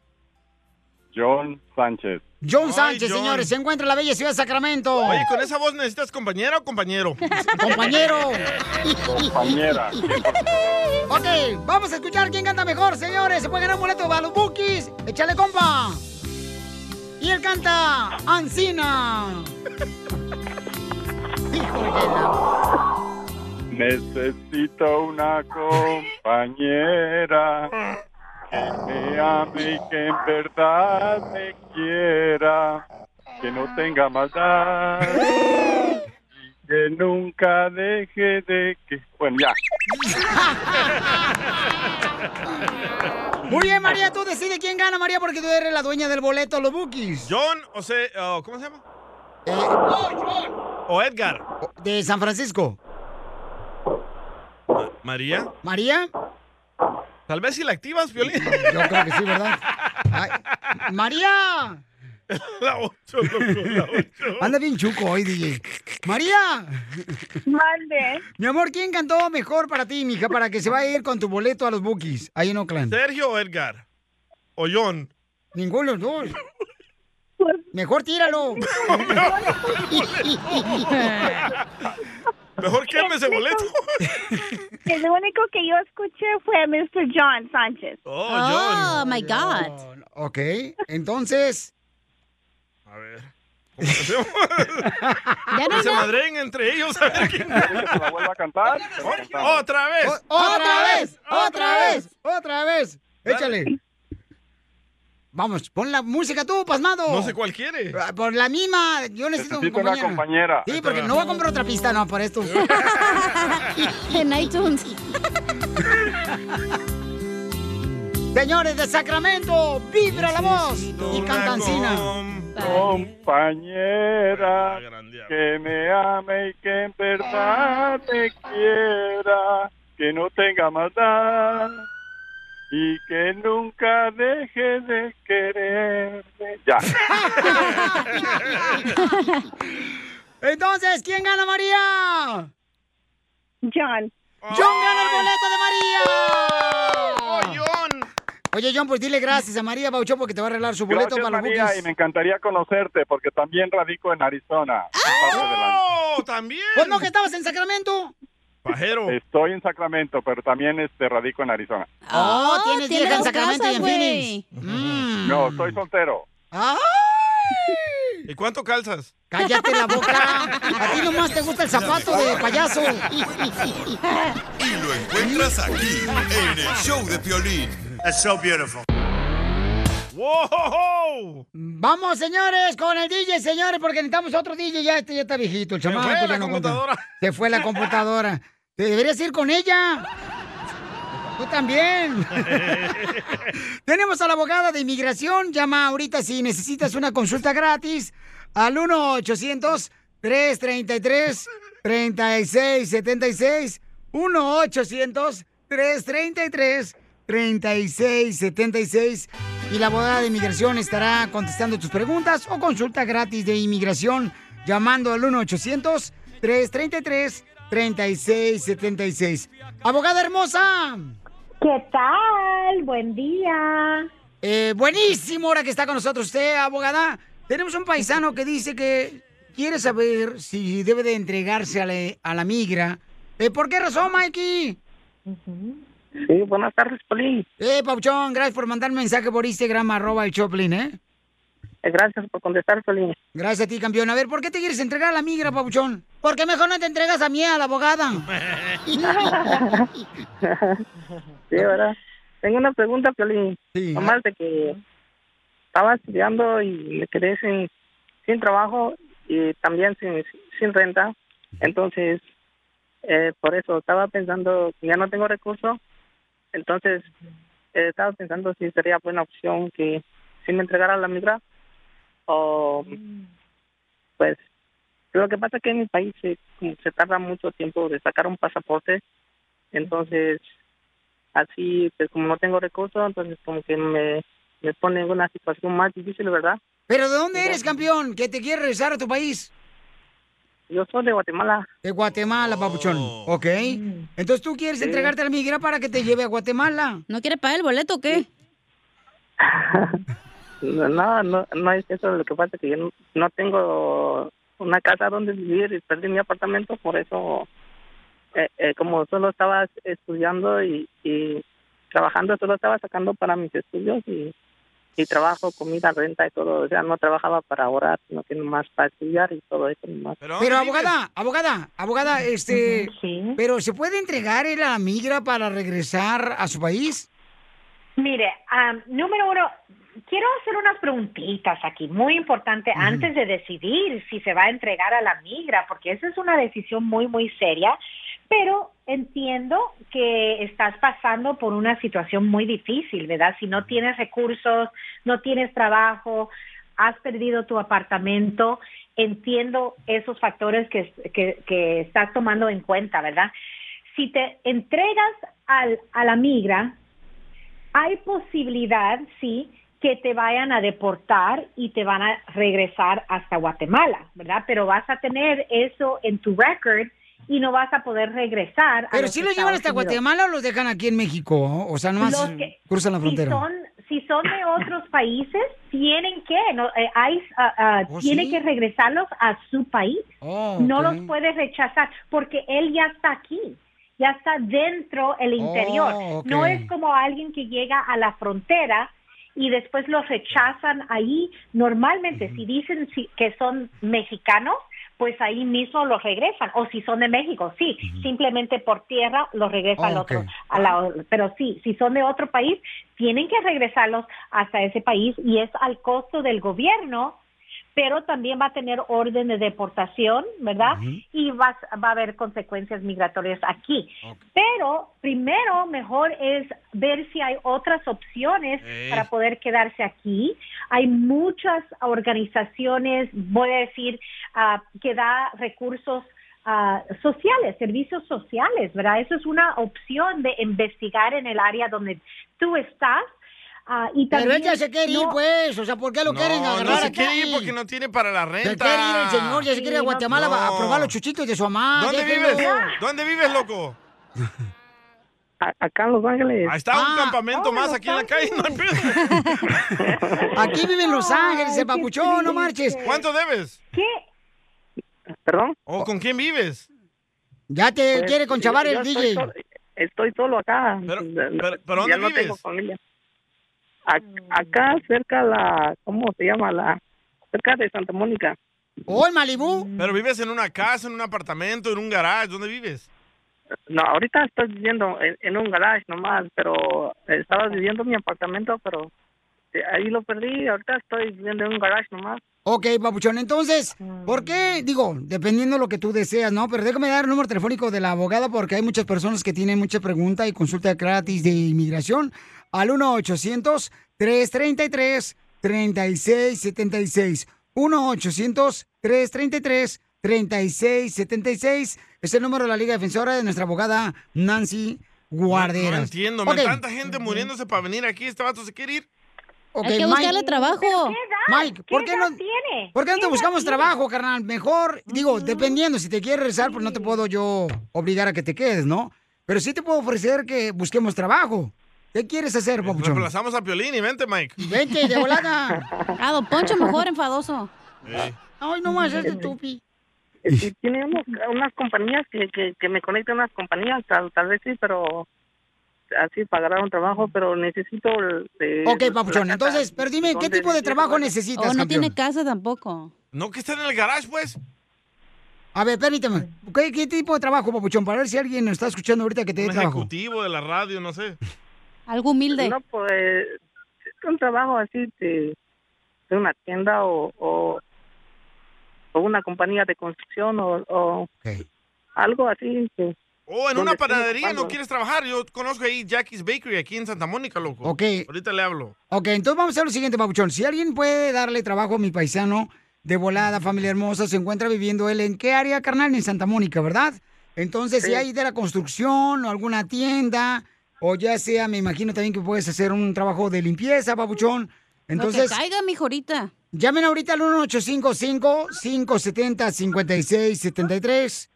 Speaker 18: John Sánchez.
Speaker 2: John
Speaker 3: Ay,
Speaker 2: Sánchez,
Speaker 3: John.
Speaker 2: señores. Se encuentra en la bella ciudad de Sacramento.
Speaker 3: Oye, ¿con esa voz necesitas compañera o compañero?
Speaker 2: <laughs> Compañero.
Speaker 3: Compañera.
Speaker 2: Ok, vamos a escuchar quién canta mejor, señores. Se puede ganar un boleto para los Bookies. Échale compa. Y él canta Ancina.
Speaker 18: Necesito una compañera que me ame y que en verdad me quiera, que no tenga
Speaker 3: <laughs>
Speaker 18: maldad y que nunca deje de que... Bueno, ya.
Speaker 2: Muy bien, María, tú decides quién gana, María, porque tú eres la dueña del boleto a los Bookies.
Speaker 3: John, o sea, oh, ¿cómo se llama? O Edgar.
Speaker 2: De San Francisco.
Speaker 3: María.
Speaker 2: María.
Speaker 3: Tal vez si la activas, Violín.
Speaker 2: Yo creo que sí, ¿verdad? María.
Speaker 3: La 8, loco, la 8.
Speaker 2: <laughs> Anda bien chuco hoy, DJ. María.
Speaker 17: Mande.
Speaker 2: Mi amor, ¿quién cantó mejor para ti, mija, para que se vaya a ir con tu boleto a los Bookies ahí en Oakland?
Speaker 3: Sergio o Edgar. O John.
Speaker 2: Ninguno de los dos. Mejor tíralo.
Speaker 3: <laughs> Mejor quédame ese boleto.
Speaker 17: El único que yo escuché fue Mr. John Sánchez.
Speaker 3: Oh,
Speaker 4: Oh,
Speaker 27: <laughs>
Speaker 4: my God.
Speaker 2: ok, entonces.
Speaker 3: A ver.
Speaker 2: <laughs>
Speaker 3: Ya
Speaker 4: no,
Speaker 3: se
Speaker 4: no.
Speaker 3: madren entre ellos a ver <laughs> quién a cantar. Otra vez.
Speaker 2: ¡Otra vez! ¡Otra vez! ¡Otra vez! Échale. Vamos, pon la música tú, pasmado.
Speaker 3: No sé cuál quiere.
Speaker 2: Ah, Por la misma, yo necesito,
Speaker 3: Necesito una compañera.
Speaker 2: Sí, porque no voy a comprar otra pista, no, por esto.
Speaker 4: <laughs> en iTunes.
Speaker 2: Señores de Sacramento, vibra la voz y cantancina.
Speaker 18: compañera que me ame y que en verdad me quiera, que no tenga maldad y que nunca deje de quererme. Ya.
Speaker 2: Entonces, ¿quién gana, María?
Speaker 17: John.
Speaker 2: John gana el boleto de María. John. Oye, John, pues dile gracias a María Bauchó porque te va a arreglar <laughs> su boleto
Speaker 18: Gracias,
Speaker 2: para los
Speaker 18: María, y
Speaker 2: bookies.
Speaker 18: me encantaría conocerte porque también radico en
Speaker 2: ¡Ah!
Speaker 18: Arizona.
Speaker 2: ¡Oh, también! Pues no, que estabas en Sacramento.
Speaker 18: Pajero. Estoy en Sacramento, pero también este radico en Arizona.
Speaker 2: Oh, tienes
Speaker 4: Ah, tiene
Speaker 2: vieja en
Speaker 4: dos
Speaker 2: Sacramento
Speaker 4: casas,
Speaker 2: y en
Speaker 4: güey.
Speaker 2: Phoenix. Mm.
Speaker 18: No, estoy soltero.
Speaker 2: ¡Ay!
Speaker 3: ¿Y cuánto calzas?
Speaker 2: ¡Cállate
Speaker 3: <laughs>
Speaker 2: la boca! <laughs> A ti nomás te gusta el zapato de Eh, payaso.
Speaker 5: Y lo encuentras aquí, en el show de Piolín. That's so beautiful.
Speaker 3: ¡Wow!
Speaker 2: Vamos, señores, con el DJ, señores, porque necesitamos otro DJ. Ya este ya está viejito, el chamaco.
Speaker 3: fue
Speaker 2: ya
Speaker 3: la
Speaker 2: no aguanta. Se fue la computadora. Te deberías ir con ella. Tú
Speaker 3: <laughs>
Speaker 2: también.
Speaker 3: Eh.
Speaker 2: Tenemos a la abogada de inmigración. Llama ahorita si necesitas una consulta gratis al 1-800-333-3676. 1-800-333-3676. Y la abogada de inmigración estará contestando tus preguntas o consulta gratis de inmigración llamando al 1-800-333-3676. Abogada hermosa.
Speaker 14: ¿Qué tal? Buen día.
Speaker 2: Eh, buenísimo ahora que está con nosotros usted, abogada. Tenemos un paisano que dice que quiere saber si debe de entregarse a la, a la migra. Eh, ¿Por qué razón, Mikey?
Speaker 22: Sí, buenas tardes, Polín.
Speaker 2: Eh, Pauchón, gracias por mandar mensaje por Instagram, arroba el Choplin, ¿eh?
Speaker 22: Gracias por contestar, Polín.
Speaker 2: Gracias a ti, campeón. A ver, ¿por qué te quieres entregar a la migra, Pauchón? ¿Por qué mejor no te entregas a mí, a la abogada?
Speaker 22: Sí, ¿verdad? Tengo una pregunta, Piolín. Nomás de que estaba estudiando y me quedé sin, sin trabajo y también sin, sin renta. Entonces, eh, por eso estaba pensando, ya no tengo recursos. Entonces, eh, estaba pensando si sería buena opción que si me entregara la migra o
Speaker 16: Oh.
Speaker 22: pues lo que pasa es que en mi país se, como se tarda mucho tiempo de sacar un pasaporte entonces así pues como no tengo recursos entonces como que me, me pone en una situación más difícil verdad
Speaker 2: ¿Pero de dónde eres, campeón? ¿Que te quieres regresar a tu país?
Speaker 22: Yo soy de Guatemala.
Speaker 2: De Guatemala, papuchón. Ok. Entonces tú quieres
Speaker 4: Sí.
Speaker 2: entregarte a la migra para que te lleve a Guatemala.
Speaker 4: ¿No quiere pagar el boleto o qué?
Speaker 22: no no no, no es eso lo que pasa es que yo no, no tengo una casa donde vivir y perdí mi apartamento por eso eh, eh, como solo estaba estudiando y, y trabajando solo estaba sacando para mis estudios y y trabajo, comida, renta y todo. O sea, no trabajaba para ahorrar, sino que nomás para estudiar y todo eso nomás.
Speaker 2: Pero abogada, abogada, abogada, este, pero ¿se puede entregar él a la migra para regresar a su país?
Speaker 14: Mire, am, número uno, quiero hacer unas preguntitas aquí, muy importante, antes de decidir si se va a entregar a la migra, porque esa es una decisión muy, muy seria, pero entiendo que estás pasando por una situación muy difícil, ¿verdad? Si no tienes recursos, no tienes trabajo, has perdido tu apartamento, entiendo esos factores que, que, que estás tomando en cuenta, ¿verdad? Si te entregas al, a la migra, hay posibilidad, sí, que te vayan a deportar y te van a regresar hasta Guatemala, ¿verdad? Pero vas a tener eso en tu record y no vas a poder regresar. a
Speaker 2: Pero
Speaker 14: los
Speaker 2: si lo llevan
Speaker 14: Estados
Speaker 2: hasta
Speaker 14: Unidos.
Speaker 2: Guatemala o los dejan aquí en México, o sea, nomás
Speaker 14: Los que-
Speaker 2: cruzan la
Speaker 14: Si
Speaker 2: frontera.
Speaker 14: son, si son de otros países, tienen que, no, eh, hay, ah, ah,
Speaker 2: Oh,
Speaker 14: tiene
Speaker 2: sí.
Speaker 14: que regresarlos a su país.
Speaker 2: Oh,
Speaker 14: No
Speaker 2: ok.
Speaker 14: los puede rechazar porque él ya está aquí, ya está dentro el interior.
Speaker 19: Oh, ok.
Speaker 14: No es como alguien que llega a la frontera y después los rechazan ahí. Normalmente, si dicen si- que son mexicanos, pues ahí mismo los regresan. O si son de México, sí, simplemente por tierra los regresan
Speaker 19: Oh,
Speaker 14: al otro.
Speaker 19: ok.
Speaker 14: a la o- pero sí, si son de otro país, tienen que regresarlos hasta ese país y es al costo del gobierno pero también va a tener orden de deportación, ¿verdad? Y va, va a haber consecuencias migratorias aquí. Pero primero, mejor es ver si hay otras opciones
Speaker 19: Eh.
Speaker 14: para poder quedarse aquí. Hay muchas organizaciones, voy a decir, ah, que da recursos ah, sociales, servicios sociales, ¿verdad? Eso es una opción de investigar en el área donde tú estás. ah, y
Speaker 2: Pero
Speaker 14: también
Speaker 2: ella se quiere ir,
Speaker 14: no-
Speaker 2: pues. O sea, ¿por qué lo
Speaker 3: No,
Speaker 2: quieren
Speaker 3: no
Speaker 2: agarrar
Speaker 3: se
Speaker 2: aquí?
Speaker 3: quiere ir porque no tiene para la renta.
Speaker 2: Se quiere ir el señor, ya se quiere ir a Guatemala va a probar los chuchitos de su mamá.
Speaker 3: ¿Dónde
Speaker 2: déjelo.
Speaker 3: vives? ¿Dónde vives, loco?
Speaker 22: Acá en Los Ángeles.
Speaker 3: Ahí está
Speaker 2: Ah.
Speaker 3: un campamento
Speaker 22: Oh,
Speaker 3: más aquí en la calle. No hay pedo.
Speaker 2: <laughs> Aquí vive en Los Ángeles,
Speaker 3: qué
Speaker 2: el papuchón, no marches.
Speaker 3: <laughs> ¿Cuánto debes?
Speaker 14: ¿Qué?
Speaker 22: ¿Perdón?
Speaker 3: ¿O con quién vives?
Speaker 2: Ya te
Speaker 22: Pues,
Speaker 2: quiere conchavar
Speaker 22: yo
Speaker 2: el
Speaker 22: estoy
Speaker 2: DJ.
Speaker 22: solo- estoy solo acá. Pero,
Speaker 3: pero ¿dónde
Speaker 22: ya no
Speaker 3: vives?
Speaker 22: tengo familia.
Speaker 2: Mm.
Speaker 22: Ac- acá cerca la, ¿cómo se llama? la Cerca de Santa Mónica.
Speaker 2: ¿O en Malibú?
Speaker 3: Pero vives en una casa, en un apartamento, en un garage. ¿Dónde vives?
Speaker 22: No, ahorita estoy viviendo en, en un garage nomás, pero estaba viviendo en mi apartamento, pero eh, ahí lo perdí. Ahorita estoy viviendo en un garage nomás.
Speaker 2: Ok, papuchón, entonces, ¿por qué? Digo, dependiendo lo que tú deseas, ¿no? Pero déjame dar el número telefónico de la abogada porque hay muchas personas que tienen muchas preguntas y consulta gratis de inmigración al 1-800-333-3676. 1-800-333-3676 es el número de la Liga Defensora de nuestra abogada Nancy Guarderas.
Speaker 3: No entiendo,
Speaker 2: Ok.
Speaker 3: man, tanta gente muriéndose para venir aquí, este vato se quiere ir.
Speaker 2: Ok,
Speaker 3: Hay que buscarle trabajo.
Speaker 14: ¿Pero qué edad?
Speaker 2: Mike, ¿por
Speaker 14: ¿Qué
Speaker 2: qué,
Speaker 14: edad
Speaker 2: no,
Speaker 14: tiene?
Speaker 2: ¿por qué no
Speaker 14: ¿Qué
Speaker 2: te
Speaker 14: edad
Speaker 2: buscamos
Speaker 14: tiene?
Speaker 2: trabajo, carnal? Mejor, digo, dependiendo, si te quieres regresar, pues no te puedo yo obligar a que te quedes, ¿no? Pero sí te puedo ofrecer que busquemos trabajo. ¿Qué quieres hacer, papuchón?
Speaker 3: Eh, pues Reemplazamos a Piolín y vente, Mike.
Speaker 2: Vente, de volada.
Speaker 3: <laughs>
Speaker 4: Ah, don Poncho, mejor enfadoso.
Speaker 3: Eh,
Speaker 2: Ay, no más, este tupi.
Speaker 22: Y tiene unos- unas compañías que, que, que me conectan a unas compañías, tal, tal vez sí, pero así para agarrar un trabajo, pero necesito... el- de-
Speaker 2: Ok,
Speaker 22: la
Speaker 2: papuchón,
Speaker 22: casa
Speaker 2: entonces, pero dime, ¿qué
Speaker 22: donde
Speaker 2: tipo de
Speaker 22: vivo.
Speaker 2: trabajo necesitas,
Speaker 4: O no tiene
Speaker 2: campeón?
Speaker 4: casa tampoco.
Speaker 3: No, que está en el garage, pues.
Speaker 2: A ver, permíteme. ¿Qué, qué tipo de trabajo, papuchón? Para ver si alguien nos está escuchando ahorita que te dé
Speaker 3: Un
Speaker 2: trabajo.
Speaker 3: ejecutivo de la radio, no sé.
Speaker 4: Algo humilde.
Speaker 22: No, pues un trabajo así de, de una tienda o, o, o una compañía de construcción o, o algo así. que-
Speaker 3: O Oh, en
Speaker 22: donde
Speaker 3: una
Speaker 22: estén
Speaker 3: panadería,
Speaker 22: ocupando.
Speaker 3: no quieres trabajar. Yo conozco ahí Jackie's Bakery, aquí en Santa Mónica, loco.
Speaker 2: Ok.
Speaker 3: Ahorita le hablo.
Speaker 2: Ok, entonces vamos a hacer lo siguiente, Papuchón. Si alguien puede darle trabajo a mi paisano de volada, familia hermosa, se encuentra viviendo él en qué área, carnal, en Santa Mónica, ¿verdad? Entonces, si
Speaker 22: Sí.
Speaker 2: hay de la construcción o alguna tienda, o ya sea, me imagino también que puedes hacer un trabajo de limpieza, Papuchón.
Speaker 4: Entonces,
Speaker 2: Entonces,
Speaker 4: que caiga, mijo, ahorita.
Speaker 2: llamen ahorita al 1855-570-5673.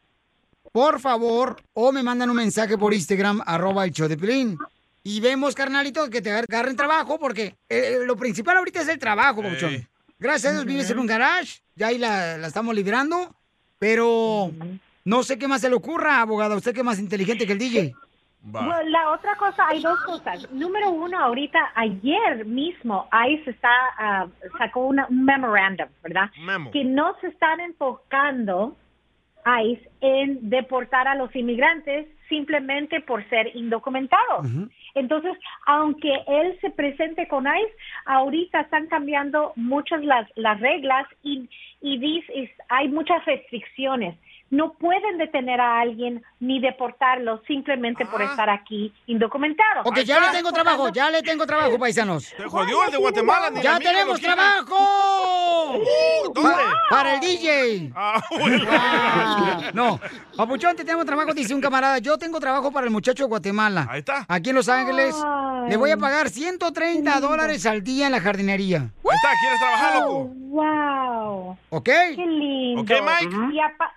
Speaker 2: Por favor, o me mandan un mensaje por Instagram, arroba el show de Piolín. Y vemos, carnalito, que te agarren trabajo, porque eh, lo principal ahorita es el trabajo, Papuchón. Gracias a Dios vives en un garage, ya ahí la, la estamos librando, pero no sé qué más se le ocurra, abogada, usted que es más inteligente que el DJ.
Speaker 14: Bueno, Pues, la otra cosa, hay dos cosas. Número uno, ahorita, ayer mismo, ICE está, ah, sacó una, un memorándum, ¿verdad?
Speaker 3: Memo.
Speaker 14: Que no se están enfocando, ICE, en deportar a los inmigrantes simplemente por ser indocumentados. Entonces, aunque él se presente con ICE, ahorita están cambiando muchas las, las reglas y, y dice- y hay muchas restricciones. No pueden detener a alguien ni deportarlo simplemente por estar aquí indocumentado.
Speaker 2: Ok, ya le tengo trabajo, ya le tengo trabajo, paisanos.
Speaker 3: Te jodió el de Guatemala, ni
Speaker 2: ¡Ya
Speaker 3: la mía lo
Speaker 2: tenemos
Speaker 14: ¡Uh!
Speaker 3: quieren.
Speaker 2: trabajo!
Speaker 3: Uh, ¿Dónde?
Speaker 2: Para el DJ. Ah, no, Papuchón, te tenemos trabajo, dice un camarada. Yo tengo trabajo para el muchacho de Guatemala. Ahí está. Aquí en Los Ángeles.
Speaker 3: Ay.
Speaker 2: Le voy a pagar 130 dólares al día en la jardinería.
Speaker 3: Ahí está, ¿quieres trabajar, loco?
Speaker 14: Oh, ¡Wow!
Speaker 2: ¿Ok?
Speaker 14: ¡Qué lindo!
Speaker 2: Ok, Mike.
Speaker 14: Y, apa-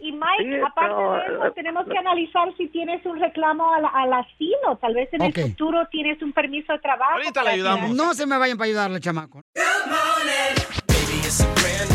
Speaker 14: y Mike,
Speaker 2: Sí,
Speaker 14: aparte
Speaker 2: pero- eh,
Speaker 14: de eso, tenemos que analizar si tienes un reclamo al, al asilo. Tal vez en
Speaker 2: Ok.
Speaker 14: el futuro tienes un permiso de trabajo. para hacer-
Speaker 2: No se me vayan para ayudarle, chamaco.
Speaker 15: Experience